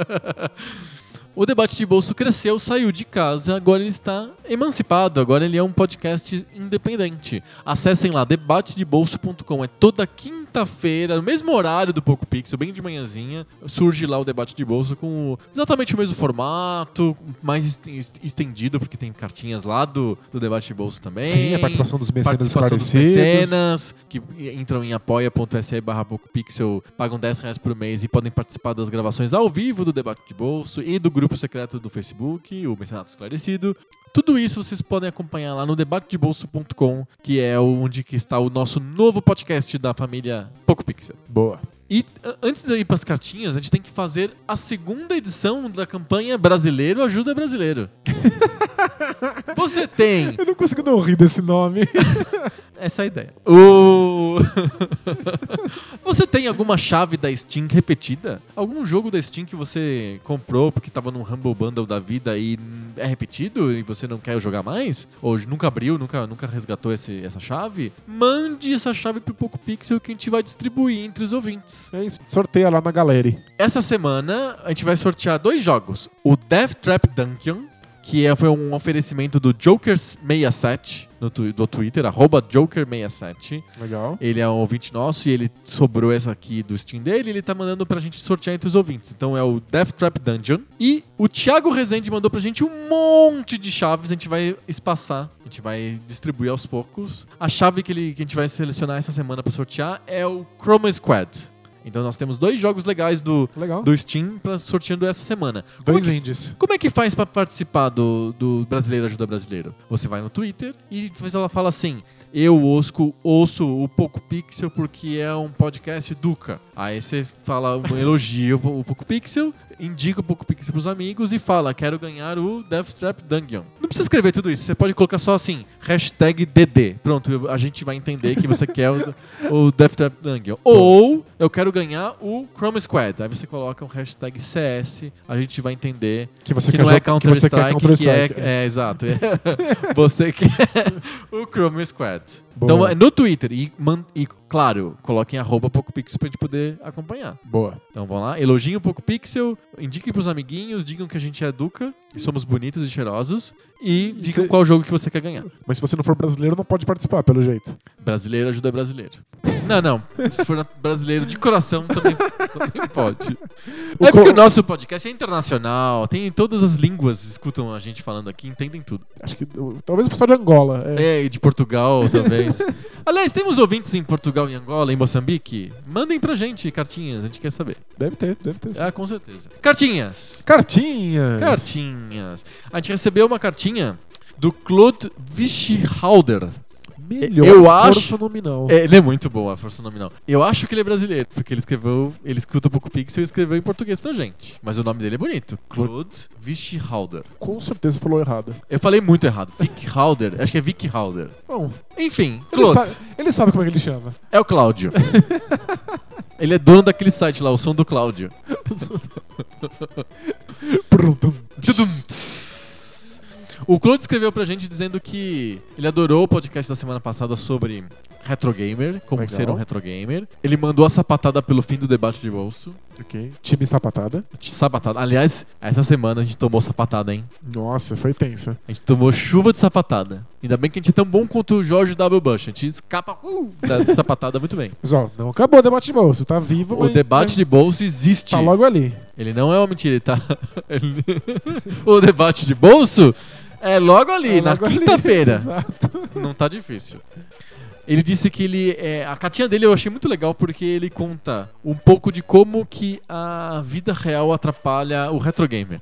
S1: O debate de bolso cresceu, saiu de casa, agora ele está emancipado, agora ele é um podcast independente. Acessem lá debatedebolso.com, é toda quinta-feira, no mesmo horário do Poco Pixel, bem de manhãzinha, surge lá o debate de bolso com o- exatamente o mesmo formato, mais esten- est- estendido, porque tem cartinhas lá do, do debate de bolso também.
S2: Sim, a participação dos mecenas
S1: Participação dos
S2: esclarecidos.
S1: mecenas, que entram em apoia.se barra PocoPixel, pagam 10 reais por mês e podem participar das gravações ao vivo do Debate de Bolso e do grupo secreto do Facebook, o Mecenato Esclarecido. Tudo isso vocês podem acompanhar lá no debatedebolso.com, que é onde que está o nosso novo podcast da família PocoPixel.
S2: Boa.
S1: E a- antes de ir para as cartinhas, a gente tem que fazer a segunda edição da campanha Brasileiro Ajuda Brasileiro. Você tem
S2: Eu não consigo não rir desse nome.
S1: Essa é a ideia. O- você tem alguma chave da Steam repetida? Algum jogo da Steam que você comprou porque tava num Humble Bundle da vida e hum, é repetido e você não quer jogar mais? Ou nunca abriu, nunca, nunca resgatou esse- essa chave? Mande essa chave pro Poco Pixel que a gente vai distribuir entre os ouvintes.
S2: É isso. Sorteia lá na galera.
S1: Essa semana a gente vai sortear dois jogos: o Death Trap Dungeon, que é- foi um oferecimento do Jokers67 no tu- do Twitter, arroba Joker67.
S2: Legal.
S1: Ele é um ouvinte nosso e ele sobrou essa aqui do Steam dele e ele tá mandando pra gente sortear entre os ouvintes. Então é o Death Trap Dungeon. E o Thiago Rezende mandou pra gente um monte de chaves. A gente vai espaçar, a gente vai distribuir aos poucos. A chave que, ele, que a gente vai selecionar essa semana pra sortear é o Chroma Squad. Então nós temos dois jogos legais do,
S2: Legal.
S1: do Steam pra, sorteando essa semana. Como é
S2: Dois
S1: que
S2: indies.
S1: como é que faz pra participar do, do Brasileiro Ajuda Brasileiro? Você vai no Twitter e depois ela fala assim: Eu osco, ouço o Poco Pixel porque é um podcast Duca. Aí você fala, um elogio o Poco Pixel, indica o Poco Pixel pros amigos e fala: Quero ganhar o Death Trap Dungeon. Não precisa escrever tudo isso, você pode colocar só assim: hashtag DD. Pronto, eu- a gente vai entender que você quer o, o Death Trap Dungeon. Ou eu quero ganhar o Chrome Squad. Aí você coloca um hashtag CS, a gente vai entender
S2: Que você
S1: que
S2: quer
S1: não é
S2: jogar- que
S1: Counter
S2: você quer
S1: Strike,
S2: Counter
S1: que é,
S2: Strike.
S1: é, exato. é. você quer o Chrome Squad.
S2: Boa.
S1: Então, é no Twitter e, man- e, claro, coloquem arroba PocoPixel pra gente poder acompanhar.
S2: Boa.
S1: Então vão lá, elogiem o PocoPixel, indiquem pros amiguinhos, digam que a gente é educa, que somos bonitos e cheirosos e digam
S2: cê-
S1: qual jogo que você quer ganhar.
S2: Mas se você não for brasileiro, não pode participar, pelo jeito.
S1: Brasileiro ajuda brasileiro. Não, não. Se for na- brasileiro de coração, também, também pode.
S2: O
S1: é porque
S2: co-
S1: o nosso podcast é internacional, tem todas as línguas, escutam a gente falando aqui, entendem tudo.
S2: Acho que eu- talvez o pessoal de Angola. É.
S1: É, e de Portugal, talvez. Aliás, temos ouvintes em Portugal, em Angola, em Moçambique? Mandem pra gente cartinhas, a gente quer saber.
S2: Deve ter, deve ter. sim.
S1: Ah, com certeza. Cartinhas!
S2: Cartinhas.
S1: Cartinhas. A gente recebeu uma cartinha do Claude Vichhalder.
S2: Melhor
S1: Eu
S2: força
S1: acho-
S2: nominal.
S1: É, ele é muito bom, a força nominal. Eu acho que ele é brasileiro, porque ele escreveu. Ele escuta pouco pixel e escreveu em português pra gente. Mas o nome dele é bonito: Claude Vichhalder.
S2: Com certeza falou errado.
S1: Eu falei muito errado. Vichhalder, acho que é Vichhalder.
S2: Bom,
S1: Enfim,
S2: ele,
S1: Claude.
S2: sa- ele sabe como é que ele chama.
S1: É o Cláudio. Ele é dono daquele site lá, o som do Cláudio.
S2: Pronto.
S1: Tudum, tss. O Claudio escreveu pra gente dizendo que ele adorou o podcast da semana passada sobre retrogamer, como
S2: Legal.
S1: ser um retrogamer. Ele mandou a sapatada pelo fim do debate de bolso.
S2: Ok. Time sapatada.
S1: Sapatada. Aliás, essa semana a gente tomou sapatada, hein?
S2: Nossa, foi tensa.
S1: A gente tomou chuva de sapatada. Ainda bem que a gente é tão bom quanto o Jorge W. Bush. A gente escapa uh, da sapatada muito bem.
S2: Mas ó, não acabou o debate de bolso, tá vivo.
S1: O
S2: mas-
S1: debate
S2: mas
S1: de bolso existe.
S2: Tá logo ali.
S1: Ele não é uma mentira, ele tá. ele- o debate de bolso é logo ali,
S2: Tá
S1: na
S2: logo ali.
S1: quinta-feira.
S2: Exato.
S1: Não tá difícil. Ele disse que ele. é, a cartinha dele eu achei muito legal porque ele conta um pouco de como que a vida real atrapalha o retrogamer.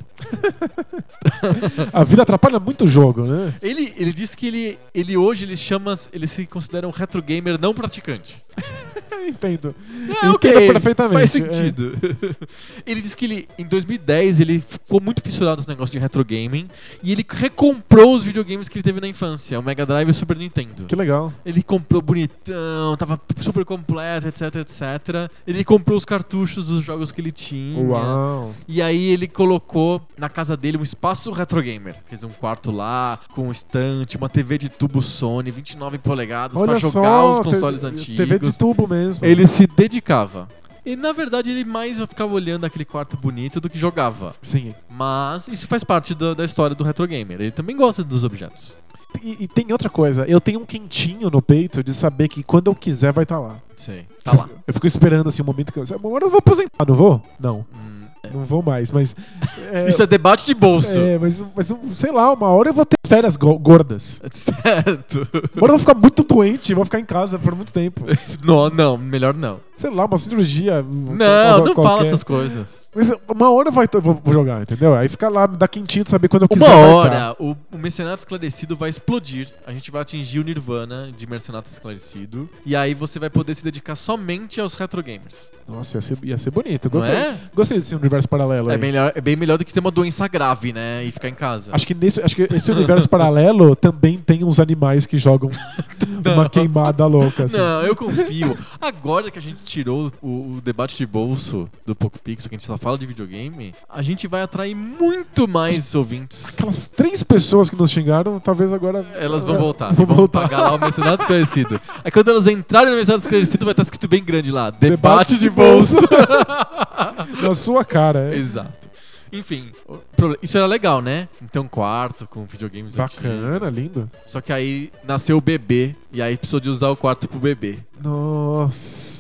S2: A vida atrapalha muito o jogo, né?
S1: Ele, ele disse que ele, ele hoje ele chama. Ele se considera um retrogamer não praticante.
S2: Entendo.
S1: É, ok,
S2: Entendo perfeitamente,
S1: Faz
S2: é.
S1: sentido. ele disse que ele, em 2010 ele ficou muito fissurado nesse negócio de retro gaming e ele recomprou os videogames que ele teve na infância, o Mega Drive e o Super Nintendo.
S2: Que legal.
S1: Ele comprou bonitão, tava super completo, etc, etc. Ele comprou os cartuchos dos jogos que ele tinha.
S2: Uau.
S1: E aí ele colocou na casa dele um espaço retro gamer. Fez um quarto lá, com um estante, uma TV de tubo Sony, 29 polegadas, pra
S2: Olha
S1: jogar
S2: só.
S1: os
S2: te-
S1: consoles
S2: TV
S1: antigos.
S2: de tubo mesmo.
S1: Ele se dedicava. E na verdade ele mais ficava olhando aquele quarto bonito do que jogava.
S2: Sim.
S1: Mas isso faz parte da- da história do retro gamer. Ele também gosta dos objetos.
S2: E, e tem outra coisa. Eu tenho um quentinho no peito de saber que quando eu quiser vai estar lá.
S1: Sei. Tá lá.
S2: Eu fico esperando assim o momento que eu. Uma hora eu vou aposentar, não vou? Não,
S1: Hum,
S2: não vou mais, mas. é,
S1: Isso é debate de bolso.
S2: é, mas, mas sei lá, uma hora eu vou ter férias go- gordas.
S1: Certo.
S2: Uma hora eu vou ficar muito doente, vou ficar em casa por muito tempo.
S1: Não, não, melhor não.
S2: Sei lá, uma cirurgia. um
S1: Não, não fala
S2: qualquer.
S1: essas coisas.
S2: Mas uma hora vai, eu vou vou jogar, entendeu? Aí fica lá, me dá quentinho de saber quando eu quiser.
S1: Uma
S2: vai tá.
S1: hora o, o Mercenário Esclarecido vai explodir. A gente vai atingir o Nirvana de Mercenário Esclarecido. E aí você vai poder se dedicar somente aos retro gamers.
S2: Nossa, ia ser, ia ser bonito.
S1: Não
S2: Gostei,
S1: é?
S2: gostei desse universo paralelo.
S1: É,
S2: aí.
S1: melhor, é bem melhor do que ter uma doença grave, né? E ficar em casa.
S2: Acho que, nesse, acho que esse universo paralelo também tem uns animais que jogam uma queimada louca. Assim.
S1: Não, eu confio. Agora que a gente tirou o, o debate de bolso do Poco Pixel, que a gente só fala de videogame, a gente vai atrair muito mais ouvintes.
S2: Aquelas três pessoas que nos xingaram, talvez agora. É,
S1: Elas vão voltar.
S2: Vão
S1: e vão
S2: voltar.
S1: pagar lá o mencionado esclarecido. Aí quando elas entrarem no mencionado esclarecido, vai estar escrito bem grande lá: Debate, de, bolso.
S2: Na sua cara. é.
S1: Exato. Enfim, o proble- isso era legal, né? Então, quarto com videogames antigos.
S2: Bacana, lindo.
S1: Só que aí nasceu o bebê, e aí precisou de usar o quarto pro bebê.
S2: Nossa.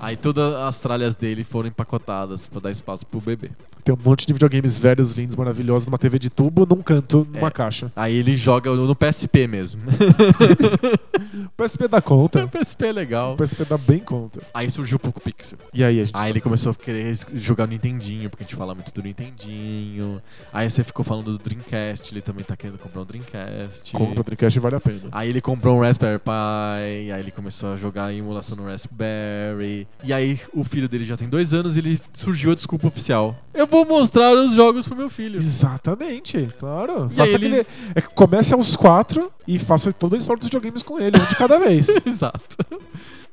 S1: Aí todas as tralhas dele foram empacotadas pra dar espaço pro bebê.
S2: Tem um monte de videogames velhos, lindos, maravilhosos, numa TV de tubo, num canto, numa
S1: É.
S2: caixa.
S1: Aí ele joga no PSP mesmo.
S2: O PSP dá conta.
S1: o PSP é legal.
S2: O PSP dá bem conta.
S1: Aí surgiu o Poco Pixel.
S2: E aí, a gente.
S1: Aí Ah, ele começou a querer es- jogar o Nintendinho, porque a gente fala muito do Nintendinho. Aí você ficou falando do Dreamcast, ele também tá querendo comprar um Dreamcast.
S2: Compra o Dreamcast e vale a pena.
S1: Aí ele comprou um Raspberry Pi, aí ele começou a jogar a emulação no Raspberry. E aí o filho dele já tem dois anos e ele surgiu a desculpa oficial. Eu vou mostrar os jogos pro meu filho.
S2: Exatamente, claro.
S1: E
S2: faça
S1: aí ele-
S2: aquele... é que comece aos quatro e faça toda a história dos videogames com ele, um de cada vez.
S1: Exato.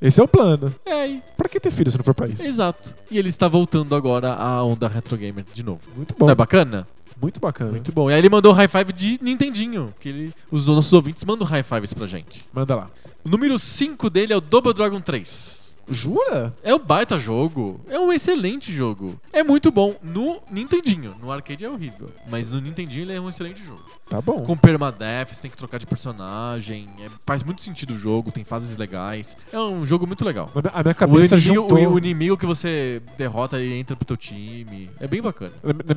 S2: Esse é o plano.
S1: É, e-
S2: Pra que ter filho se não for pra isso?
S1: exato. E ele está voltando agora à onda retro gamer de novo.
S2: Muito bom.
S1: Não é bacana?
S2: Muito bacana.
S1: Muito bom. E aí ele mandou um high five de Nintendinho, que ele, os nossos ouvintes mandam high fives pra gente.
S2: Manda lá.
S1: O número 5 dele é o Double Dragon 3.
S2: Jura?
S1: É um baita jogo. É um excelente jogo. É muito bom no Nintendinho. No arcade é horrível. Mas no Nintendinho ele é um excelente jogo.
S2: Tá bom.
S1: Com permadeath, você tem que trocar de personagem. é- faz muito sentido o jogo, tem fases legais. É um jogo muito legal.
S2: A minha
S1: O
S2: cabeça
S1: inimigo,
S2: juntou.
S1: o inimigo que você derrota, ele entra pro teu time. É bem bacana.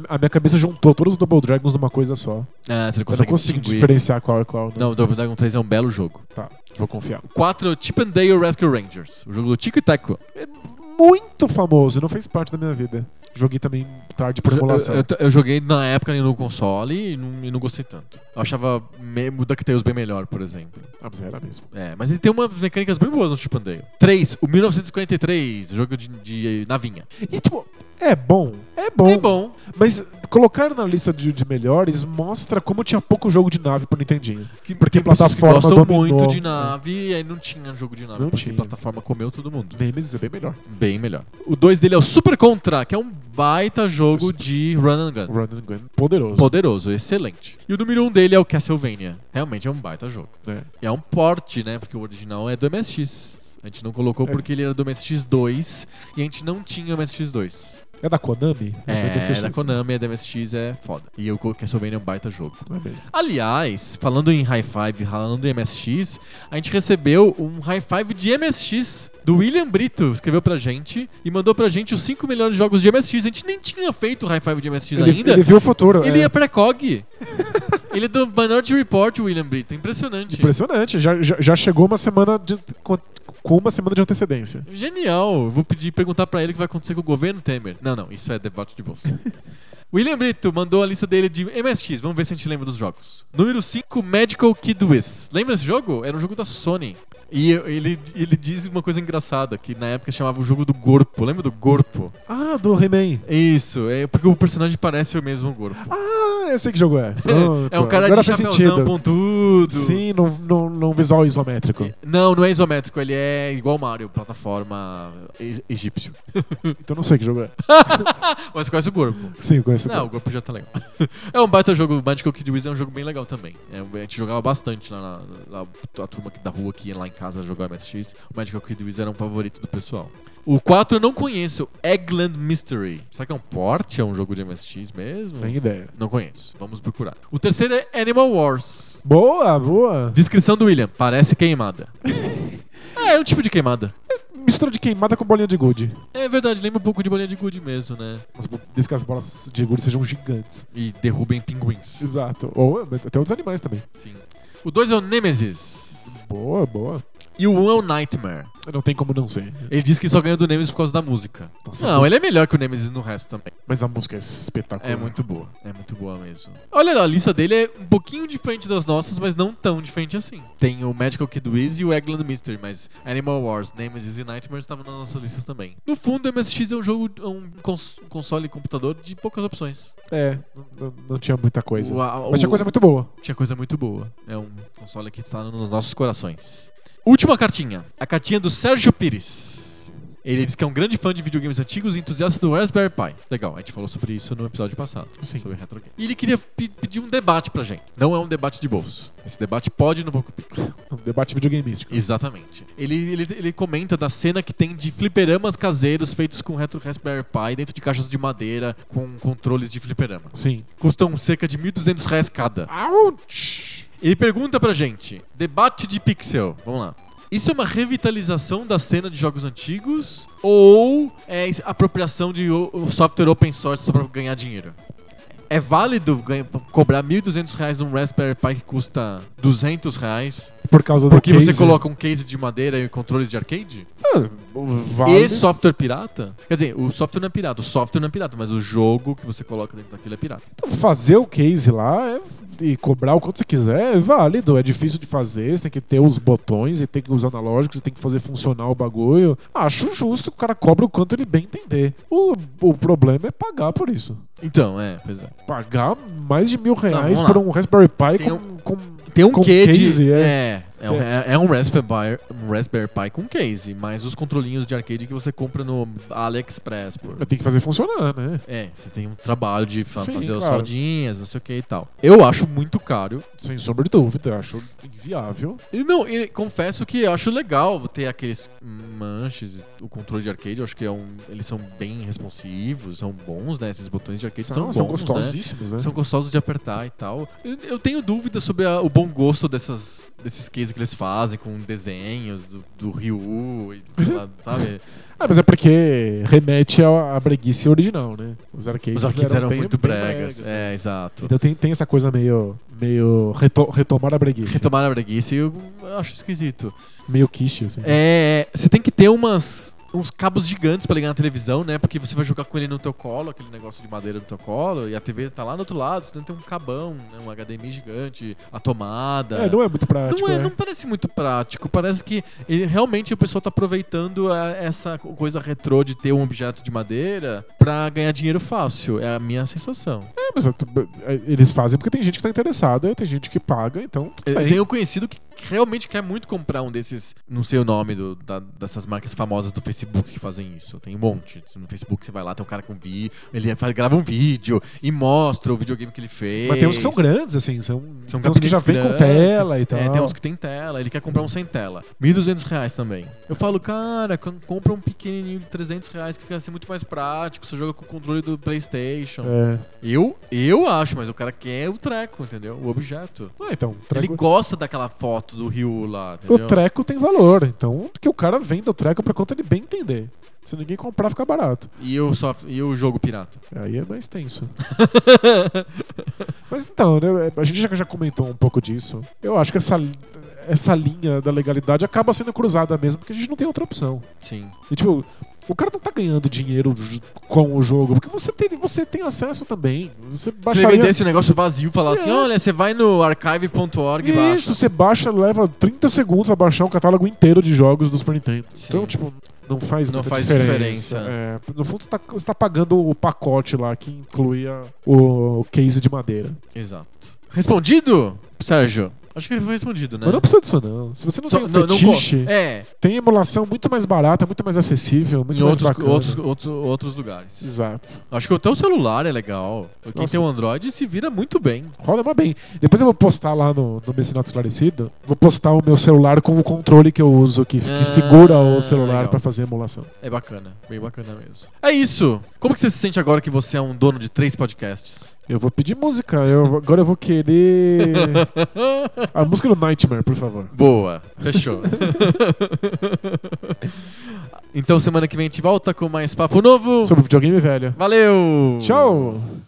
S2: A minha cabeça juntou todos os Double Dragons numa coisa só.
S1: Ah, você não
S2: Eu não
S1: consegue
S2: consigo
S1: distinguir.
S2: diferenciar qual é qual. Não.
S1: Não, Double Dragon 3 é um belo jogo.
S2: Tá, vou confiar.
S1: 4 Chip and Dale Rescue Rangers. O jogo do Tico e Teco.
S2: É muito famoso, não fez parte da minha vida. Joguei também tarde por
S1: Eu-
S2: emulação.
S1: Eu, eu- eu joguei na época no console e não, e não gostei tanto. Eu achava me- o DuckTales bem melhor, por exemplo.
S2: Ah, mas era mesmo.
S1: É, mas ele tem umas mecânicas bem boas no Chip and Dale. 3. O 1943, jogo de, de navinha.
S2: E tipo, é bom. É bom.
S1: É bom.
S2: Mas colocar na lista de, de melhores mostra como tinha pouco jogo de nave pro Nintendinho.
S1: Que-
S2: Porque
S1: tem pessoas que
S2: plataforma
S1: gostam
S2: dominou,
S1: muito de
S2: né?
S1: nave e aí não tinha jogo de nave.
S2: Não
S1: porque
S2: tinha.
S1: plataforma comeu todo mundo.
S2: Nemesis é bem melhor.
S1: Bem melhor. O 2 dele é o Super Contra, que é um baita jogo de run and gun.
S2: Run and Gun, poderoso.
S1: Poderoso, excelente. E o número 1 um dele é o Castlevania. Realmente é um baita jogo.
S2: né?
S1: É um porte, né? Porque o original é do MSX. A gente não colocou
S2: É.
S1: porque ele era do MSX2 e a gente não tinha o MSX2.
S2: É da Konami?
S1: É,
S2: da
S1: da Konami, é do MSX, é foda. E o Castlevania é um baita jogo.
S2: Não é mesmo.
S1: Aliás, falando em High Five, falando em MSX, a gente recebeu um High Five de MSX do William Brito, escreveu pra gente e mandou pra gente os 5 melhores jogos de MSX. A gente nem tinha feito o High Five de MSX
S2: Ele,
S1: ainda.
S2: ele viu o futuro.
S1: Ele
S2: é.
S1: é pré-cog. ele é do Minority Report, William Brito. Impressionante.
S2: Impressionante. Já, já, já chegou uma semana de- com, com uma semana de antecedência.
S1: Genial. Eu Vou pedir perguntar pra ele o que vai acontecer com o governo Temer. Não, não, isso é debate de bolsa. William Brito mandou a lista dele de MSX. Vamos ver se a gente lembra dos jogos. Número 5, Medical Kid Wiz. Lembra desse jogo? Era um jogo da Sony. E eu- ele, ele diz uma coisa engraçada, que na época chamava o jogo do corpo. Lembra do corpo?
S2: Ah, do He-Man.
S1: Isso, é porque o personagem parece o mesmo corpo.
S2: Ah, eu sei que jogo é. Pronto.
S1: é um cara
S2: Agora
S1: de
S2: faz
S1: chapéuzão pontudo.
S2: Sim, num, num, num visual isométrico.
S1: Não, não é isométrico, ele é igual Mario, plataforma e- egípcio.
S2: Então não sei que jogo é.
S1: Mas conhece o corpo.
S2: Sim, eu conheço.
S1: Não, o corpo já tá legal. é um baita jogo, o Magical Kid Wiz é um jogo bem legal também. É, a gente jogava bastante lá, na, lá a turma aqui da rua que ia lá em casa jogar MSX. O Magical Kid Wiz era um favorito do pessoal. O 4 eu não conheço, Eggland Mystery. Será que é um porte? É um jogo de MSX mesmo?
S2: Tem ideia.
S1: Não conheço, vamos procurar. O terceiro é Animal Wars.
S2: Boa, boa.
S1: Descrição do William, parece queimada. é, é um tipo de queimada.
S2: Mistura de queimada com bolinha de gude.
S1: É verdade, lembra um pouco de bolinha de gude mesmo, né?
S2: Mas Desde que as bolas de gude sejam gigantes.
S1: E derrubem pinguins.
S2: Exato. Ou até outros animais também.
S1: Sim. O 2 é o Nemesis.
S2: Boa, boa.
S1: E o 1 é o Nightmare.
S2: Não tem como não ser.
S1: Ele diz que só ganhou do Nemesis por causa da música.
S2: Nossa,
S1: não,
S2: a música-
S1: ele é melhor que o Nemesis no resto também.
S2: Mas a música é espetacular.
S1: É muito boa. É muito boa mesmo. Olha lá, a lista dele é um pouquinho diferente das nossas, mas não tão diferente assim. Tem o Magical Kid Wiz e o Eggland Mystery, mas Animal Wars, Nemesis e Nightmare estavam nas nossas listas também. No fundo, o MSX é um jogo, é um cons- console e computador de poucas opções.
S2: É, não, não tinha muita coisa.
S1: O- a-
S2: Mas tinha
S1: o-
S2: coisa muito boa.
S1: tinha coisa muito boa. É um console que está nos nossos corações. Última cartinha. A cartinha do Sérgio Pires. Ele diz que é um grande fã de videogames antigos e entusiasta do Raspberry Pi. Legal, a gente falou sobre isso no episódio passado.
S2: Sim.
S1: Sobre retro game. E ele queria pe- pedir um debate pra gente. Não é um debate de bolso. Esse debate pode no Poco Pix.
S2: Um debate videogameístico.
S1: Exatamente. Ele, ele, ele comenta da cena que tem de fliperamas caseiros feitos com retro Raspberry Pi dentro de caixas de madeira com controles de fliperama.
S2: Sim.
S1: Custam cerca de 1.200 reais cada.
S2: Ouch!
S1: Ele pergunta pra gente: debate de pixel. Vamos lá. Isso é uma revitalização da cena de jogos antigos ou é is- apropriação de o- o software open source só pra ganhar dinheiro? É válido ganha- cobrar 1.200 reais num Raspberry Pi que custa 200 reais
S2: Por causa do
S1: porque você
S2: case.
S1: coloca um case de madeira e controles de arcade?
S2: Ah, vale.
S1: E software pirata? Quer dizer, o software não é pirata, o software não é pirata, mas o jogo que você coloca dentro daquilo é pirata.
S2: Fazer o case lá é- e cobrar o quanto você quiser é válido. É difícil de fazer, você tem que ter os botões e tem que os analógicos, você tem que fazer funcionar o bagulho. Acho justo que o cara cobra o quanto ele bem entender. O, o problema é pagar por isso.
S1: Então, é, pois é.
S2: Pagar mais de mil reais
S1: vamos lá.
S2: por um Raspberry Pi
S1: Tem
S2: com,
S1: um-
S2: com,
S1: Tem um
S2: com
S1: quê
S2: case,
S1: de.
S2: é.
S1: É, é, um, é- é um Raspberry, Pi- um Raspberry Pi com case, mas os controlinhos de arcade que você compra no AliExpress. Por...
S2: Mas Tem que fazer funcionar, né?
S1: É, você tem um trabalho de fa-
S2: Sim,
S1: fazer as
S2: claro.
S1: soldinhas, não sei o que e tal. Eu acho muito caro.
S2: Sem sombra de dúvida, acho inviável.
S1: E não, e confesso que eu acho legal ter aqueles manches, o controle de arcade, eu acho que é um, eles são bem responsivos, são bons, né? Esses botões de arcade são,
S2: Ah, são
S1: bons, né?
S2: gostosíssimos, né?
S1: São gostosos de apertar e tal. Eu, eu tenho dúvidas sobre a- o bom gosto dessas, desses cases que eles fazem com desenhos do, do Ryu, e, sei lá, sabe?
S2: Ah, mas é porque remete à, à breguice original, né? Os arcades,
S1: Os arcades eram
S2: bem-
S1: muito
S2: bem
S1: bregas.
S2: né?
S1: É, exato.
S2: Então tem, tem essa coisa meio, meio reto- retomar a breguice.
S1: Retomar a breguice eu eu acho esquisito.
S2: Meio quiche, assim.
S1: É, você tem que ter umas uns cabos gigantes pra ligar na televisão, né? Porque você vai jogar com ele no teu colo, aquele negócio de madeira no teu colo, e a TV tá lá no outro lado, você tem que ter um cabão, né? um HDMI gigante, a tomada.
S2: É, não é muito prático,
S1: Não, é,
S2: é.
S1: não parece muito prático. Parece que eh, realmente o pessoal tá aproveitando a- essa co- coisa retrô de ter um objeto de madeira pra ganhar dinheiro fácil. É a minha sensação.
S2: É, mas é tu- é, eles fazem porque tem gente que tá interessada, e tem gente que paga, então...
S1: Eu
S2: bem.
S1: tenho conhecido que realmente quer muito comprar um desses, não sei o nome do- da- dessas marcas famosas do Facebook que fazem isso. Tem um monte. No Facebook você vai lá, tem um cara com vídeo, ele faz- grava um vídeo e mostra o videogame que ele fez.
S2: Mas tem uns que são grandes, assim, são,
S1: São
S2: tem uns que já vem
S1: gabinetes
S2: com
S1: grandes,
S2: tela e tal.
S1: É, tem uns que tem tela, ele quer comprar um sem tela. 1.200 reais também. Eu falo, cara, com- compra um pequenininho de 300 reais que fica assim muito mais prático, você joga com o controle do Playstation.
S2: É.
S1: Eu, eu acho, mas o cara quer o treco, entendeu? O objeto.
S2: Ah, então,
S1: Ele
S2: trago-
S1: gosta daquela foto do Ryu lá,
S2: o
S1: entendeu?
S2: treco tem valor, então que o cara venda o treco pra conta ele bem entender. Se ninguém comprar, fica barato.
S1: E, o soft... e o jogo pirata.
S2: Aí é mais tenso. Mas então, né, a gente já, já comentou um pouco disso. Eu acho que essa, essa linha da legalidade acaba sendo cruzada mesmo, porque a gente não tem outra opção.
S1: Sim.
S2: E, tipo, o cara não tá ganhando dinheiro j- com o jogo, porque você tem, você tem acesso também. Você
S1: Se ele
S2: baixaria...
S1: vender esse negócio vazio e falar assim,
S2: É.
S1: olha, você vai no archive.org e baixa.
S2: Isso, você baixa, leva 30 segundos pra baixar um catálogo inteiro de jogos do Super Nintendo.
S1: Sim.
S2: Então, tipo, não faz
S1: Não
S2: muita
S1: faz
S2: diferença.
S1: diferença.
S2: É, no fundo, você tá, você tá pagando o pacote lá que inclui a- o case de madeira.
S1: Exato. Respondido, Sérgio? Acho que ele foi respondido, né?
S2: Mas não precisa disso, não. Se você não
S1: Só-
S2: tem um
S1: não- não co-
S2: fetiche,
S1: É,
S2: tem emulação muito mais barata, muito mais acessível, muito
S1: em
S2: mais
S1: outros,
S2: bacana.
S1: outros, outros, outros lugares.
S2: Exato.
S1: Acho que até o celular é legal. Quem
S2: Nossa.
S1: tem um Android se vira muito bem.
S2: Roda mas bem. Depois eu vou postar lá no, no Mecenato Esclarecido. Vou postar o meu celular com o controle que eu uso, que, que
S1: Ah,
S2: segura o celular
S1: legal.
S2: pra fazer emulação.
S1: É bacana, bem bacana mesmo. É isso! Como que você se sente agora que você é um dono de três podcasts?
S2: Eu vou pedir música. Eu, agora eu vou querer. A música do Nightmare, por favor.
S1: Boa, fechou. então semana que vem a gente volta com mais papo novo.
S2: Sobre videogame velho.
S1: Valeu!
S2: Tchau!